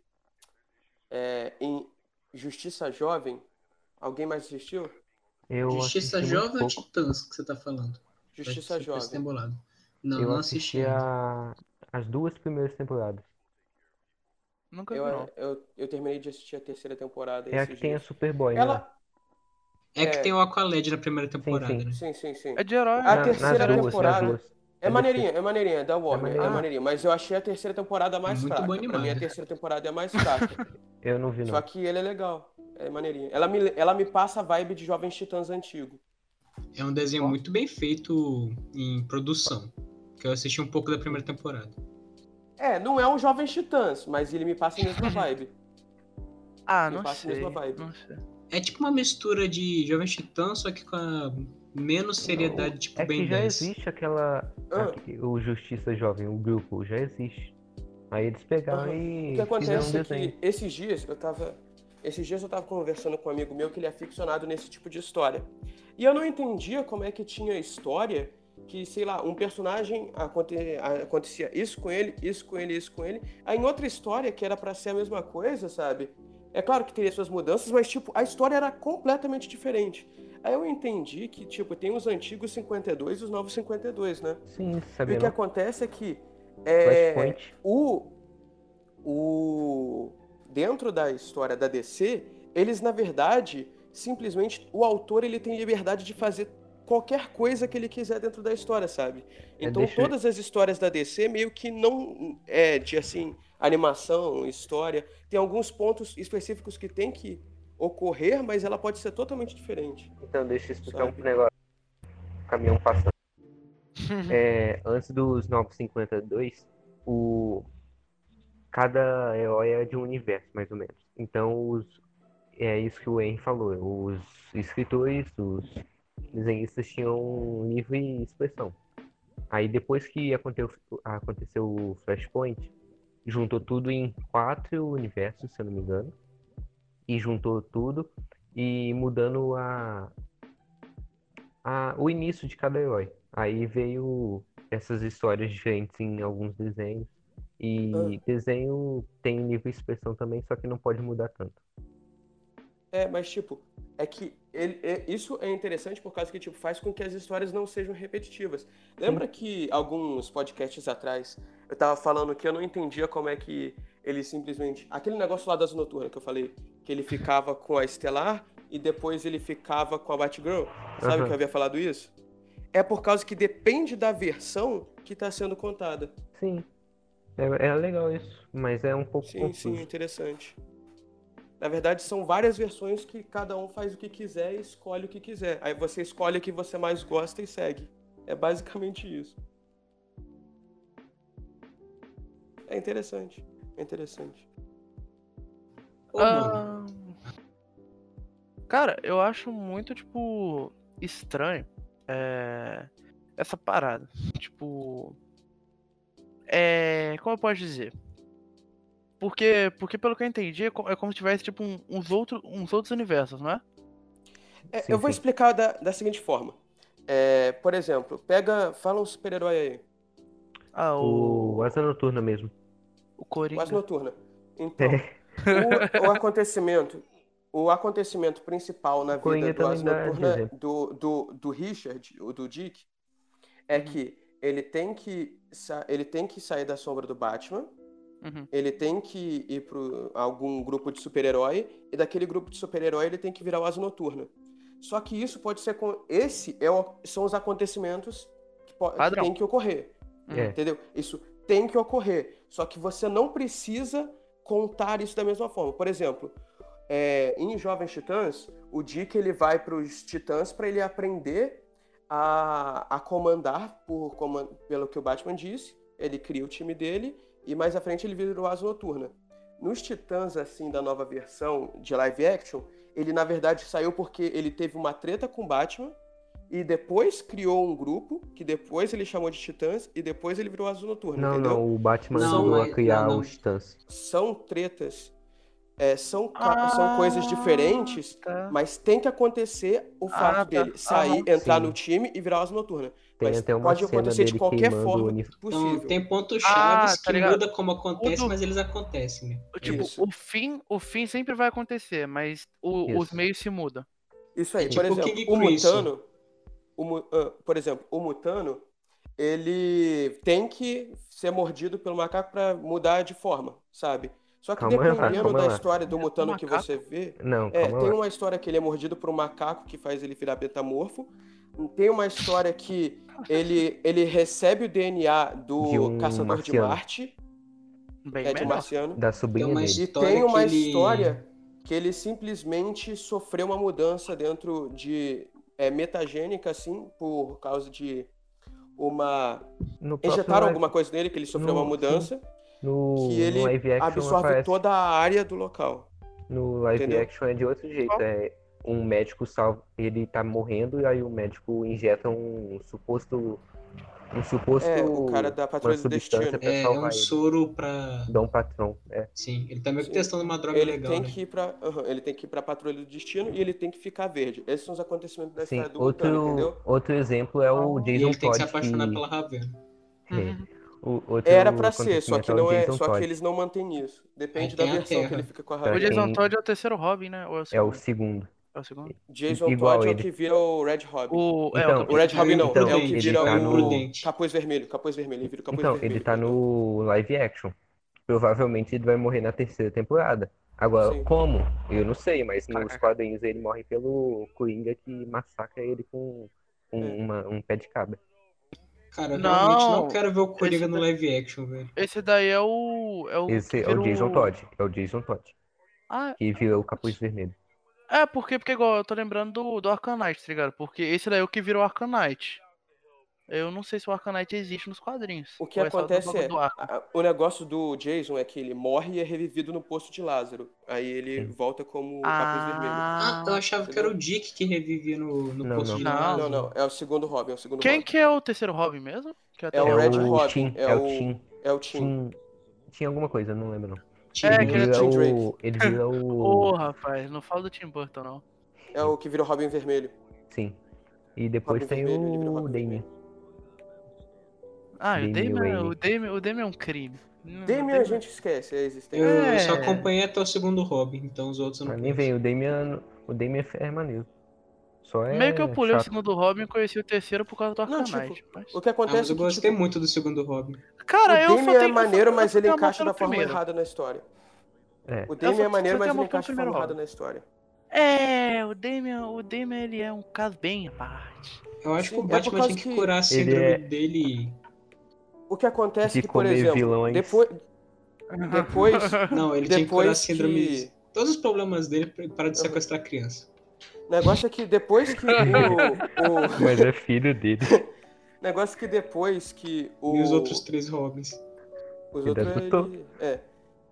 Speaker 4: é, em Justiça Jovem. Alguém mais assistiu?
Speaker 2: Eu
Speaker 3: Justiça
Speaker 2: assisti muito
Speaker 3: Jovem ou
Speaker 2: pouco.
Speaker 3: Titãs que você tá falando?
Speaker 4: Justiça
Speaker 3: Esse
Speaker 4: Jovem.
Speaker 3: Embolado. Não,
Speaker 2: Eu
Speaker 3: não
Speaker 2: assisti
Speaker 3: assisti.
Speaker 2: a... as duas primeiras temporadas.
Speaker 1: Nunca vi,
Speaker 4: Eu, é,
Speaker 1: não.
Speaker 4: eu, eu terminei de assistir a terceira temporada.
Speaker 2: É a
Speaker 4: esses
Speaker 2: que tem a
Speaker 4: dias.
Speaker 2: Superboy, né?
Speaker 4: Ela,
Speaker 3: É que
Speaker 4: É.
Speaker 3: tem o Aqualed na primeira temporada,
Speaker 2: sim.
Speaker 3: né?
Speaker 4: Sim, sim, sim.
Speaker 1: É de herói.
Speaker 4: A
Speaker 2: Na-
Speaker 4: terceira
Speaker 2: nas duas,
Speaker 4: temporada-
Speaker 2: Nas duas.
Speaker 4: É maneirinha, é maneirinha, é da Warner, é
Speaker 2: maneirinha.
Speaker 4: maneirinha. Mas eu achei a terceira temporada a mais
Speaker 3: Muito
Speaker 4: fraca.
Speaker 3: bom
Speaker 4: Pra mim, a
Speaker 3: animado.
Speaker 4: terceira temporada é a mais fraca.
Speaker 2: Eu não vi,
Speaker 4: Só
Speaker 2: não.
Speaker 4: que ele é legal, é maneirinha. Ela me, ela me passa a vibe de Jovens Titãs antigo.
Speaker 3: É um desenho muito bem feito em produção. Que eu assisti um pouco da primeira temporada.
Speaker 4: É, não é um Jovens Titãs, mas ele me passa a mesma vibe.
Speaker 1: Ah,
Speaker 4: me
Speaker 1: não
Speaker 4: passa a
Speaker 1: sei.
Speaker 4: mesma vibe.
Speaker 1: Não sei.
Speaker 3: É tipo uma mistura de Jovem Titã, só que com a menos seriedade, tipo
Speaker 2: É que
Speaker 3: Ben
Speaker 2: já
Speaker 3: 10.
Speaker 2: existe aquela.
Speaker 4: Ah,
Speaker 2: aqui, o Justiça Jovem, o grupo, já existe. Aí eles pegaram
Speaker 4: Aham.
Speaker 2: e
Speaker 4: o que
Speaker 2: fizeram um
Speaker 4: acontece é
Speaker 2: desenho.
Speaker 4: que esses dias eu tava. Esses dias eu tava conversando com um amigo meu que ele é aficionado nesse tipo de história. E eu não entendia como é que tinha história que, sei lá, um personagem aconte- acontecia isso com ele, isso com ele, isso com ele. Aí em outra história que era pra ser a mesma coisa, sabe? É claro que teria suas mudanças, mas tipo, a história era completamente diferente. Aí eu entendi que, tipo, tem os antigos 52 e os novos 52, né?
Speaker 2: Sim, um
Speaker 4: E
Speaker 2: sabia
Speaker 4: o que
Speaker 2: não?
Speaker 4: acontece é que.
Speaker 2: Flash
Speaker 4: É,
Speaker 2: Point.
Speaker 4: o, o dentro da história da DC, eles na verdade simplesmente o autor ele tem liberdade de fazer qualquer coisa que ele quiser dentro da história, sabe?
Speaker 2: É,
Speaker 4: Então
Speaker 2: deixa-
Speaker 4: todas as histórias da DC meio que não é de assim animação, história, tem alguns pontos específicos que tem que ocorrer, mas ela pode ser totalmente diferente.
Speaker 2: Então, deixa eu explicar
Speaker 4: Sabe?
Speaker 2: um negócio. O caminhão passando. É, antes dos 952, o... cada herói é de um universo, mais ou menos. Então, os... é isso que o En falou. Os escritores, os desenhistas tinham livre expressão. Aí, depois que aconteceu, aconteceu o Flashpoint, juntou tudo em quatro universos, se eu não me engano. E juntou tudo e mudando a, a- o início de cada herói. Aí veio essas histórias diferentes em alguns desenhos. E
Speaker 4: Ah.
Speaker 2: desenho tem livre expressão também, só que não pode mudar tanto.
Speaker 4: É, mas tipo, é que ele- é- isso é interessante por causa que tipo faz com que as histórias não sejam repetitivas. Lembra que alguns podcasts atrás eu tava falando que eu não entendia como é que ele simplesmente aquele negócio lá das noturnas que eu falei que ele ficava com a Estelar e depois ele ficava com a Batgirl. Sabe
Speaker 2: Aham.
Speaker 4: que eu havia falado isso? É por causa que depende da versão que tá sendo contada.
Speaker 2: Sim. É, é legal isso, mas é um pouco
Speaker 4: Sim,
Speaker 2: confuso.
Speaker 4: sim, interessante. Na verdade, são várias versões que cada um faz o que quiser e escolhe o que quiser. Aí você escolhe a que você mais gosta e segue. É basicamente isso. É interessante. É interessante.
Speaker 3: Ô,
Speaker 1: Ah,
Speaker 3: mano,
Speaker 1: Cara, eu acho muito, tipo, estranho é, essa parada. Tipo. É. Como eu posso dizer? Porque, porque pelo que eu entendi, é co- é como se tivesse, tipo, um- uns, outro, uns outros universos, não é?
Speaker 4: É,
Speaker 2: Sim,
Speaker 4: eu vou
Speaker 2: sim.
Speaker 4: explicar da, da seguinte forma. É, por exemplo, pega. Fala um super-herói aí.
Speaker 1: Ah, o.
Speaker 2: O Asa Noturna mesmo.
Speaker 1: O Coringa.
Speaker 4: Quase noturna. Então,
Speaker 2: É.
Speaker 4: o, o acontecimento, o acontecimento principal na vida
Speaker 2: Coringa
Speaker 4: do As
Speaker 2: também dá
Speaker 4: Noturna
Speaker 2: dizer.
Speaker 4: do, do, do Richard, o do Dick,
Speaker 2: Uhum.
Speaker 4: é que ele tem que sa- ele tem que sair da sombra do Batman,
Speaker 1: Uhum.
Speaker 4: ele tem que ir para algum grupo de super-herói e daquele grupo de super-herói ele tem que virar o Asa Noturna. Só que isso pode ser com esse é o- são os acontecimentos que, po- que
Speaker 1: Padrão.
Speaker 4: tem que ocorrer.
Speaker 2: É.
Speaker 4: Entendeu? Isso tem que ocorrer. Só que você não precisa contar isso da mesma forma. Por exemplo, é, em Jovens Titãs, o Dick ele vai para os Titãs para ele aprender a, a comandar, por, coman- pelo que o Batman disse. Ele cria o time dele e mais à frente ele vira o Asa Noturna. Nos Titãs, assim, da nova versão de live action, ele na verdade saiu porque ele teve uma treta com o Batman e depois criou um grupo que depois ele chamou de Titãs e depois ele virou Azul Noturno,
Speaker 2: Não,
Speaker 4: entendeu?
Speaker 2: não, o Batman
Speaker 3: Não,
Speaker 2: ajudou
Speaker 3: mas-
Speaker 2: a criar
Speaker 3: não, não.
Speaker 2: os Titãs.
Speaker 4: São tretas É, são, ca-
Speaker 1: Ah,
Speaker 4: são coisas diferentes,
Speaker 1: tá.
Speaker 4: mas tem que acontecer o
Speaker 1: Ah,
Speaker 4: fato
Speaker 1: tá.
Speaker 4: dele sair,
Speaker 2: Ah,
Speaker 4: entrar
Speaker 2: sim.
Speaker 4: no time e virar asa noturna.
Speaker 2: Tem
Speaker 4: mas
Speaker 2: até uma
Speaker 4: pode
Speaker 2: cena
Speaker 4: acontecer de
Speaker 2: dele
Speaker 4: qualquer
Speaker 2: queimando
Speaker 4: forma.
Speaker 2: o uniforme.
Speaker 1: Hum,
Speaker 4: Possível.
Speaker 3: Então, tem pontos chaves
Speaker 1: Ah, tá
Speaker 3: que
Speaker 1: ligado.
Speaker 3: muda como acontece,
Speaker 1: Tudo-
Speaker 3: mas eles acontecem, né?
Speaker 1: Tipo,
Speaker 4: Isso.
Speaker 1: o fim, o fim sempre vai acontecer, mas o- os
Speaker 2: Isso.
Speaker 1: meios se mudam.
Speaker 4: Isso aí,
Speaker 2: Tipo,
Speaker 4: por
Speaker 3: o
Speaker 4: exemplo,
Speaker 3: King
Speaker 4: o
Speaker 3: Crimson.
Speaker 4: Mutano, o Mu- ah, por exemplo, o Mutano, ele tem que ser mordido pelo macaco pra mudar de forma, sabe? Só que
Speaker 2: Calma lá,
Speaker 4: dependendo
Speaker 2: calma
Speaker 4: da
Speaker 2: lá.
Speaker 4: história do Mutano que
Speaker 1: é um macaco?
Speaker 4: você vê,
Speaker 2: Não,
Speaker 4: é,
Speaker 2: calma
Speaker 4: tem
Speaker 2: lá.
Speaker 4: uma história que ele é mordido por um macaco que faz ele virar metamorfo. Tem uma história que ele, ele recebe o DNA do
Speaker 2: De um
Speaker 4: caçador de
Speaker 2: marciano.
Speaker 4: Marte,
Speaker 1: Bem
Speaker 4: é de um
Speaker 1: melhor.
Speaker 4: marciano.
Speaker 2: Da
Speaker 3: Tem
Speaker 2: sobrinha
Speaker 3: uma
Speaker 2: dele.
Speaker 4: E
Speaker 3: história
Speaker 4: tem uma
Speaker 3: que ele-
Speaker 4: história que ele simplesmente sofreu uma mudança dentro de é, metagênica, assim, por causa de uma.
Speaker 2: No próprio
Speaker 4: Injetaram
Speaker 2: live-
Speaker 4: alguma coisa nele, que ele sofreu
Speaker 2: no-
Speaker 4: uma mudança,
Speaker 2: no,
Speaker 4: que ele
Speaker 2: no live action
Speaker 4: absorve
Speaker 2: aparece.
Speaker 4: toda a área do local.
Speaker 2: No live
Speaker 4: entendeu?
Speaker 2: action é de outro jeito. É um médico salva. Ele tá morrendo e aí o médico injeta um suposto. Um suposto.
Speaker 4: É, o cara da
Speaker 2: uma
Speaker 4: Patrulha do
Speaker 2: substância
Speaker 4: Destino.
Speaker 2: pra
Speaker 3: É, é
Speaker 2: salvar
Speaker 3: um
Speaker 2: ele.
Speaker 3: soro pra.
Speaker 2: Dom Patrão. É.
Speaker 3: Sim, ele tá meio que
Speaker 4: Sim.
Speaker 3: testando uma droga
Speaker 4: Ele
Speaker 3: legal.
Speaker 4: tem,
Speaker 3: né?
Speaker 4: que ir pra, aham, ele tem que ir pra Patrulha do Destino e ele tem que ficar verde. Esses são os acontecimentos da
Speaker 2: Sim,
Speaker 4: história do Mutano,
Speaker 2: outro,
Speaker 4: entendeu?
Speaker 2: outro exemplo é o
Speaker 3: E
Speaker 2: Jason
Speaker 3: ele tem que
Speaker 2: Todd.
Speaker 3: se apaixonar
Speaker 2: que-
Speaker 3: pela Ravena.
Speaker 2: é.
Speaker 1: Uhum.
Speaker 2: O- outro
Speaker 4: Era pra ser, só que
Speaker 2: acontecimento
Speaker 4: não
Speaker 2: o
Speaker 4: é,
Speaker 2: Jason
Speaker 4: só que
Speaker 2: Todd. Tá,
Speaker 4: eles não mantêm isso. Depende
Speaker 3: Aí
Speaker 4: da
Speaker 3: tem a
Speaker 4: versão que
Speaker 3: Terra.
Speaker 4: ele fica com a
Speaker 1: O
Speaker 4: raiva.
Speaker 2: Pra
Speaker 1: Jason
Speaker 2: quem-
Speaker 1: Todd é o terceiro Robin, né? Ou o
Speaker 2: É o
Speaker 1: segundo?
Speaker 2: segundo.
Speaker 1: É o segundo?
Speaker 4: Jason
Speaker 2: igual
Speaker 4: Todd é o
Speaker 2: ele.
Speaker 4: que vira o Red Robin.
Speaker 1: O, é,
Speaker 2: Então,
Speaker 1: o
Speaker 4: O Red Robin não,
Speaker 2: Então,
Speaker 4: é o que
Speaker 2: ele
Speaker 4: vira
Speaker 2: tá
Speaker 4: o
Speaker 2: no-
Speaker 4: capuz vermelho, capuz vermelho, ele vira o capuz
Speaker 2: Então,
Speaker 4: vermelho.
Speaker 2: ele tá no live action. Provavelmente ele vai morrer na terceira temporada. Agora,
Speaker 4: Sim.
Speaker 2: como? Eu não sei, mas nos
Speaker 1: Caraca.
Speaker 2: quadrinhos ele morre pelo Coringa que massacra ele com um,
Speaker 4: É.
Speaker 2: uma- um pé de cabra.
Speaker 3: Cara, eu
Speaker 1: Não.
Speaker 3: realmente não quero ver o Coringa
Speaker 4: tá
Speaker 1: Esse
Speaker 3: no live action, velho.
Speaker 1: Esse daí é o. É o
Speaker 2: Esse
Speaker 1: que
Speaker 2: é o
Speaker 1: vira
Speaker 2: Jason Todd. É o Jason Todd.
Speaker 1: Ah,
Speaker 2: Que virou o capuz vermelho.
Speaker 1: é, porque, porque igual eu tô lembrando do, do Arcanite, tá ligado? Porque esse daí é o que virou Arcanite. Eu não sei se o Arcanite existe nos quadrinhos.
Speaker 4: O que
Speaker 1: Ou é só do
Speaker 4: acontece
Speaker 1: bagulho
Speaker 4: é,
Speaker 1: do Arca.
Speaker 4: a- o negócio do Jason é que ele morre e é revivido no poço de Lázaro. Aí ele
Speaker 2: Sim.
Speaker 4: volta como o capuz vermelho.
Speaker 1: Ah,
Speaker 3: Ah, eu achava que era o Dick que revivia no, no
Speaker 2: Não,
Speaker 3: posto
Speaker 2: não.
Speaker 3: de
Speaker 1: Não,
Speaker 3: Lázaro.
Speaker 4: Não, não, é o segundo Robin, é o segundo
Speaker 1: Quem
Speaker 4: Robin.
Speaker 1: que é o terceiro Robin mesmo? Que
Speaker 4: É o
Speaker 1: até-
Speaker 4: Red Robin,
Speaker 2: Tim,
Speaker 4: é o-
Speaker 2: Tim.
Speaker 4: É o Tim.
Speaker 2: Tim. Tinha alguma coisa, não lembro não.
Speaker 3: Tinha
Speaker 1: É,
Speaker 2: ele
Speaker 1: que ele é
Speaker 2: vira
Speaker 4: Tim
Speaker 2: o.
Speaker 4: Drake.
Speaker 2: Ele vira o.
Speaker 1: Ô, rapaz, não fala do Tim Burton, não.
Speaker 4: É o que vira o Robin vermelho.
Speaker 2: Sim. E depois
Speaker 4: Robin
Speaker 2: tem
Speaker 4: vermelho, ele vira
Speaker 2: o
Speaker 4: Robin
Speaker 2: Damien.
Speaker 1: Ah, e o
Speaker 2: Damian
Speaker 1: Damien,
Speaker 2: Wayne.
Speaker 1: o Damien, o Damien é um crime. Hum,
Speaker 4: Damien a gente esquece, é existente.
Speaker 3: Eu
Speaker 1: É.
Speaker 3: só acompanhei até o segundo Robin, então os outros eu não
Speaker 2: Pra mim,
Speaker 3: conheço.
Speaker 2: vem o Damien. O Damien é maneiro. Só é.
Speaker 1: Meio que eu pulei o
Speaker 2: chato.
Speaker 1: segundo Robin e conheci o terceiro por causa do
Speaker 4: Não, tipo,
Speaker 1: Arcanite. mas-
Speaker 4: O que
Speaker 3: Ah, mas
Speaker 4: acontece
Speaker 3: eu
Speaker 4: é que
Speaker 3: gostei
Speaker 4: tipo,
Speaker 3: muito do segundo Robin.
Speaker 1: Cara, eu
Speaker 4: o
Speaker 1: só
Speaker 4: Damien é
Speaker 1: tenho- eu só-
Speaker 4: maneiro,
Speaker 1: eu
Speaker 4: mas
Speaker 1: só
Speaker 4: ele
Speaker 1: tenho amor
Speaker 4: encaixa
Speaker 1: pelo
Speaker 4: da forma
Speaker 1: tá primeiro.
Speaker 4: errada na história.
Speaker 2: É.
Speaker 4: O
Speaker 1: só-
Speaker 4: Damien é
Speaker 1: só tenho
Speaker 4: maneiro, mas ele
Speaker 1: amor pelo
Speaker 4: encaixa da
Speaker 1: primeiro
Speaker 4: forma errada
Speaker 1: Robin.
Speaker 4: na história.
Speaker 1: É, o Damien, o Damien ele é um caso bem à parte.
Speaker 3: Eu acho que
Speaker 4: Sim,
Speaker 3: o
Speaker 4: é por
Speaker 3: Batman
Speaker 4: causa
Speaker 3: tinha que
Speaker 4: que
Speaker 3: curar a síndrome
Speaker 2: é-
Speaker 3: dele.
Speaker 4: O que acontece
Speaker 2: De
Speaker 4: é que, por
Speaker 2: comer
Speaker 4: exemplo,
Speaker 2: vilões.
Speaker 4: depois, depois,
Speaker 3: Não, ele tinha que curar a
Speaker 4: depois
Speaker 3: síndrome.
Speaker 4: que...
Speaker 3: Todos os problemas dele pra- para de
Speaker 4: Aham.
Speaker 3: sequestrar criança.
Speaker 4: O negócio é que depois que o... o-
Speaker 2: Mas é filho dele.
Speaker 4: negócio é que depois que o...
Speaker 3: E os outros três Robins.
Speaker 4: Os
Speaker 2: Ele
Speaker 4: outros,
Speaker 2: adaptou.
Speaker 4: ele- É.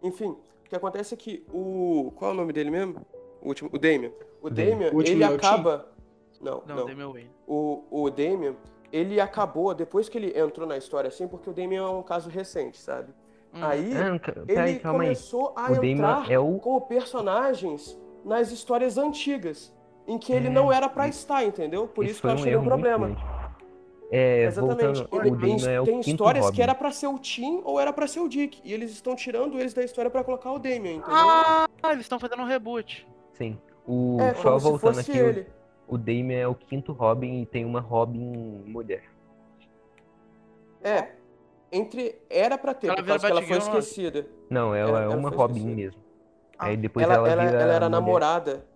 Speaker 4: Enfim, o que acontece é que o... Qual é o nome dele mesmo? O último... O Damien. O
Speaker 2: Damien.
Speaker 4: Damien,
Speaker 3: O último
Speaker 4: ele
Speaker 3: é o Tim?
Speaker 4: acaba... Não,
Speaker 1: Não,
Speaker 4: não.
Speaker 1: Damien Wayne.
Speaker 4: O, o Damien, ele acabou, depois que ele entrou na história, assim, porque o Damien é um caso recente, sabe?
Speaker 1: Hum.
Speaker 4: Aí...
Speaker 2: Ah, não,
Speaker 3: É,
Speaker 2: ca-
Speaker 4: ele
Speaker 2: peraí, calma aí.
Speaker 4: começou a
Speaker 2: O Damien
Speaker 4: entrar
Speaker 2: é o.
Speaker 4: com personagens nas histórias antigas, em que ele
Speaker 2: É,
Speaker 4: não era pra
Speaker 2: isso-
Speaker 4: estar, entendeu? Por isso, que
Speaker 2: foi
Speaker 4: eu
Speaker 2: um
Speaker 4: achei
Speaker 2: erro
Speaker 4: um
Speaker 2: muito
Speaker 4: problema.
Speaker 2: grande. É,
Speaker 4: Exatamente.
Speaker 2: voltando,
Speaker 4: Ele-
Speaker 2: o
Speaker 4: tem
Speaker 2: Damien é o
Speaker 4: tem
Speaker 2: quinto
Speaker 4: histórias
Speaker 2: Robin.
Speaker 4: que era pra ser o Tim ou era pra ser o Dick, e eles estão tirando eles da história pra colocar o Damien, entendeu?
Speaker 1: Ah, eles estão fazendo um reboot.
Speaker 2: Sim. O,
Speaker 4: é,
Speaker 2: só
Speaker 4: como se
Speaker 2: voltando
Speaker 4: fosse
Speaker 2: aqui,
Speaker 4: ele.
Speaker 2: o, o Damien é o quinto Robin e tem uma Robin mulher.
Speaker 4: É. Entre era pra ter,
Speaker 1: Ela
Speaker 4: por
Speaker 1: vira
Speaker 4: causa que ela foi
Speaker 1: Batgirl, né?
Speaker 4: esquecida.
Speaker 2: Não, ela
Speaker 4: Ela-
Speaker 2: é
Speaker 4: ela
Speaker 2: uma
Speaker 4: foi
Speaker 2: Robin
Speaker 4: esquecida.
Speaker 2: mesmo.
Speaker 1: Ah,
Speaker 2: Aí depois
Speaker 4: Ela,
Speaker 2: ela,
Speaker 4: ela-
Speaker 2: vira
Speaker 4: ela era
Speaker 2: mulher.
Speaker 4: namorada.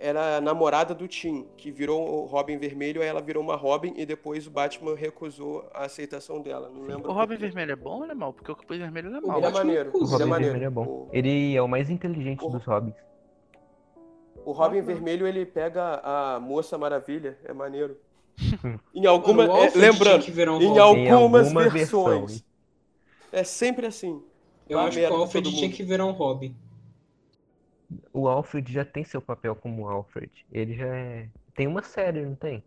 Speaker 4: Era a namorada do Tim, que virou o Robin Vermelho, aí ela virou uma Robin e depois o Batman recusou a aceitação dela. Não lembro.
Speaker 1: O Robin Vermelho é bom ou ele é mal? Porque o Capuz Vermelho ele é
Speaker 4: O
Speaker 1: mal.
Speaker 4: Ele é
Speaker 3: Batman
Speaker 2: Ah,
Speaker 4: maneiro.
Speaker 2: O
Speaker 3: Cruz,
Speaker 4: Ele
Speaker 2: Robin
Speaker 4: é maneiro.
Speaker 2: vermelho é bom.
Speaker 4: O-
Speaker 2: Ele é o mais inteligente dos Robins.
Speaker 4: O Robin
Speaker 1: Ah, não.
Speaker 4: Vermelho, ele pega a Moça Maravilha, é maneiro. em alguma,
Speaker 3: O
Speaker 4: é,
Speaker 3: Alfred tinha
Speaker 4: lembrando,
Speaker 3: que virar um
Speaker 4: em
Speaker 3: Robin.
Speaker 2: Em alguma
Speaker 4: algumas
Speaker 2: versão,
Speaker 4: versões.
Speaker 2: hein?
Speaker 4: é sempre assim.
Speaker 3: Eu acho que
Speaker 4: merda
Speaker 3: o
Speaker 4: pra
Speaker 3: Alfred
Speaker 4: todo
Speaker 3: tinha
Speaker 4: mundo.
Speaker 3: que virar um Robin.
Speaker 2: O Alfred já tem seu papel como Alfred. Ele já é. Tem uma série, não tem?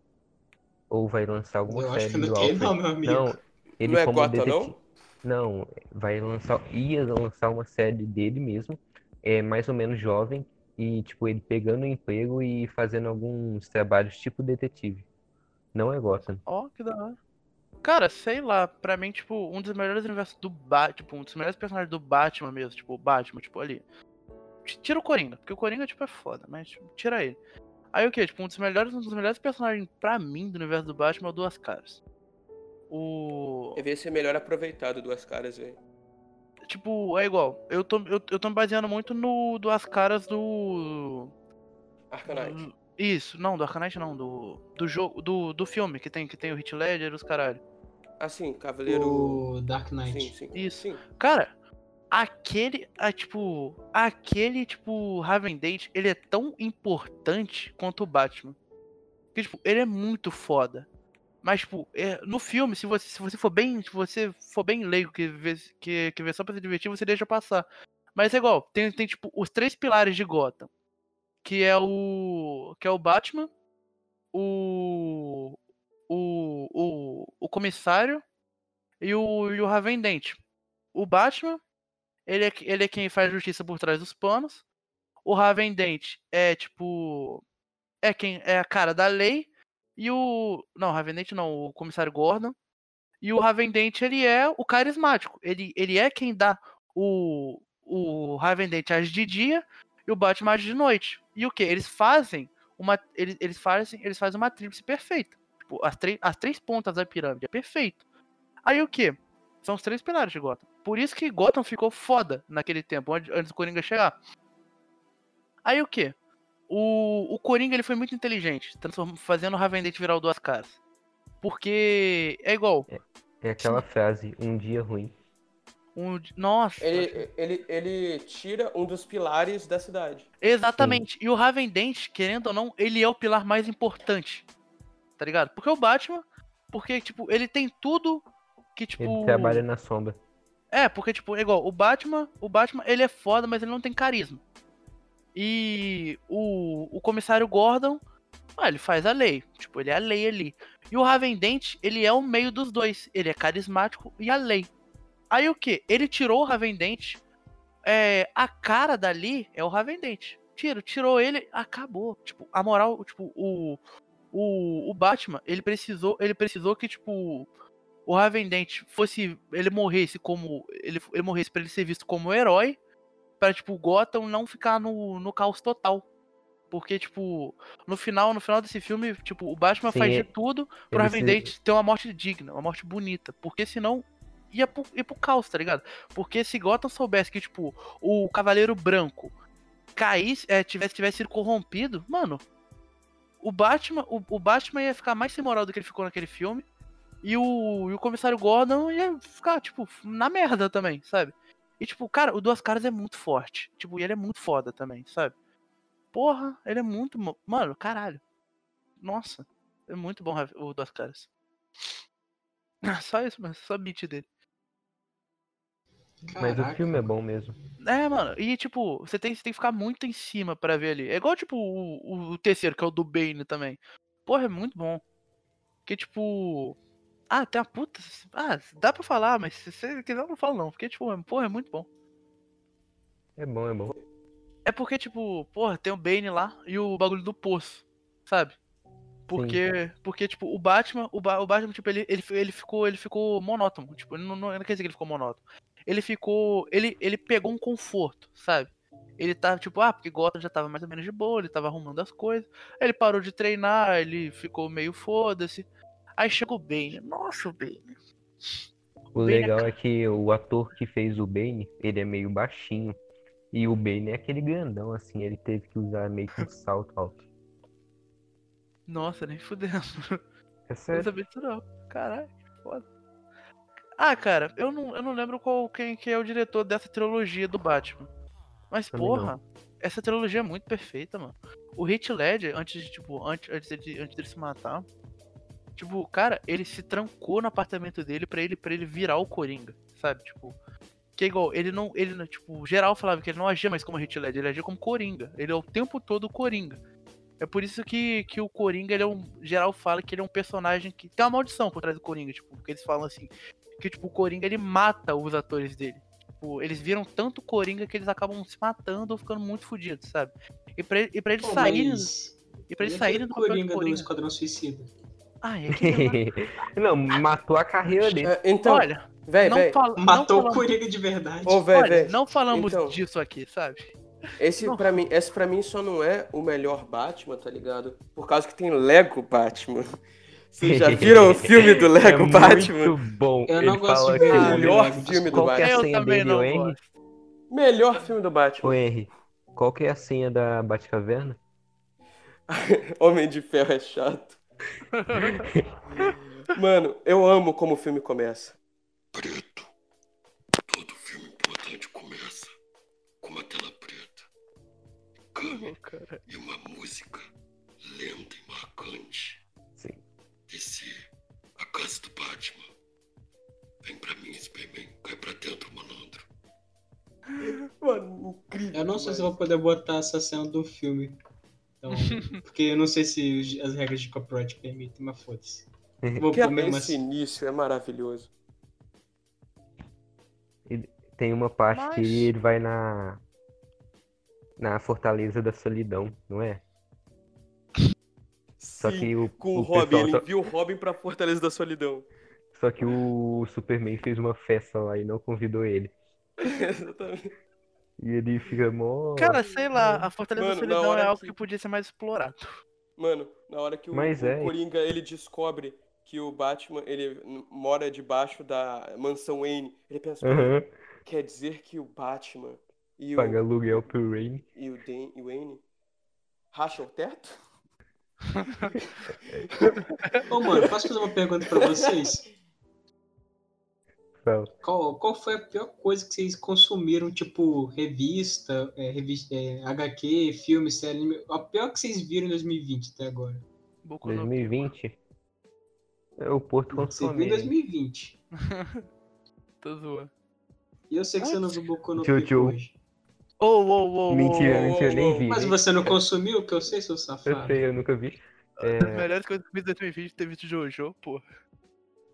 Speaker 2: Ou vai lançar alguma
Speaker 3: Eu
Speaker 2: série
Speaker 3: acho que não
Speaker 2: do
Speaker 3: tem,
Speaker 2: é Alfred?
Speaker 3: não, meu amigo.
Speaker 2: Não, ele
Speaker 4: Não é
Speaker 2: como
Speaker 4: Gotham,
Speaker 2: detetive. Não, vai lançar, ia lançar uma série dele mesmo, é mais ou menos jovem e, tipo, ele pegando um emprego e fazendo alguns trabalhos tipo detetive. Não é Gotham.
Speaker 1: Ó, que da hora. Cara, sei lá, pra mim, tipo, um dos melhores universos do Batman, tipo, um dos melhores personagens do Batman mesmo, tipo, o Batman, tipo, ali. T- Tira o Coringa, porque o Coringa, tipo, é foda, mas tipo, tira ele. Aí o que? Tipo, um dos melhores, um dos melhores personagens pra mim do universo do Batman é o Duas Caras. O.
Speaker 4: Eu vi ser melhor aproveitado duas caras, velho.
Speaker 1: Tipo, é igual. Eu tô, eu, eu tô me baseando muito no Duas Caras do.
Speaker 4: Arcanite.
Speaker 3: Hum.
Speaker 1: Do- Isso, não, do Arcanite não, do. Do jogo. Do, do filme que tem, que tem o Hit Ledger e os caralho.
Speaker 4: Ah, sim, Cavaleiro.
Speaker 3: O Dark
Speaker 4: Sim,
Speaker 3: Knight.
Speaker 4: sim.
Speaker 1: Isso.
Speaker 4: Sim.
Speaker 1: Cara, aquele. ah, tipo. Aquele, tipo, Raven Date, ele é tão importante quanto o Batman. Porque, tipo, ele é muito foda. Mas, tipo, é, no filme, se você, se você for bem. Se você for bem leigo que vê, que, que vê só pra se divertir, você deixa passar. Mas é igual, tem, tem tipo, os três pilares de Gotham. Que é o. Que é o Batman, o. O. O, o comissário e o, e o Raven Dente o Batman, ele é, ele é quem faz justiça por trás dos panos. O Raven Dent é tipo. É quem é a cara da lei. E o. Não, o Raven Dent não, o comissário Gordon. E o Raven Dent, ele é o carismático. Ele, ele é quem dá o. O Raven Dent age de dia e o Batman age de noite. E o que? Eles fazem uma. Eles, eles fazem eles fazem uma tríplice perfeita. Tipo, as, três- as três pontas da pirâmide. É perfeito. Aí o que? São os três pilares de Gotham. Por isso que Gotham ficou foda naquele tempo, onde- antes do Coringa chegar. Aí o que? O, o Coringa ele foi muito inteligente, transform- fazendo o Raven Dente virar o Duas Caras. Porque é igual.
Speaker 2: É aquela frase, um dia ruim.
Speaker 1: Um, di- nossa.
Speaker 4: Ele,
Speaker 3: é.
Speaker 4: ele, ele tira um dos pilares da cidade.
Speaker 1: Exatamente. E o Raven Dent, querendo ou não, ele é o pilar mais importante. Tá ligado? Porque o Batman, porque, tipo, ele tem tudo que, tipo.
Speaker 2: Ele trabalha na sombra.
Speaker 1: É, porque, tipo, é igual, o Batman, o Batman, ele é foda, mas ele não tem carisma. E o, o comissário Gordon, ah, ele faz a lei. Tipo, ele é a lei ali. E o Raven Dent, ele é o meio dos dois. Ele é carismático e a lei. Aí o que? Ele tirou o Raven Dent. É, a cara dali é o Raven Dent. Tiro, tirou ele, acabou. Tipo, a moral, tipo, o, o, o Batman, ele precisou, ele precisou que, tipo, o Raven Dent fosse, ele morresse como, ele, ele morresse pra ele ser visto como herói, pra, tipo, o Gotham não ficar no, no caos total. Porque, tipo, no final, no final desse filme, tipo, o Batman
Speaker 2: Sim,
Speaker 1: faz de
Speaker 2: ele-
Speaker 1: tudo pro
Speaker 2: ele
Speaker 1: Raven
Speaker 2: se-
Speaker 1: Dent ter uma morte digna, uma morte bonita. Porque senão ia pro, ia pro caos, tá ligado? Porque se Gotham soubesse que, tipo, o Cavaleiro Branco caísse, é, tivesse, tivesse sido corrompido, mano, o Batman, o, o Batman ia ficar mais sem moral do que ele ficou naquele filme. E o, e o comissário Gordon ia ficar, tipo, na merda também, sabe? E, tipo, cara, o Duas Caras é muito forte. Tipo, e ele é muito foda também, sabe? Porra, ele é muito. mo- Mano, caralho. Nossa, é muito bom o Duas Caras. Só isso, mano. Só beat dele.
Speaker 2: Mas o
Speaker 3: Caraca.
Speaker 2: filme é bom mesmo.
Speaker 1: É, mano, e tipo, você tem, você tem que ficar muito em cima pra ver ali. É igual, tipo, o, o terceiro, que é o do Bane também. Porra, é muito bom. Porque, tipo. Ah, tem uma puta. Ah, dá pra falar, mas se você quiser, eu não falo não. Porque, tipo, é- porra, é muito bom.
Speaker 2: É bom, é bom.
Speaker 1: É porque, tipo, porra, tem o Bane lá e o bagulho do poço, sabe? Porque, porque tipo, o Batman, o, Ba- o Batman, tipo, ele, ele, fi- ele ficou, ele ficou monótono, tipo, ele não, não, não quer dizer que ele ficou monótono. Ele ficou, ele, ele pegou um conforto, sabe? Ele tava, tipo, ah, porque Gotham já tava mais ou menos de boa, ele tava arrumando as coisas. Aí ele parou de treinar, ele ficou meio foda-se. Aí chegou o Bane, nossa, o Bane.
Speaker 2: O
Speaker 1: Bane é
Speaker 2: legal é que o ator que fez o Bane, ele é meio baixinho. E o Bane é aquele grandão, assim, ele teve que usar meio que um salto alto.
Speaker 1: Nossa, nem fudendo.
Speaker 2: É
Speaker 1: Não
Speaker 2: sério.
Speaker 1: sabia disso não. Caralho, que foda. Ah, cara, eu não, eu não lembro qual quem que é o diretor dessa trilogia do Batman. Mas,
Speaker 2: Também
Speaker 1: porra, essa trilogia é muito perfeita, mano. O Hit Ledger, antes de, tipo, antes, antes, de, antes dele se matar, tipo, cara, ele se trancou no apartamento dele pra ele, pra ele virar o Coringa, sabe? Tipo, que é igual, ele não, ele, não- tipo, geral falava que ele não agia mais como Hit Ledger, ele agia como Coringa. Ele é o tempo todo Coringa. É por isso que, que o Coringa, ele é um. Geral fala que ele é um personagem que. Tem uma maldição por trás do Coringa, tipo, porque eles falam assim. Que, tipo, o Coringa ele mata os atores dele. Tipo, eles viram tanto Coringa que eles acabam se matando ou ficando muito fodidos, sabe? E pra, e pra eles
Speaker 3: Pô,
Speaker 1: saírem.
Speaker 3: mas-
Speaker 1: E pra eles
Speaker 3: e aquele
Speaker 1: saírem do papel de
Speaker 3: Coringa do
Speaker 1: Coringa.
Speaker 3: Esquadrão Suicida.
Speaker 1: Ah, é que.
Speaker 2: Não, matou a carreira dele.
Speaker 4: É, então,
Speaker 1: Olha,
Speaker 4: véi,
Speaker 1: não,
Speaker 4: véi.
Speaker 1: fala- não
Speaker 3: Matou o
Speaker 1: falamos-
Speaker 3: Coringa de verdade.
Speaker 4: Ô, véi,
Speaker 1: olha,
Speaker 4: véi.
Speaker 1: não falamos
Speaker 4: Então.
Speaker 1: disso aqui, sabe?
Speaker 4: Esse
Speaker 1: Não.
Speaker 4: pra, mim, esse pra mim só não é o melhor Batman, tá ligado? Por causa que tem Lego Batman. Vocês já viram o filme do Lego
Speaker 2: é
Speaker 4: Batman?
Speaker 2: Muito bom. né?
Speaker 3: Eu não
Speaker 2: Ele
Speaker 3: gosto
Speaker 2: fala
Speaker 3: de
Speaker 2: que
Speaker 3: ver
Speaker 2: o-
Speaker 4: O melhor
Speaker 3: Lego,
Speaker 4: filme do
Speaker 2: qual que é
Speaker 4: Batman.
Speaker 2: a
Speaker 1: Eu
Speaker 2: senha
Speaker 1: também
Speaker 2: dele,
Speaker 1: não
Speaker 2: o Henry?
Speaker 1: gosto.
Speaker 4: Melhor filme do
Speaker 2: Ô
Speaker 4: Batman.
Speaker 2: Henry, qual que é a senha da Batcaverna?
Speaker 4: Homem de Ferro é chato. Mano, eu amo como o filme começa.
Speaker 5: preto. Todo filme importante começa com uma tela preta, câmera e uma música lenta e marcante.
Speaker 2: Sim.
Speaker 5: Descer a casa do Batman. Vem pra mim, Superman. Cai pra dentro, malandro.
Speaker 4: Mano, incrível.
Speaker 3: Eu não sei
Speaker 4: demais.
Speaker 3: se eu vou poder botar essa cena do filme. Então, porque eu não sei se os- as regras de copyright permitem, mas foda-se. Vou
Speaker 4: Que
Speaker 3: pôr mesmo
Speaker 4: esse
Speaker 3: assim.
Speaker 4: início é maravilhoso.
Speaker 2: Tem uma parte
Speaker 1: Mas-
Speaker 2: que ele vai na. Na Fortaleza da Solidão, não é? Só
Speaker 4: Sim,
Speaker 2: que o,
Speaker 4: com o,
Speaker 2: o
Speaker 4: Robin,
Speaker 2: pessoal tá
Speaker 4: ele
Speaker 2: só-
Speaker 4: envia o Robin pra Fortaleza da Solidão.
Speaker 2: Só que o Superman fez uma festa lá e não convidou ele.
Speaker 4: Exatamente.
Speaker 2: E ele fica mó.
Speaker 1: Cara, sei lá, a Fortaleza
Speaker 4: Mano,
Speaker 1: da
Speaker 4: na
Speaker 1: Solidão é
Speaker 4: hora
Speaker 1: algo
Speaker 4: que-
Speaker 1: que podia ser mais explorado.
Speaker 4: Mano, na hora que o,
Speaker 2: Mas
Speaker 4: o
Speaker 2: é.
Speaker 4: Coringa ele descobre que o Batman ele n- mora debaixo da mansão Wayne, ele pensa,
Speaker 2: Aham,
Speaker 4: quer dizer que o Batman e
Speaker 2: Paga
Speaker 4: o,
Speaker 2: aluguel pro Rain.
Speaker 4: e o, Dan, e o Wayne racham o teto?
Speaker 3: Ô, mano, posso fazer uma pergunta pra vocês?
Speaker 2: Fala.
Speaker 3: Qual, qual foi a pior coisa que vocês consumiram? Tipo, revista, é, revista é, HQ, filme, série, anime. A pior que vocês viram em 2020 até agora.
Speaker 1: Boku no-
Speaker 2: 2020. É, O Porto
Speaker 3: Você viu em
Speaker 2: consome. hein?
Speaker 3: 2020.
Speaker 1: Tô tá zoando.
Speaker 3: E eu sei que você não viu Boku no
Speaker 2: Jojo.
Speaker 3: Pico hoje.
Speaker 1: Ou, ou, ou.
Speaker 2: Mentira,
Speaker 4: Oh,
Speaker 2: mentira,
Speaker 4: oh,
Speaker 2: nem
Speaker 4: oh.
Speaker 2: vi.
Speaker 3: Mas
Speaker 2: nem-
Speaker 3: você não consumiu, que eu sei, seu
Speaker 2: Eu
Speaker 3: safado.
Speaker 2: sei, eu nunca vi.
Speaker 1: Uma das melhores coisas que eu fiz em 2020 ter visto Jojo, pô.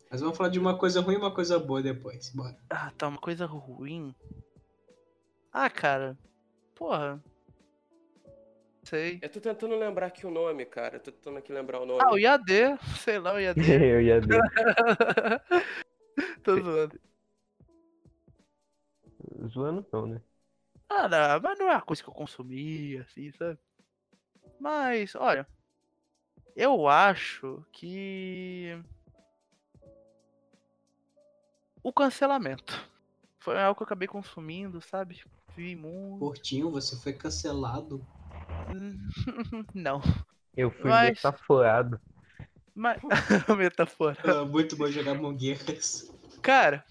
Speaker 3: Mas vamos falar de uma coisa ruim e uma coisa boa depois. Bora.
Speaker 1: Ah, tá, uma coisa ruim. Ah, cara. Porra. Sei.
Speaker 4: Eu tô tentando lembrar aqui o nome, cara. Eu tô tentando aqui lembrar o nome.
Speaker 1: Ah, o IAD. Sei lá, o IAD.
Speaker 2: Eu ia ver.
Speaker 1: Tô zoando.
Speaker 2: Zoando não, né?
Speaker 1: Ah, não, mas não é uma coisa que eu consumi, assim, sabe? Mas, olha. Eu acho que. O cancelamento. Foi algo que eu acabei consumindo, sabe? Vi muito.
Speaker 3: Portinho, você foi cancelado.
Speaker 1: Não.
Speaker 2: Eu fui
Speaker 1: Mas-
Speaker 2: metaforado.
Speaker 1: Mas. Metafora.
Speaker 3: Ah, muito bom jogar Mongueiras.
Speaker 1: Cara,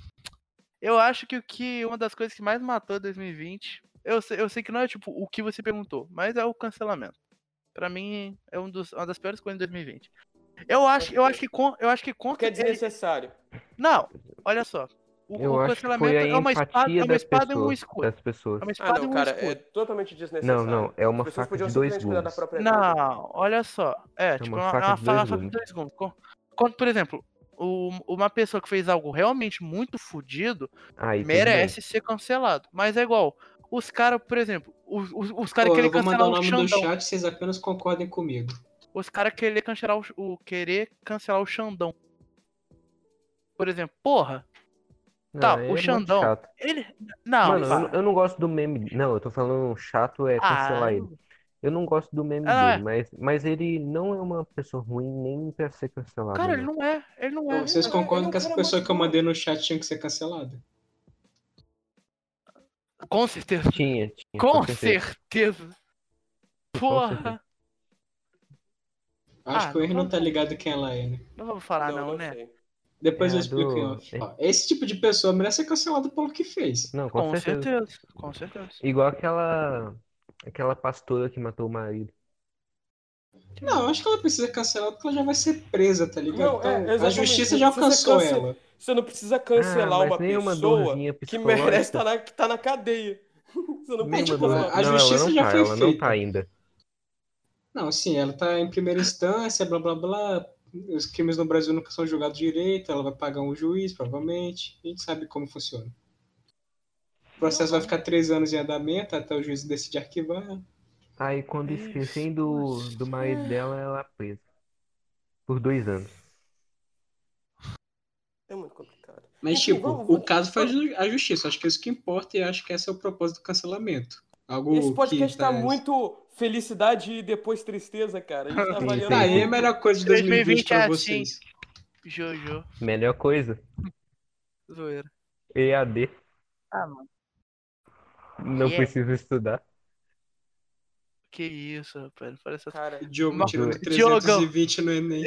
Speaker 1: eu acho que o que uma das coisas que mais matou 2020, eu sei, eu sei que não é tipo o que você perguntou, mas é o cancelamento. Pra mim é um dos- uma das piores coisas de 2020. Eu acho, eu acho que com, eu acho que
Speaker 4: Porque
Speaker 1: contra
Speaker 4: é
Speaker 1: ele-
Speaker 4: desnecessário.
Speaker 1: Não, olha só. O,
Speaker 2: Eu
Speaker 1: o
Speaker 2: acho que
Speaker 1: cancelamento
Speaker 2: foi a
Speaker 1: é uma espada,
Speaker 2: empatia
Speaker 1: é uma
Speaker 2: das
Speaker 1: espada e um
Speaker 2: pessoas.
Speaker 1: escudo.
Speaker 2: Das pessoas.
Speaker 1: É uma
Speaker 4: Ah,
Speaker 1: espada
Speaker 4: não,
Speaker 1: e um
Speaker 4: cara, é
Speaker 1: escudo.
Speaker 4: totalmente
Speaker 2: Não,
Speaker 4: desnecessário.
Speaker 2: não, é uma
Speaker 4: As pessoas
Speaker 2: faca
Speaker 4: podiam
Speaker 2: de dois
Speaker 4: simplesmente cuidar da
Speaker 2: gumes.
Speaker 4: própria vida.
Speaker 1: Não, olha só. É, tipo,
Speaker 2: uma
Speaker 1: é uma, é
Speaker 2: faca
Speaker 1: uma
Speaker 2: de
Speaker 1: fa-
Speaker 2: dois
Speaker 1: faca de
Speaker 2: gumes.
Speaker 1: dois gumes. Co- Quando, por exemplo, o- uma pessoa que fez algo realmente muito fodido,
Speaker 2: Aí, tudo bem.
Speaker 1: merece ser cancelado. Mas é igual, os caras, por exemplo, os, os, os caras
Speaker 3: Pô,
Speaker 1: querem
Speaker 3: eu vou mandar
Speaker 1: cancelar
Speaker 3: o
Speaker 1: o
Speaker 3: nome do
Speaker 1: Xandão.
Speaker 3: chat, vocês apenas concordem comigo.
Speaker 1: Os caras querer cancelar o, o querer cancelar o Xandão. Por exemplo, porra,
Speaker 2: Não,
Speaker 1: Tá,
Speaker 2: é
Speaker 1: o
Speaker 2: muito
Speaker 1: Xandão.
Speaker 2: chato.
Speaker 1: ele não,
Speaker 2: Mano, eu,
Speaker 1: para.
Speaker 2: não- eu não gosto do meme. Não, eu tô falando chato é
Speaker 1: Ah,
Speaker 2: cancelar ele. Eu não gosto do meme
Speaker 1: Ah,
Speaker 2: dele, mas, mas ele não é uma pessoa ruim nem pra ser cancelado.
Speaker 1: cara, ele
Speaker 2: né?
Speaker 1: não é, ele não é.
Speaker 3: Pô, vocês
Speaker 4: eu-
Speaker 3: concordam
Speaker 4: eu
Speaker 3: que essa
Speaker 4: quero
Speaker 3: pessoa
Speaker 4: mais
Speaker 3: que eu
Speaker 4: não.
Speaker 3: mandei no chat tinha que ser cancelada?
Speaker 1: Com certeza,
Speaker 2: Tinha, tinha,
Speaker 1: com certeza. Porra,
Speaker 3: Eu Acho
Speaker 1: Ah,
Speaker 3: que o Henry
Speaker 1: não
Speaker 3: não tá ligado quem ela é, né?
Speaker 1: não vamos falar não, né?
Speaker 4: sei.
Speaker 3: Depois
Speaker 2: É
Speaker 3: eu
Speaker 2: a
Speaker 3: explico
Speaker 2: do-
Speaker 3: em off. Ó, esse tipo de pessoa merece ser cancelada pelo que fez.
Speaker 2: Não, com
Speaker 1: Com
Speaker 2: certeza.
Speaker 1: certeza, com certeza.
Speaker 2: Igual aquela aquela pastora que matou o marido.
Speaker 3: Não, eu acho que ela precisa cancelar porque ela já vai ser presa, tá ligado?
Speaker 4: Não, é,
Speaker 3: Então, a
Speaker 4: exatamente.
Speaker 3: justiça já
Speaker 4: Você
Speaker 3: alcançou
Speaker 4: cancela-
Speaker 3: ela.
Speaker 4: Você não precisa cancelar
Speaker 2: Ah, mas
Speaker 4: uma
Speaker 2: nem uma
Speaker 4: pessoa
Speaker 2: dorzinha
Speaker 4: que
Speaker 2: psicológica.
Speaker 4: merece estar na, que tá na cadeia. Você não
Speaker 2: Nem
Speaker 4: pode
Speaker 2: uma
Speaker 3: tipo,
Speaker 2: dor-
Speaker 3: a
Speaker 2: Não, ela
Speaker 3: justiça
Speaker 2: não
Speaker 3: já
Speaker 2: tá,
Speaker 3: foi
Speaker 2: ela não
Speaker 3: feita.
Speaker 2: tá ainda.
Speaker 3: Não, sim, ela tá em primeira instância, blá blá blá. Os crimes no Brasil nunca são julgados direito, ela vai pagar um juiz, provavelmente. A gente sabe como funciona. O processo vai ficar três anos em andamento até o juiz decidir arquivar.
Speaker 2: Aí quando esquecem do, do marido dela, ela é presa. Por dois anos.
Speaker 4: É muito complicado.
Speaker 3: Mas,
Speaker 4: Enfim,
Speaker 3: tipo,
Speaker 4: É, vamos-
Speaker 3: o caso faz ju- a justiça. Acho que é isso que importa e acho que esse é o propósito do cancelamento. Algo
Speaker 4: Esse podcast
Speaker 3: que
Speaker 4: tá muito felicidade e depois tristeza, cara. A gente tá
Speaker 2: Sim,
Speaker 4: avaliando.
Speaker 3: Tá aí a melhor coisa de 2020
Speaker 1: 2020 é
Speaker 3: pra
Speaker 1: assim.
Speaker 3: vocês.
Speaker 1: Jojo.
Speaker 2: Melhor coisa,
Speaker 1: Zoeira.
Speaker 2: EAD.
Speaker 1: Ah, mano. é.
Speaker 2: Não
Speaker 1: Yeah.
Speaker 2: precisa estudar.
Speaker 1: Que isso, rapaz. Não parece essa...
Speaker 2: assim.
Speaker 4: Cara.
Speaker 3: Diogo
Speaker 1: Mas-
Speaker 3: tirando
Speaker 1: Diogão.
Speaker 3: 320 no Enem.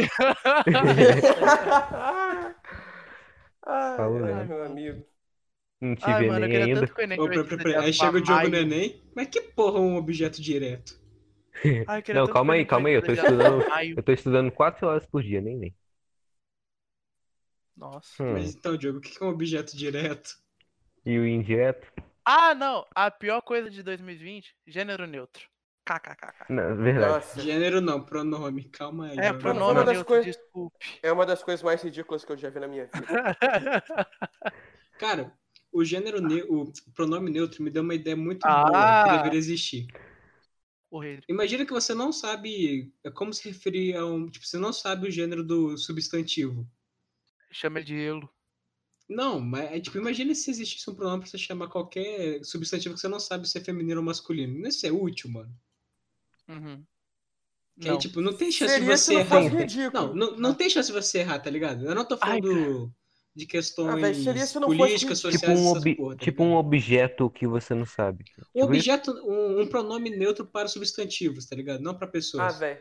Speaker 4: ai,
Speaker 2: Falou,
Speaker 4: ai,
Speaker 2: né?
Speaker 4: meu amigo.
Speaker 2: Não tive
Speaker 1: Ai,
Speaker 2: nem
Speaker 1: mano, eu queria
Speaker 2: ainda.
Speaker 1: tanto que o Enem
Speaker 3: Ô, pera,
Speaker 1: tivesse
Speaker 3: pera, pera.
Speaker 1: desenhado
Speaker 3: Aí chega o
Speaker 1: uma
Speaker 3: Diogo no
Speaker 1: Maia.
Speaker 3: Enem. Mas que porra é um objeto direto?
Speaker 1: Ai, eu queria
Speaker 2: Não,
Speaker 1: tanto tá
Speaker 2: calma
Speaker 1: que o
Speaker 2: aí,
Speaker 1: Enem
Speaker 2: calma aí, eu tô
Speaker 1: tivesse desenhado
Speaker 2: estudando.
Speaker 1: uma Maia.
Speaker 2: Eu tô estudando quatro horas por dia, nem nem.
Speaker 1: Nossa.
Speaker 2: Hum.
Speaker 3: Mas então, Diogo, o que que é um objeto direto?
Speaker 2: E o indireto?
Speaker 1: Ah, não! A pior coisa de 2020, gênero neutro. KKKK.
Speaker 2: Não, verdade.
Speaker 4: Nossa.
Speaker 3: Gênero não, pronome. Calma aí.
Speaker 1: É,
Speaker 3: Diogo.
Speaker 4: Mano, foi
Speaker 1: pronome
Speaker 4: uma das
Speaker 1: neutro,
Speaker 4: coisas-
Speaker 1: desculpe.
Speaker 4: É uma das coisas mais ridículas que eu já vi na minha vida.
Speaker 3: Cara, o gênero ne- o pronome neutro me deu uma ideia muito
Speaker 1: Ah.
Speaker 3: boa que deveria existir.
Speaker 1: O rei.
Speaker 3: Imagina que você não sabe é como se referir a um. Tipo, você não sabe o gênero do substantivo.
Speaker 1: Chama ele de elo.
Speaker 3: Não, mas é, tipo, imagina se existisse um pronome pra você chamar qualquer substantivo que você não sabe se é feminino ou masculino. Isso é útil, mano.
Speaker 1: Uhum.
Speaker 3: Que aí,
Speaker 1: Não.
Speaker 3: tipo, não tem chance de
Speaker 4: Seria se
Speaker 3: você
Speaker 4: não fosse
Speaker 3: errar.
Speaker 4: ridículo.
Speaker 3: Não, não, não tem chance de você errar, tá ligado? Eu não tô
Speaker 1: Ai,
Speaker 3: falando de
Speaker 4: Ah,
Speaker 3: questões
Speaker 4: velho, seria se não fosse
Speaker 3: políticas,
Speaker 4: ridículo.
Speaker 3: sociais,
Speaker 2: Tipo um,
Speaker 3: essas
Speaker 2: ob-
Speaker 3: porra, tá
Speaker 2: tipo
Speaker 3: ligado?
Speaker 2: um objeto que você não sabe.
Speaker 3: um
Speaker 2: tipo isso?
Speaker 3: objeto, um, um pronome neutro para substantivos, tá ligado? Não pra
Speaker 4: Ah,
Speaker 3: pessoas.
Speaker 4: velho.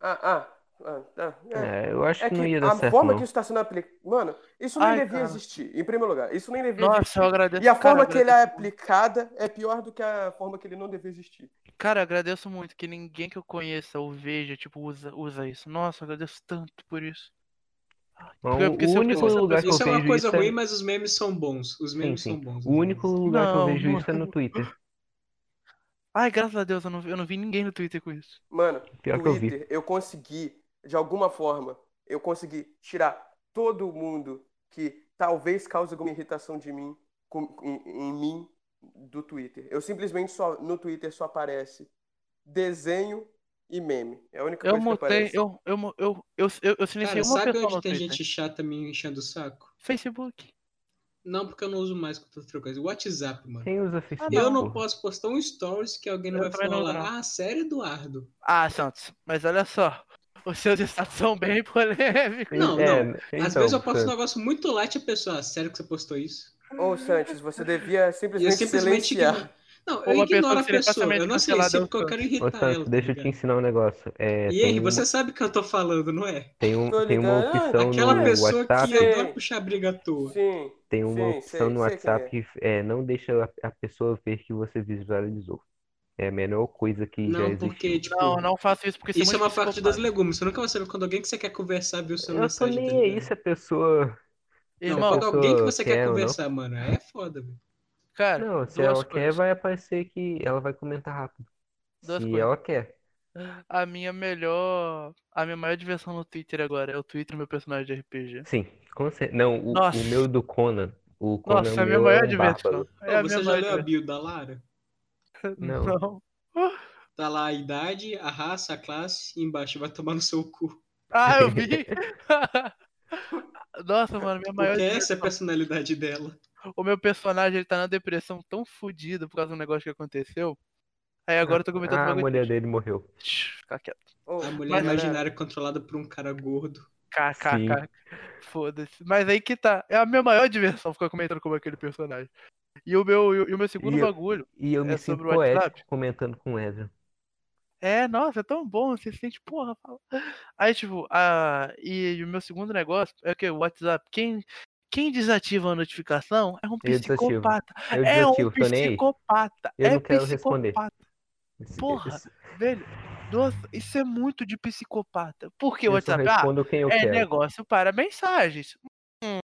Speaker 4: Ah, ah, ah, ah, é.
Speaker 2: É, eu acho
Speaker 4: É
Speaker 2: que não
Speaker 4: que
Speaker 2: ia
Speaker 4: a
Speaker 2: dar certo,
Speaker 4: forma
Speaker 2: não.
Speaker 4: que isso tá sendo aplicado. Mano, isso nem
Speaker 1: Ai,
Speaker 4: devia
Speaker 1: cara.
Speaker 4: existir, em primeiro lugar. Isso nem devia
Speaker 1: Nossa, eu agradeço.
Speaker 4: existir. E a
Speaker 1: cara,
Speaker 4: forma
Speaker 1: eu
Speaker 4: que ele é
Speaker 1: agradeço muito.
Speaker 4: aplicada é pior do que a forma que ele não devia existir.
Speaker 1: Cara, eu agradeço muito que ninguém que eu conheça ou veja, tipo, usa, usa isso. Nossa, eu agradeço tanto por isso.
Speaker 2: Não,
Speaker 1: É porque se
Speaker 2: um, o
Speaker 1: eu
Speaker 2: único
Speaker 1: fosse essa
Speaker 2: lugar que eu
Speaker 3: Isso é uma
Speaker 2: vejo
Speaker 3: coisa
Speaker 2: isso é-
Speaker 3: ruim, mas os memes são bons. Os
Speaker 2: Sim,
Speaker 3: memes
Speaker 2: sim.
Speaker 3: são bons. os
Speaker 2: O único
Speaker 3: memes.
Speaker 2: lugar que eu
Speaker 1: Não,
Speaker 2: vejo
Speaker 1: não.
Speaker 2: isso é no Twitter.
Speaker 1: Ai, graças a Deus, eu não, vi- eu não vi ninguém no Twitter com isso.
Speaker 4: Mano,
Speaker 2: Pior que eu vi.
Speaker 4: Twitter, eu consegui, de alguma forma, eu consegui tirar todo mundo que talvez cause alguma irritação de mim, com- em, em mim, do Twitter. Eu simplesmente só, no Twitter só aparece desenho e meme. É a única
Speaker 1: Eu
Speaker 4: coisa que
Speaker 1: montei,
Speaker 4: aparece.
Speaker 1: eu, eu, mo- eu, eu, eu, eu silenciei
Speaker 3: Cara,
Speaker 1: uma
Speaker 3: sabe
Speaker 1: pessoa
Speaker 3: onde
Speaker 1: no
Speaker 3: tem
Speaker 1: Twitter.
Speaker 3: gente chata me enchendo o saco?
Speaker 1: Facebook.
Speaker 3: Não, porque eu não uso mais com outra coisa. WhatsApp, mano.
Speaker 2: Quem usa Facebook?
Speaker 3: eu
Speaker 2: porra?
Speaker 3: Ah, não posso postar um stories que alguém não
Speaker 1: Eu
Speaker 3: vai
Speaker 1: também
Speaker 3: falar
Speaker 1: não uso,
Speaker 3: lá. Ah, sério, Eduardo?
Speaker 1: Ah, Santos, mas olha só. Os seus estados são bem polêmicos.
Speaker 3: Não,
Speaker 2: É,
Speaker 3: não. Às
Speaker 2: então,
Speaker 3: vezes eu posto um
Speaker 2: Sam,
Speaker 3: negócio muito light e a pessoa, ah, sério que você postou isso?
Speaker 4: Ô, Sanches, você devia
Speaker 3: E eu
Speaker 4: simplesmente,
Speaker 3: simplesmente.
Speaker 4: silenciar.
Speaker 3: ignoro. Não,
Speaker 1: Ou
Speaker 3: eu
Speaker 1: uma
Speaker 3: ignoro
Speaker 1: pessoa
Speaker 3: a
Speaker 1: que seria
Speaker 3: pessoa. Eu
Speaker 1: facilmente
Speaker 3: não sei
Speaker 1: cancelada
Speaker 3: sempre
Speaker 1: ao
Speaker 3: que eu quero
Speaker 2: ô,
Speaker 3: irritar
Speaker 2: Santos,
Speaker 3: ela. tá
Speaker 2: deixa eu te
Speaker 3: ligado?
Speaker 2: ensinar um negócio. É,
Speaker 3: E aí,
Speaker 2: tem,
Speaker 3: você sabe o que eu tô falando, não é?
Speaker 2: tem, um,
Speaker 4: Tô
Speaker 2: tem uma
Speaker 4: ligado. Ah,
Speaker 2: opção
Speaker 3: Aquela
Speaker 2: no
Speaker 3: pessoa
Speaker 2: WhatsApp.
Speaker 3: que adora puxar briga à toa.
Speaker 4: Sim.
Speaker 2: Tem uma
Speaker 4: Sim,
Speaker 2: opção
Speaker 4: sei-
Speaker 2: no
Speaker 4: sei quem
Speaker 2: WhatsApp que é, não deixa a, a pessoa ver que você visualizou. É a menor coisa que já
Speaker 3: Não,
Speaker 2: existe.
Speaker 3: porque, tipo.
Speaker 1: Não, não faço isso porque
Speaker 3: Isso é uma parte
Speaker 1: parte
Speaker 3: dos legumes. Você nunca vai saber quando alguém que você quer conversar viu sua
Speaker 2: Eu tô
Speaker 3: mensagem.
Speaker 2: nem
Speaker 3: tá
Speaker 2: aí
Speaker 3: ligado?
Speaker 2: se a pessoa.
Speaker 3: Não,
Speaker 1: Irmão,
Speaker 3: quando alguém que
Speaker 2: pessoa
Speaker 3: você quer
Speaker 2: quer ou não.
Speaker 3: conversar, mano, aí é foda, velho.
Speaker 1: cara,
Speaker 2: Não, se
Speaker 1: duas
Speaker 2: ela quer,
Speaker 1: coisas.
Speaker 2: vai aparecer que ela vai comentar rápido.
Speaker 1: Duas
Speaker 2: se
Speaker 1: coisas.
Speaker 2: ela quer.
Speaker 1: A minha melhor. A minha maior diversão no Twitter agora é o Twitter, meu personagem de RPG.
Speaker 2: Sim, com certeza. Não, o,
Speaker 1: Nossa.
Speaker 2: o meu do Conan. O Conan
Speaker 1: Nossa,
Speaker 2: o
Speaker 1: é a minha
Speaker 2: meu
Speaker 1: maior
Speaker 2: é um bárbaro.
Speaker 1: diversão. É a minha
Speaker 3: Pô,
Speaker 1: maior
Speaker 3: você já leu a
Speaker 1: diversão.
Speaker 3: bio da Lara?
Speaker 2: Não.
Speaker 3: Tá lá a idade, a raça, a classe, e embaixo vai tomar no seu cu.
Speaker 1: Ah, eu vi! Nossa, mano, minha maior.
Speaker 3: Porque essa é a
Speaker 1: diversão.
Speaker 3: personalidade dela.
Speaker 1: O meu personagem ele tá na depressão tão fodido por causa do negócio que aconteceu. Aí agora eu tô comentando
Speaker 2: Ah, a
Speaker 1: bagulho-
Speaker 2: mulher dele morreu.
Speaker 1: Shhh, Fica quieto.
Speaker 4: Ô,
Speaker 3: A mulher
Speaker 1: Mas,
Speaker 3: imaginária controlada por um cara gordo.
Speaker 1: KKK. Foda-se. Mas aí que tá. É a minha maior diversão ficar comentando como é aquele personagem. E o meu, e o- e o meu segundo
Speaker 2: E eu-
Speaker 1: bagulho.
Speaker 2: E eu
Speaker 1: É
Speaker 2: me sinto
Speaker 1: sobre o WhatsApp?
Speaker 2: poético comentando com o Ezra.
Speaker 1: É, nossa, é tão bom, você se sente, porra, fala. Aí, tipo, a... e o meu segundo negócio é que o WhatsApp, quem, quem desativa a notificação é um
Speaker 2: Eu desativo.
Speaker 1: psicopata.
Speaker 2: Eu
Speaker 1: é um
Speaker 2: desativo, tô nem aí.
Speaker 1: psicopata.
Speaker 2: Eu
Speaker 1: é
Speaker 2: não quero responder.
Speaker 1: psicopata. Porra, Velho, nossa, isso é muito de psicopata. Por que o
Speaker 2: eu só
Speaker 1: WhatsApp? Ah,
Speaker 2: respondo quem eu
Speaker 1: é
Speaker 2: quero.
Speaker 1: negócio para mensagens. Hum,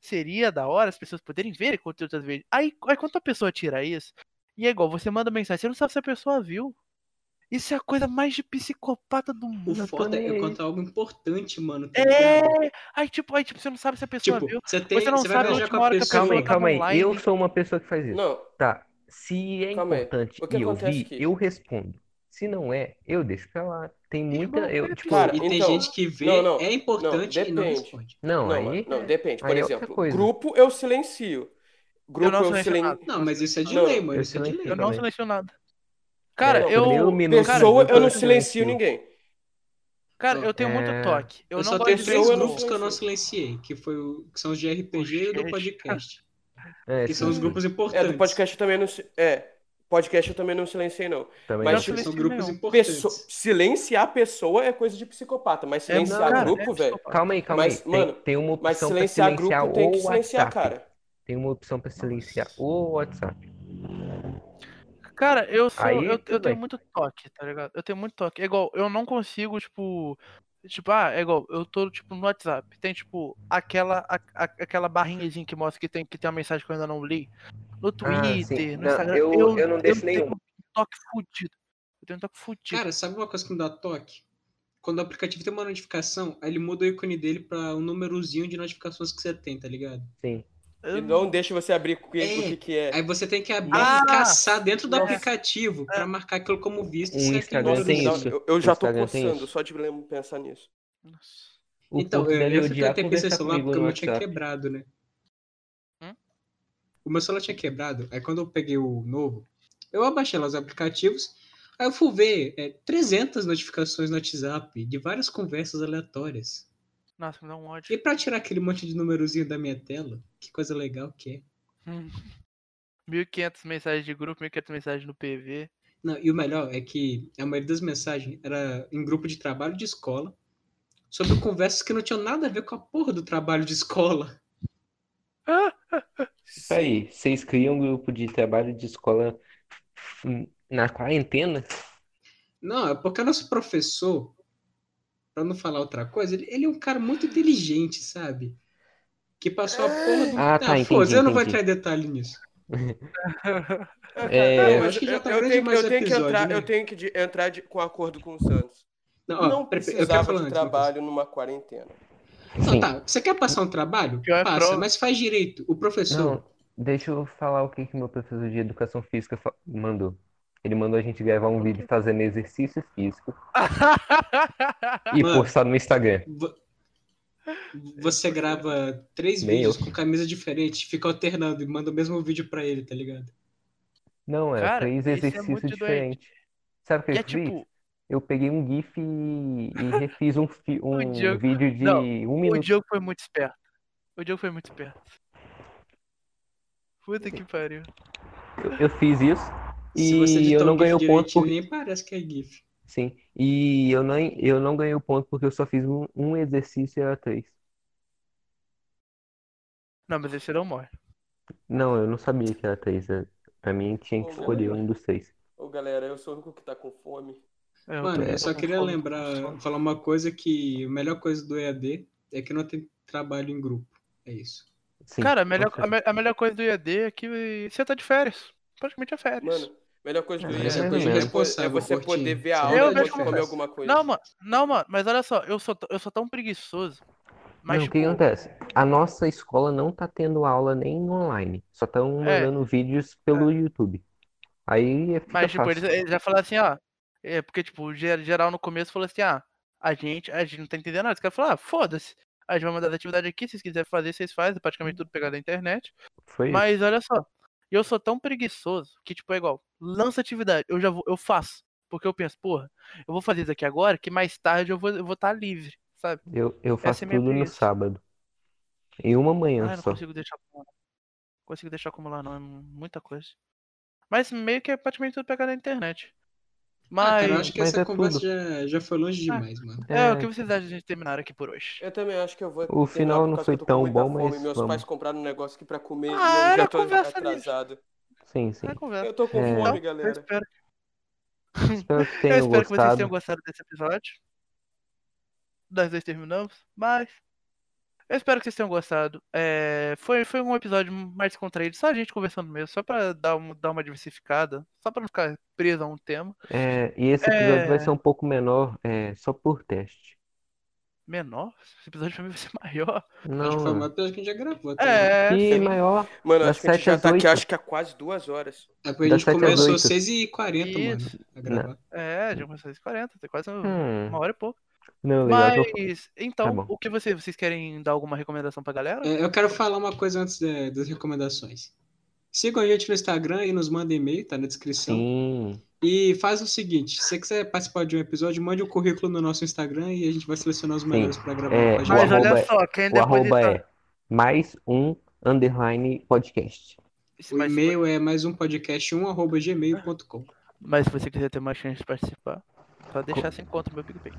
Speaker 1: Seria da hora as pessoas poderem ver conteúdo outras vezes. Aí, aí quando a pessoa tira isso, e é igual, você manda mensagem, você não sabe se a pessoa viu. Isso é a coisa mais de psicopata do
Speaker 3: O
Speaker 1: mundo.
Speaker 3: foda
Speaker 2: nem
Speaker 3: é
Speaker 2: aí.
Speaker 3: contar algo importante, mano. tá
Speaker 1: É!
Speaker 3: ligado?
Speaker 1: Aí, tipo, aí, tipo, você não sabe se a pessoa
Speaker 3: Tipo,
Speaker 1: viu.
Speaker 3: você, tem,
Speaker 1: Você não
Speaker 3: você vai
Speaker 1: sabe a
Speaker 3: viajar com
Speaker 1: última
Speaker 3: a
Speaker 1: hora que a
Speaker 3: pessoa.
Speaker 2: Calma aí,
Speaker 1: tá
Speaker 2: calma aí.
Speaker 1: online.
Speaker 2: Eu sou uma pessoa que faz isso.
Speaker 4: Não,
Speaker 2: Tá. Se é
Speaker 4: Calma aí.
Speaker 2: importante
Speaker 4: O que
Speaker 2: e eu
Speaker 4: acontece
Speaker 2: vi,
Speaker 4: aqui?
Speaker 2: eu respondo. Se não é, eu deixo pra lá. Tem muita.
Speaker 1: Irmão,
Speaker 2: eu,
Speaker 1: cara,
Speaker 2: tipo,
Speaker 4: cara,
Speaker 3: E tem
Speaker 4: Então,
Speaker 3: gente que vê,
Speaker 4: não, não,
Speaker 3: é importante
Speaker 4: não,
Speaker 3: e não
Speaker 4: depende.
Speaker 3: responde.
Speaker 2: não,
Speaker 4: não,
Speaker 2: aí.
Speaker 4: não, depende. Por
Speaker 2: aí é outra
Speaker 4: exemplo,
Speaker 2: coisa.
Speaker 4: grupo eu silencio. Grupo
Speaker 1: não
Speaker 4: eu,
Speaker 1: silencio
Speaker 4: silencio.
Speaker 1: nada.
Speaker 3: Não, mas isso é de
Speaker 4: Não,
Speaker 3: lei, mano.
Speaker 2: eu
Speaker 3: Isso é de
Speaker 2: silencio.
Speaker 3: lei.
Speaker 1: Eu não
Speaker 2: também.
Speaker 1: silencio nada. Cara,
Speaker 4: É,
Speaker 1: eu.
Speaker 2: primeiro um minuto,
Speaker 1: cara,
Speaker 4: Pessoa eu não
Speaker 2: silencio.
Speaker 4: silencio ninguém.
Speaker 1: Cara, eu tenho
Speaker 2: É.
Speaker 1: muito toque. Eu,
Speaker 3: Eu,
Speaker 1: não
Speaker 3: só
Speaker 1: gosto
Speaker 3: tenho
Speaker 1: de
Speaker 4: pessoa,
Speaker 3: três
Speaker 1: ver
Speaker 4: eu não
Speaker 3: grupos que eu não
Speaker 4: silencio.
Speaker 3: silenciei, que, foi o- que são os de RPG e do
Speaker 1: Gente.
Speaker 3: podcast.
Speaker 2: É,
Speaker 3: Que são
Speaker 2: sim,
Speaker 3: os
Speaker 2: sim.
Speaker 3: grupos
Speaker 4: É,
Speaker 3: importantes.
Speaker 4: do podcast eu também não. si- É, podcast eu também não silenciei, não.
Speaker 2: Também não
Speaker 4: Mas eu
Speaker 2: sei.
Speaker 1: também-
Speaker 3: São grupos
Speaker 1: Não.
Speaker 3: importantes.
Speaker 4: Pessoa, silenciar pessoa é coisa de psicopata, mas
Speaker 1: É,
Speaker 4: silenciar
Speaker 1: cara,
Speaker 4: grupo,
Speaker 1: é
Speaker 4: velho.
Speaker 1: psicopata.
Speaker 2: Calma aí, calma
Speaker 4: Mas,
Speaker 2: aí. Tem,
Speaker 4: mano,
Speaker 2: tem uma
Speaker 4: Mas
Speaker 2: opção Então, pra
Speaker 4: silenciar
Speaker 2: silenciar
Speaker 4: grupo tem que
Speaker 2: o
Speaker 4: silenciar,
Speaker 2: WhatsApp.
Speaker 4: cara. Então,
Speaker 2: Tem uma opção pra silenciar o WhatsApp.
Speaker 1: Cara, eu sou.
Speaker 2: Aí,
Speaker 1: eu, eu
Speaker 2: tudo
Speaker 1: tenho
Speaker 2: bem.
Speaker 1: muito toque, tá ligado? Eu tenho muito toque. É igual, eu não consigo, tipo. Tipo, ah, é igual, eu tô, tipo, no WhatsApp. Tem, tipo, aquela, a- a- aquela barrinhazinha que mostra que tem, que tem uma mensagem que eu ainda não li. No Twitter,
Speaker 2: Ah, sim.
Speaker 1: no
Speaker 2: Não,
Speaker 1: Instagram.
Speaker 2: eu- eu não deixo
Speaker 1: tenho
Speaker 2: nenhuma.
Speaker 1: um toque fudido. Eu tenho um toque fudido.
Speaker 3: Cara, sabe uma coisa que me dá toque? Quando o aplicativo tem uma notificação, aí ele muda o ícone dele pra um númerozinho de notificações que você tem, tá ligado?
Speaker 2: Sim.
Speaker 1: Eu
Speaker 4: E
Speaker 1: não-
Speaker 4: não Então, deixa você abrir o que,
Speaker 3: É.
Speaker 4: o que, que é.
Speaker 3: Aí você tem que abrir
Speaker 1: Ah!
Speaker 3: e caçar dentro do
Speaker 1: Nossa.
Speaker 3: aplicativo pra marcar aquilo como visto.
Speaker 2: Um
Speaker 3: se é aquele
Speaker 2: Instagram
Speaker 4: Nossa,
Speaker 2: tem
Speaker 3: númerozinho.
Speaker 4: não,
Speaker 2: isso.
Speaker 4: eu, eu já tô
Speaker 2: Instagram tem
Speaker 4: coçando,
Speaker 2: isso.
Speaker 4: só de lembrar- pensar nisso.
Speaker 1: Nossa.
Speaker 2: O
Speaker 3: Então,
Speaker 2: povo
Speaker 3: eu,
Speaker 2: deve
Speaker 3: eu fiquei
Speaker 2: odiar
Speaker 3: até com esse
Speaker 2: conversar
Speaker 3: celular
Speaker 2: comigo
Speaker 3: porque o
Speaker 2: no
Speaker 3: meu tinha
Speaker 2: WhatsApp.
Speaker 3: quebrado, né?
Speaker 1: Hum?
Speaker 3: O meu celular tinha quebrado. Aí quando eu peguei o novo, eu abaixei lá os aplicativos. Aí eu fui ver é, 300 notificações no WhatsApp de várias conversas aleatórias.
Speaker 1: Nossa, me dá um ódio.
Speaker 3: E pra tirar aquele monte de númerozinho da minha tela, que coisa legal que é.
Speaker 1: Hum. 1500 mensagens de grupo, 1500 mensagens no PV.
Speaker 3: Não, e o melhor é que a maioria das mensagens era em grupo de trabalho de escola, sobre conversas que não tinham nada a ver com a porra do trabalho de escola.
Speaker 2: Isso aí, vocês criam um grupo de trabalho de escola hum, na quarentena?
Speaker 3: Não, é porque o nosso professor, pra não falar outra coisa, ele, ele é um cara muito inteligente, sabe? Que passou a
Speaker 4: É.
Speaker 3: porra do.
Speaker 2: Ah, tá,
Speaker 3: foda-se,
Speaker 2: entendi,
Speaker 3: eu não vou
Speaker 2: entendi.
Speaker 3: entrar em detalhe nisso.
Speaker 2: É,
Speaker 4: Não,
Speaker 3: eu acho que já tá
Speaker 4: eu
Speaker 3: grande
Speaker 4: tenho,
Speaker 3: demais
Speaker 4: eu
Speaker 3: o
Speaker 4: tenho que
Speaker 3: episódio,
Speaker 4: entrar,
Speaker 3: né?
Speaker 4: eu tenho que de- entrar de- com acordo com o Santos.
Speaker 3: Não, ó,
Speaker 4: Não
Speaker 3: pera- eu quero falar
Speaker 4: precisava de
Speaker 3: antes, Lucas.
Speaker 4: trabalho numa quarentena.
Speaker 3: Não,
Speaker 2: Sim.
Speaker 3: tá, você quer passar um trabalho?
Speaker 1: Pior é
Speaker 3: Passa,
Speaker 1: prova.
Speaker 3: mas faz direito. O professor.
Speaker 2: Não, deixa eu falar o que que meu professor de educação física fa- mandou. Ele mandou a gente gravar um vídeo fazendo exercício físico
Speaker 1: Ah,
Speaker 2: e
Speaker 3: Mano.
Speaker 2: postar no Instagram.
Speaker 3: Vo- Você grava três
Speaker 2: É, Nem
Speaker 3: vídeos com camisa diferente, fica alternando e manda o mesmo vídeo pra ele, tá ligado?
Speaker 2: Não, é,
Speaker 1: Cara,
Speaker 2: fez
Speaker 1: isso é
Speaker 2: exercício
Speaker 1: muito doente.
Speaker 2: diferente. Sabe o que
Speaker 1: E
Speaker 2: eu
Speaker 1: é
Speaker 2: fiz?
Speaker 1: tipo,
Speaker 2: Eu peguei um GIF e, e refiz um, fi- um
Speaker 1: Diogo-
Speaker 2: vídeo de
Speaker 1: não,
Speaker 2: um
Speaker 1: o
Speaker 2: minuto.
Speaker 1: Diogo foi muito esperto. O Diogo foi muito esperto. Puta que pariu.
Speaker 2: Eu, eu fiz isso
Speaker 3: Se você
Speaker 2: e
Speaker 3: editar
Speaker 2: eu não
Speaker 3: um GIF
Speaker 2: ganhei o ponto
Speaker 3: direitinho,
Speaker 2: porque.
Speaker 3: nem parece que é GIF.
Speaker 2: Sim, e eu não, eu não ganhei o ponto porque eu só fiz um, um exercício e era três.
Speaker 1: Não, mas esse não morre.
Speaker 2: Não, eu não sabia que era três. é- Pra mim tinha que
Speaker 4: Pô,
Speaker 2: escolher
Speaker 3: mano.
Speaker 2: um dos três.
Speaker 4: Ô galera, eu sou o único que tá com fome.
Speaker 1: É, eu
Speaker 3: Mano,
Speaker 1: tô-
Speaker 3: eu só
Speaker 1: tô com
Speaker 3: queria
Speaker 1: fome, tô com
Speaker 3: lembrar,
Speaker 1: fome.
Speaker 3: falar uma coisa que a melhor coisa do EAD é que não tem trabalho em grupo. É isso.
Speaker 2: Sim,
Speaker 1: Cara, a melhor,
Speaker 2: nossa,
Speaker 1: a, me- a melhor coisa do IAD é que você tá de férias. Praticamente é férias.
Speaker 4: Mano, melhor coisa do
Speaker 2: É,
Speaker 4: IAD
Speaker 2: mas é
Speaker 4: é,
Speaker 2: coisa
Speaker 4: você-
Speaker 3: responsável,
Speaker 4: é você
Speaker 3: Coutinho.
Speaker 4: poder ver a
Speaker 3: Eu
Speaker 4: aula
Speaker 1: vejo
Speaker 4: e
Speaker 1: como
Speaker 4: comer
Speaker 3: faz.
Speaker 4: alguma coisa.
Speaker 1: não, mano, não, mano, mas olha só, eu sou, t- eu sou tão preguiçoso. Mas,
Speaker 2: Não, o
Speaker 1: tipo,
Speaker 2: que acontece? A nossa escola não tá tendo aula nem online. Só estão
Speaker 1: É.
Speaker 2: mandando vídeos pelo YouTube. Aí é, fica
Speaker 1: mas, tipo, eles,
Speaker 2: fácil.
Speaker 1: eles já falaram assim, ó. É porque, tipo, ge- geral no começo falou assim, ah, a gente, a gente não tá entendendo nada. Os caras falaram, ah, foda-se. A gente vai mandar as atividades aqui, se vocês quiserem fazer, vocês fazem, é praticamente
Speaker 2: Uhum.
Speaker 1: tudo pegado da internet.
Speaker 2: Foi isso.
Speaker 1: Mas olha só, eu sou tão preguiçoso que, tipo, é igual, lança atividade, eu já vou, eu faço. Porque eu penso, porra, eu vou fazer isso aqui agora, que mais tarde eu vou estar vou tá livre, sabe?
Speaker 2: Eu, eu faço
Speaker 1: é minha
Speaker 2: tudo no
Speaker 1: preguiça.
Speaker 2: sábado. Em uma manhã
Speaker 1: Ah, eu não
Speaker 2: só.
Speaker 1: consigo deixar acumular. Não consigo deixar acumular, não. É muita coisa. Mas meio que é praticamente tudo pegar na internet.
Speaker 3: Ah,
Speaker 1: Mas.
Speaker 3: cara, eu acho que
Speaker 2: mas
Speaker 3: essa
Speaker 2: é
Speaker 3: conversa
Speaker 2: tudo.
Speaker 3: já, já foi longe demais, mano.
Speaker 1: É, o
Speaker 2: É,
Speaker 1: que vocês acham de a gente terminar aqui por hoje?
Speaker 4: Eu também acho que eu vou.
Speaker 2: O
Speaker 4: terminar
Speaker 2: final
Speaker 4: por
Speaker 2: não
Speaker 4: causa
Speaker 2: foi
Speaker 4: que eu tô com
Speaker 2: tão
Speaker 4: muita
Speaker 2: bom,
Speaker 4: fome,
Speaker 2: mas
Speaker 4: Meus
Speaker 2: vamos.
Speaker 4: pais compraram um negócio aqui pra
Speaker 1: Ah,
Speaker 4: comer e eu
Speaker 1: era
Speaker 4: já tô
Speaker 1: conversa livre.
Speaker 4: atrasado.
Speaker 2: Sim, sim.
Speaker 1: É
Speaker 4: Eu né?
Speaker 1: conversa.
Speaker 4: tô com
Speaker 2: É.
Speaker 4: fome,
Speaker 1: Eu
Speaker 4: galera.
Speaker 1: espero,
Speaker 2: Espero que
Speaker 1: eu
Speaker 2: tenham
Speaker 1: espero que vocês
Speaker 2: gostado.
Speaker 1: tenham gostado desse episódio. Nós dois terminamos, mas. Eu espero que vocês tenham gostado. É, foi, foi um episódio mais contraído, só a gente conversando mesmo, só pra dar, um, dar uma diversificada, só pra não ficar preso a um tema.
Speaker 2: É, e esse episódio
Speaker 1: É.
Speaker 2: vai ser um pouco menor, é, só por teste.
Speaker 1: Menor? Esse episódio pra mim vai ser maior.
Speaker 3: Acho que foi o maior
Speaker 2: Não,
Speaker 3: episódio que a gente já gravou. tá ligado?
Speaker 1: É,
Speaker 2: e maior,
Speaker 4: Mano,
Speaker 2: Das
Speaker 4: acho que a gente
Speaker 2: sete
Speaker 4: já
Speaker 2: às
Speaker 4: tá aqui,
Speaker 2: oito.
Speaker 4: acho que há quase duas horas.
Speaker 3: É porque a
Speaker 2: Das
Speaker 3: gente
Speaker 2: sete às
Speaker 3: começou
Speaker 2: oito.
Speaker 3: 6h40, mano,
Speaker 1: Isso.
Speaker 3: a gravar.
Speaker 1: é, já começou às 40, tem quase um,
Speaker 2: Hum.
Speaker 1: uma hora e pouco.
Speaker 2: não, legal, tô-
Speaker 1: Mas, então,
Speaker 2: Tá bom.
Speaker 1: o que você, vocês querem dar alguma recomendação pra galera?
Speaker 3: É, eu quero falar uma coisa antes da- das recomendações. Sigam a gente no Instagram e nos mandem e-mail, tá na descrição.
Speaker 2: Sim,
Speaker 1: então,
Speaker 3: E faz o seguinte, se você quiser participar de um episódio, mande o currículo no nosso Instagram e a gente vai selecionar os melhores pra gravar
Speaker 2: É,
Speaker 3: com a gente.
Speaker 1: Mas
Speaker 2: o
Speaker 1: olha
Speaker 2: arroba é-
Speaker 1: só, quem
Speaker 2: o arroba
Speaker 1: depositar.
Speaker 2: é mais um underline podcast.
Speaker 1: Isso,
Speaker 3: O
Speaker 1: mas,
Speaker 3: e-mail é mais um podcast 1 arroba gmail.com.
Speaker 1: mas se você quiser ter mais chance de participar, só deixar sem conta o meu PicPay.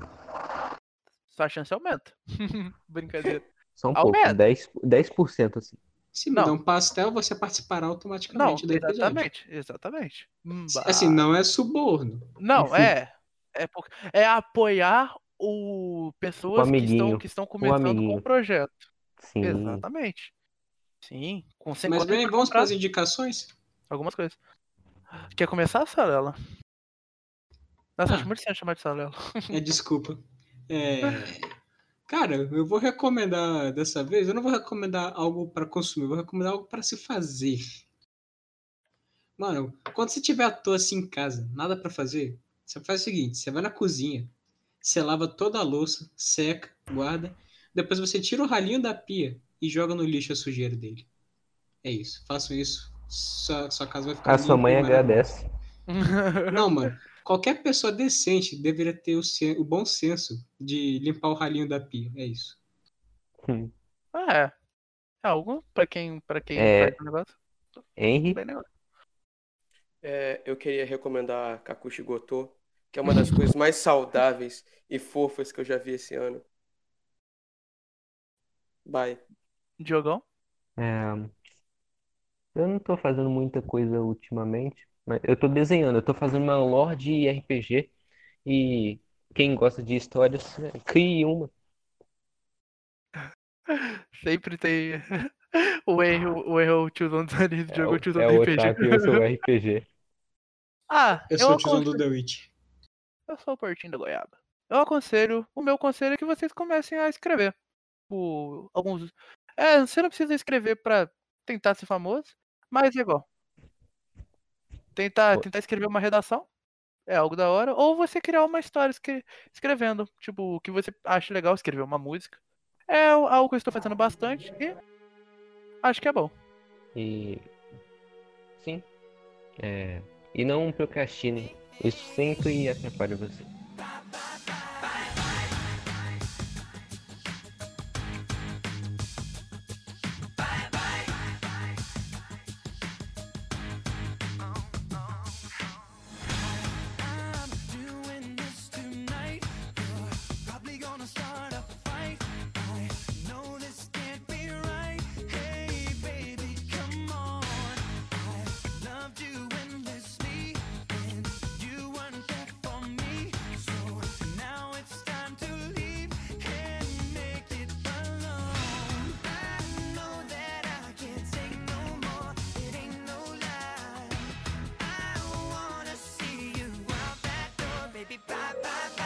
Speaker 1: Sua chance aumenta. Brincadeira.
Speaker 2: Só um pouco,
Speaker 1: Aumenta.
Speaker 2: 10%, 10% assim.
Speaker 3: Se me
Speaker 1: Não.
Speaker 3: dá um pastel, você participará
Speaker 1: Não,
Speaker 3: automaticamente do episódio.
Speaker 1: exatamente, exatamente. Hum, bah.
Speaker 3: Assim, não é suborno.
Speaker 1: Não,
Speaker 2: Enfim.
Speaker 1: é. É, por- é apoiar o pessoas que estão,
Speaker 2: amiguinho,
Speaker 1: que estão começando com
Speaker 2: amiguinho.
Speaker 1: o projeto.
Speaker 2: Sim,
Speaker 1: Exatamente. Sim, com sem
Speaker 3: Mas
Speaker 1: conta
Speaker 3: bem,
Speaker 1: de
Speaker 3: vamos
Speaker 1: comprar
Speaker 3: para as indicações?
Speaker 1: algumas coisas. Quer começar, Sarela? Nossa,
Speaker 3: Ah.
Speaker 1: acho muito estranho chamar de Sarela.
Speaker 3: É, desculpa. É, Cara, eu vou recomendar dessa vez, eu não vou recomendar algo para consumir, eu vou recomendar algo para se fazer. Mano, quando você tiver à toa assim em casa, nada para fazer, você faz o seguinte, você vai na cozinha, você lava toda a louça, seca, guarda, depois você tira o ralinho da pia e joga no lixo a sujeira dele. É isso, façam isso, sua, sua casa vai ficar
Speaker 2: A sua
Speaker 3: limpa e
Speaker 2: mãe
Speaker 1: né?
Speaker 3: maravilhosa.
Speaker 2: agradece.
Speaker 3: Não, mano. Qualquer pessoa decente deveria ter o, sen- o bom senso de limpar o ralinho da pia. É isso.
Speaker 2: Hum.
Speaker 1: Ah, é. É algo pra quem, pra quem
Speaker 2: É.
Speaker 1: faz o negócio.
Speaker 2: Henry,
Speaker 1: Bem negócio.
Speaker 4: É, eu queria recomendar Kakushi Gotô, que é uma das coisas mais saudáveis e fofas que eu já vi esse ano. Bye.
Speaker 1: Diogão?
Speaker 2: é, eu não tô fazendo muita coisa ultimamente, mas eu tô desenhando, eu tô fazendo uma lore de RPG e quem gosta de histórias, é, crie uma.
Speaker 1: Sempre tem o erro, o erro, o tiozão do anime,
Speaker 2: É
Speaker 1: jogou
Speaker 2: o-
Speaker 1: o tiozão
Speaker 2: é
Speaker 1: do
Speaker 2: o
Speaker 1: RPG.
Speaker 2: otaku e eu sou o RPG.
Speaker 1: Ah,
Speaker 3: Eu sou o tizão
Speaker 1: aconselho-
Speaker 3: do The Witch.
Speaker 1: Eu sou o Portinho da Goiaba. Eu aconselho, o meu conselho é que vocês comecem a escrever. Tipo, alguns. É, você não precisa escrever pra tentar ser famoso, mas é igual. Tentar,
Speaker 2: Pô.
Speaker 1: tentar escrever uma redação é algo da hora. Ou você criar uma história escre- escrevendo. Tipo, o que você acha legal, escrever uma música. É o- algo que eu estou fazendo bastante e acho que é bom.
Speaker 2: E sim, é, e não procrastine, isso sempre atrapalha você.
Speaker 6: I'm doing this tonight. You're probably gonna start a fight. I know this can't be right. Hey, baby, come on. I loved you endlessly, and you weren't there for me. So now it's time to leave and make it alone. I know that I can't take no more. It ain't no lie. I wanna see you out that door, baby. Bye, bye, bye.